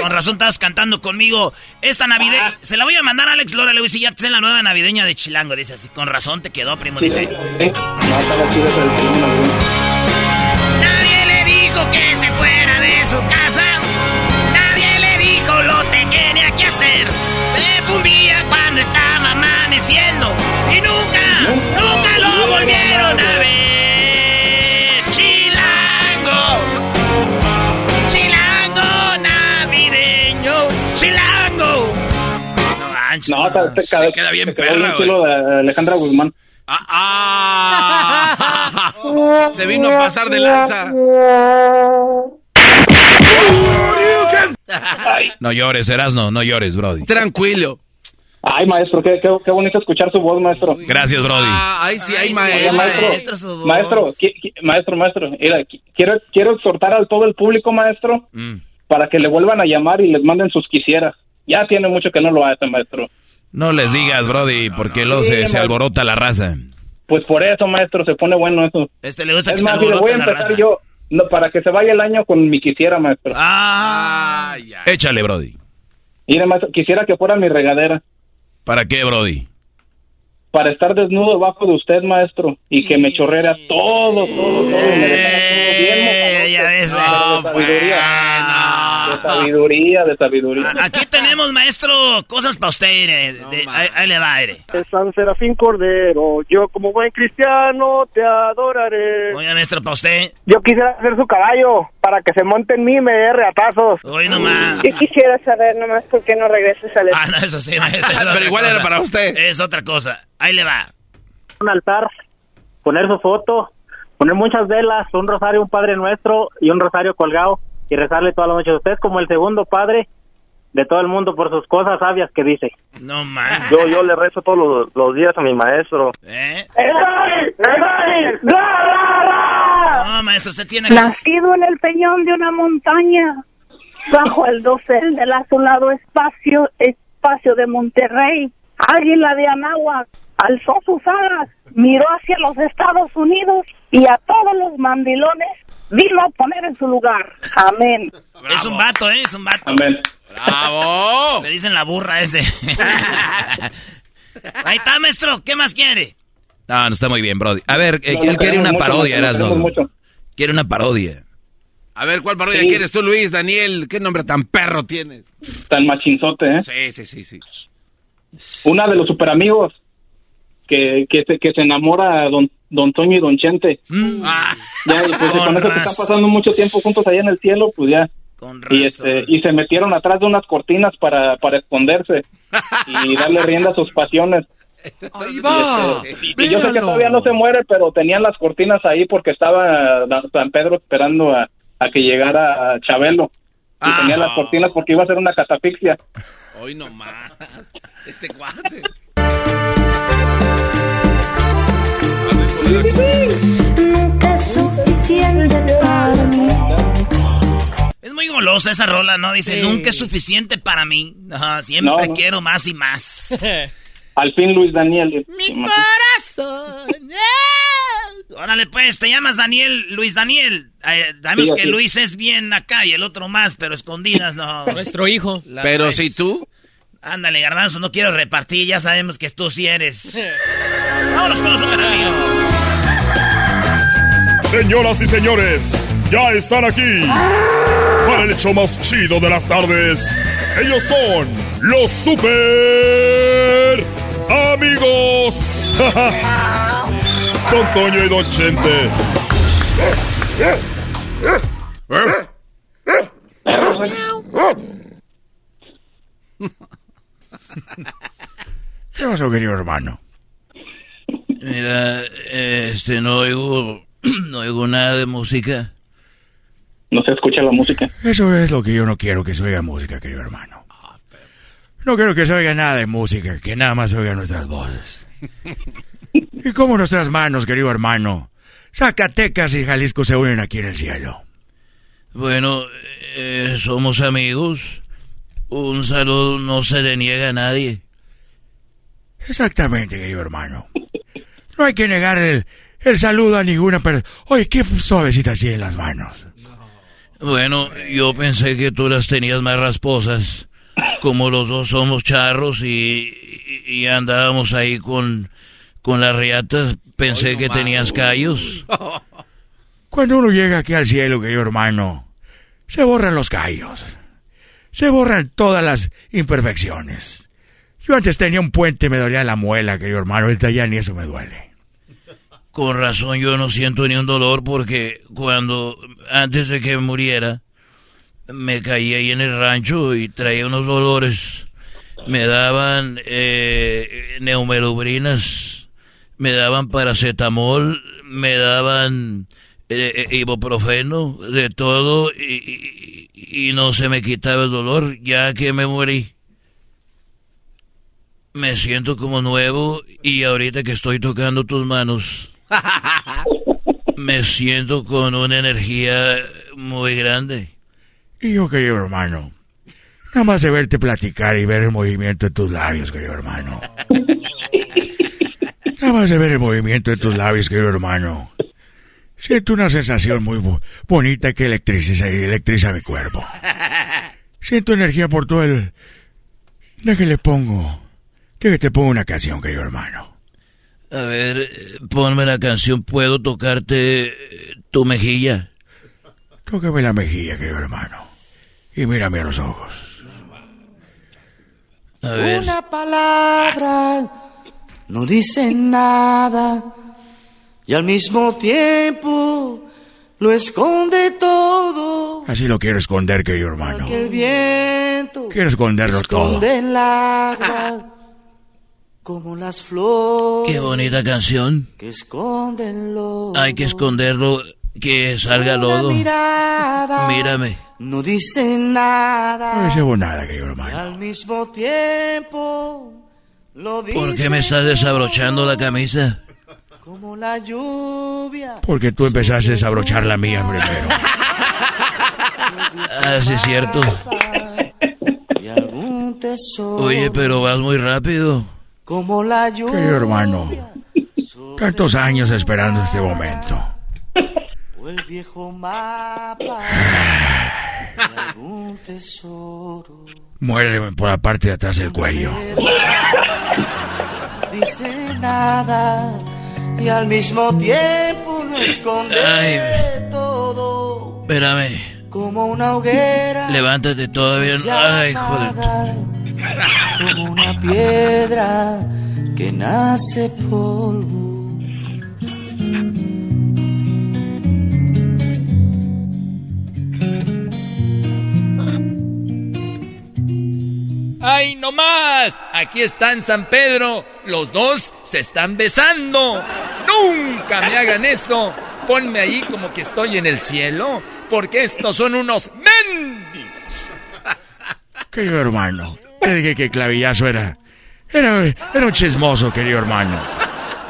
S5: con razón estabas cantando conmigo. Esta navideña. Se la voy a mandar a Alex Lora. Le voy a decir, ya te sé la nueva navideña de Chilango. Dice así, con razón te quedó, primo. Dice.
S12: Nadie le dijo que se fuera de su casa. Nadie le dijo lo que tenía que hacer. Se fundía cuando estaba amaneciendo. Y nunca, nunca lo volvieron a ver. Chilango. Chilango navideño. Chilango.
S28: No, te, queda bien perra, de Alejandra Guzmán.
S4: *laughs* Se vino a pasar de lanza.
S3: No llores, Erasno, no llores, Brody.
S4: Tranquilo.
S28: Ay, maestro, qué, qué, qué bonito escuchar su voz, maestro.
S3: Gracias, Brody.
S4: Ay, sí, hay
S28: Oye,
S4: Ah, maestro.
S28: maestro, maestro, qui- qui- maestro, maestro, mira, qui- quiero, quiero exhortar a todo el público, maestro,
S3: Mm.
S28: para que le vuelvan a llamar y les manden sus quisieras. Ya tiene mucho que no lo hacen, maestro.
S3: No les digas, Brody, porque luego se, se alborota la raza.
S28: Pues por eso, maestro, se pone bueno eso.
S5: Este le gusta
S28: es
S5: que se
S28: más, mire, voy
S5: alborote
S28: a
S5: la
S28: empezar
S5: raza.
S28: yo no, para que se vaya el año con mi quisiera, maestro.
S5: Ah.
S3: Échale, Brody.
S28: Mire, maestro, quisiera que fuera mi regadera
S3: ¿Para qué, Brody?
S28: para estar desnudo debajo de usted, maestro, y que me chorreara todo, todo, todo. me dejara todo bien,
S5: No,
S28: de sabiduría, de sabiduría, de sabiduría.
S5: Aquí tenemos, maestro, cosas para usted. eh, de- ahí, ahí le va, aire.
S6: Es San Serafín Cordero, yo como buen cristiano te adoraré.
S5: Oiga, maestro, para usted. *laughs*
S6: Yo quisiera ser su caballo para que se monte en mí y me dé reatazos.
S5: Hoy nomás.
S15: Yo quisiera saber nomás por qué no regresas al
S5: Ah, no, eso sí, maestro. *laughs* Pero igual era para usted. Es otra cosa. Ahí le va.
S6: Un altar, poner su foto, poner muchas velas, un rosario, un Padre Nuestro y un rosario colgado y rezarle toda la noche. Usted es como el segundo padre de todo el mundo por sus cosas sabias que dice.
S5: No man.
S6: Yo, yo le rezo todos los, días a mi maestro.
S5: Eh. No, maestro, usted tiene
S15: Nacido en el peñón de una montaña, bajo el dosel del azulado espacio, espacio de Monterrey, águila de Anáhuac, alzó sus alas, miró hacia los Estados Unidos y a todos los mandilones vino a poner en su lugar. Amén.
S5: Es un vato, ¿eh? Es un vato. ¡Bravo! Le dicen la burra ese. *laughs* Ahí está, maestro. ¿Qué más quiere?
S3: No, no está muy bien, Brody. A ver,
S5: No,
S3: eh, él
S5: lo
S3: quiere
S5: queremos
S3: una
S5: mucho,
S3: parodia,
S5: lo
S3: Erasno.
S5: queremos
S3: Quiere una parodia.
S4: A ver, ¿cuál parodia quieres tú, Luis, Daniel? ¿Qué nombre tan perro tienes?
S28: Tan machinzote, ¿eh?
S4: Sí, sí, sí, sí.
S28: Una de los superamigos que, que, se, que se enamora a don, don Toño y don Chente. Ya, y pues, y con eso que están pasando mucho tiempo juntos allá en el cielo, pues ya. Y, este, y se metieron atrás de unas cortinas para, para esconderse y darle rienda a sus pasiones.
S6: este,
S12: va.
S28: Y, y yo sé que todavía no se muere, pero tenían las cortinas ahí porque estaba Dan- San Pedro esperando a, a que llegara Chabelo. Y tenía las cortinas porque iba a ser una catafixia.
S4: Hoy nomás. *laughs* Este cuate.
S12: Nunca es suficiente para mí.
S5: Es muy golosa esa rola, ¿no? Dice, nunca es suficiente para mí. Ajá, siempre
S28: No, no.
S5: quiero más y
S4: *laughs*
S5: más.
S28: Al fin Luis Daniel.
S5: Mi corazón. ¡eh! Órale, pues, te llamas Daniel, Luis Daniel. Eh, sabemos
S4: Sí, así
S5: que
S4: es.
S5: Luis es bien acá y el otro más, pero escondidas, no.
S4: *laughs* Nuestro hijo.
S5: La
S4: Pero
S5: traes.
S4: si tú.
S5: Ándale, garbanzo, no quiero repartir, ya sabemos que tú sí
S4: *laughs*
S5: eres. Vámonos con los superamigos.
S29: Señoras y señores, ya están aquí para el hecho más chido de las tardes. Ellos son los super amigos. *laughs* Don Toño y Don Chente.
S21: ¿Qué pasó, querido hermano?
S30: Mira, este, no oigo, *clears throat* no oigo nada de música.
S28: No se escucha la música.
S21: Eso es lo que yo no quiero que se oiga música, querido hermano. No quiero que se oiga nada de música, que nada más se oigan nuestras voces. *laughs* Y como nuestras manos, querido hermano. Zacatecas y Jalisco se unen aquí en el cielo.
S30: Bueno, eh, somos amigos. Un saludo no se le niega a nadie.
S21: Exactamente, querido hermano. No hay que negar el, el saludo a ninguna persona. Oye, qué suavecita tienen las manos.
S30: Bueno, yo pensé que tú las tenías más rasposas. Como los dos somos charros y, y- y andábamos ahí con, con las riatas, pensé que tenías callos.
S21: Cuando uno llega aquí al cielo, querido hermano, se borran los callos. Se borran todas las imperfecciones. Yo antes tenía un puente y me dolía la muela, querido hermano. Ahorita ya ni eso me duele.
S30: Con razón yo no siento ni un dolor porque cuando, antes de que muriera, me caí ahí en el rancho y traía unos dolores. Me daban eh, neumelubrinas, me daban paracetamol, me daban eh, eh, ibuprofeno, de todo, y- y- y no se me quitaba el dolor ya que me morí. Me siento como nuevo y ahorita que estoy tocando tus manos, me siento con una energía muy grande.
S21: Y yo, querido hermano, nada más de verte platicar y ver el movimiento de tus labios, querido hermano. Nada más de ver el movimiento de tus labios, querido hermano. Siento una sensación muy bo- bonita que electriza, electriza mi cuerpo. Siento energía por todo el... Déjale pongo... Que te pongo una canción, querido hermano.
S30: A ver, eh, ponme la canción Puedo tocarte eh, tu mejilla.
S21: Tócame la mejilla, querido hermano. Y mírame a los ojos.
S30: A ver.
S18: Una palabra no dice nada y al mismo tiempo lo esconde todo.
S21: Así lo quiero esconder, querido hermano.
S18: Que el viento
S21: Quiero esconderlo todo.
S18: esconde el agua como las flores
S30: Qué bonita canción.
S18: que esconden lo
S30: Hay que esconderlo, que salga lodo.
S18: mirada.
S30: Mírame.
S18: No dice nada.
S30: No dice
S21: nada, querido
S18: Y al mismo tiempo lo dice
S30: ¿Por qué me estás desabrochando la camisa?
S18: como la lluvia.
S21: Porque tú empezaste a desabrochar la mía primero.
S30: Ah, sí, es cierto.
S18: Un tesoro
S30: Oye, pero vas muy rápido.
S18: como la lluvia.
S21: Querido hermano, tantos años esperando este momento.
S18: El viejo mapa. de algún tesoro.
S21: Muérdeme por la parte de atrás del cuello.
S18: dice nada y al mismo tiempo no esconde todo
S30: Espérame,
S18: como una hoguera
S30: levántate todavía. no- Ay, joder.
S18: como una piedra que nace polvo
S3: ¡Ay, no más! Aquí están San Pedro. Los dos se están besando. ¡Nunca me hagan eso! Ponme ahí como que estoy en el cielo, porque estos son unos mendigos.
S21: Querido hermano, te dije que clavillazo era. Era, era un chismoso, querido hermano.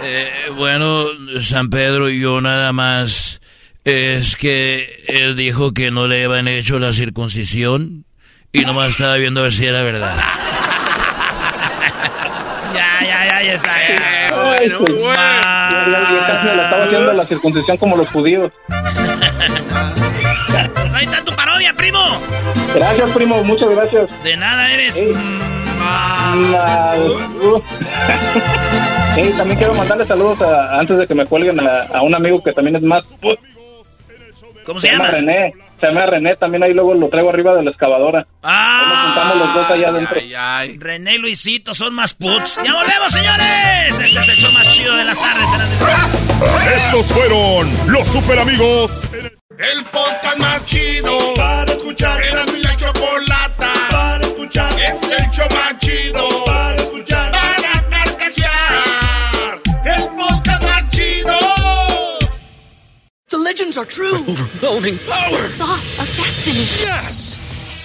S30: Eh, bueno, San Pedro y yo nada más. Es que él dijo que no le habían hecho la circuncisión y nomás estaba viendo a ver si era verdad.
S5: Ya, ya, ya, ya está. ya.
S28: Ay, pues, ya, ya casi me la estaba haciendo la circuncisión como los judíos.
S5: Pues ahí está tu parodia, primo.
S28: Gracias, primo, muchas gracias.
S5: De nada eres. mm,
S28: La- *laughs* uh. Ey, también quiero mandarle saludos a- antes de que me cuelguen a, a un amigo que también es más.
S5: ¿Cómo
S28: se, llama? René. Se llama René, también ahí luego lo traigo arriba de la excavadora. Ahí nos juntamos los dos allá adentro.
S5: René y Luisito son más puts. ¡Ya volvemos, señores! Este es el show más chido de las tardes.
S29: Estos fueron los super amigos.
S1: El podcast más chido para escuchar. Era mi la chocolata para escuchar. Es el show más chido para escuchar. Para carcajear. El podcast más chido.
S19: The legends are true. overwhelming power! sauce of destiny.
S14: Yes!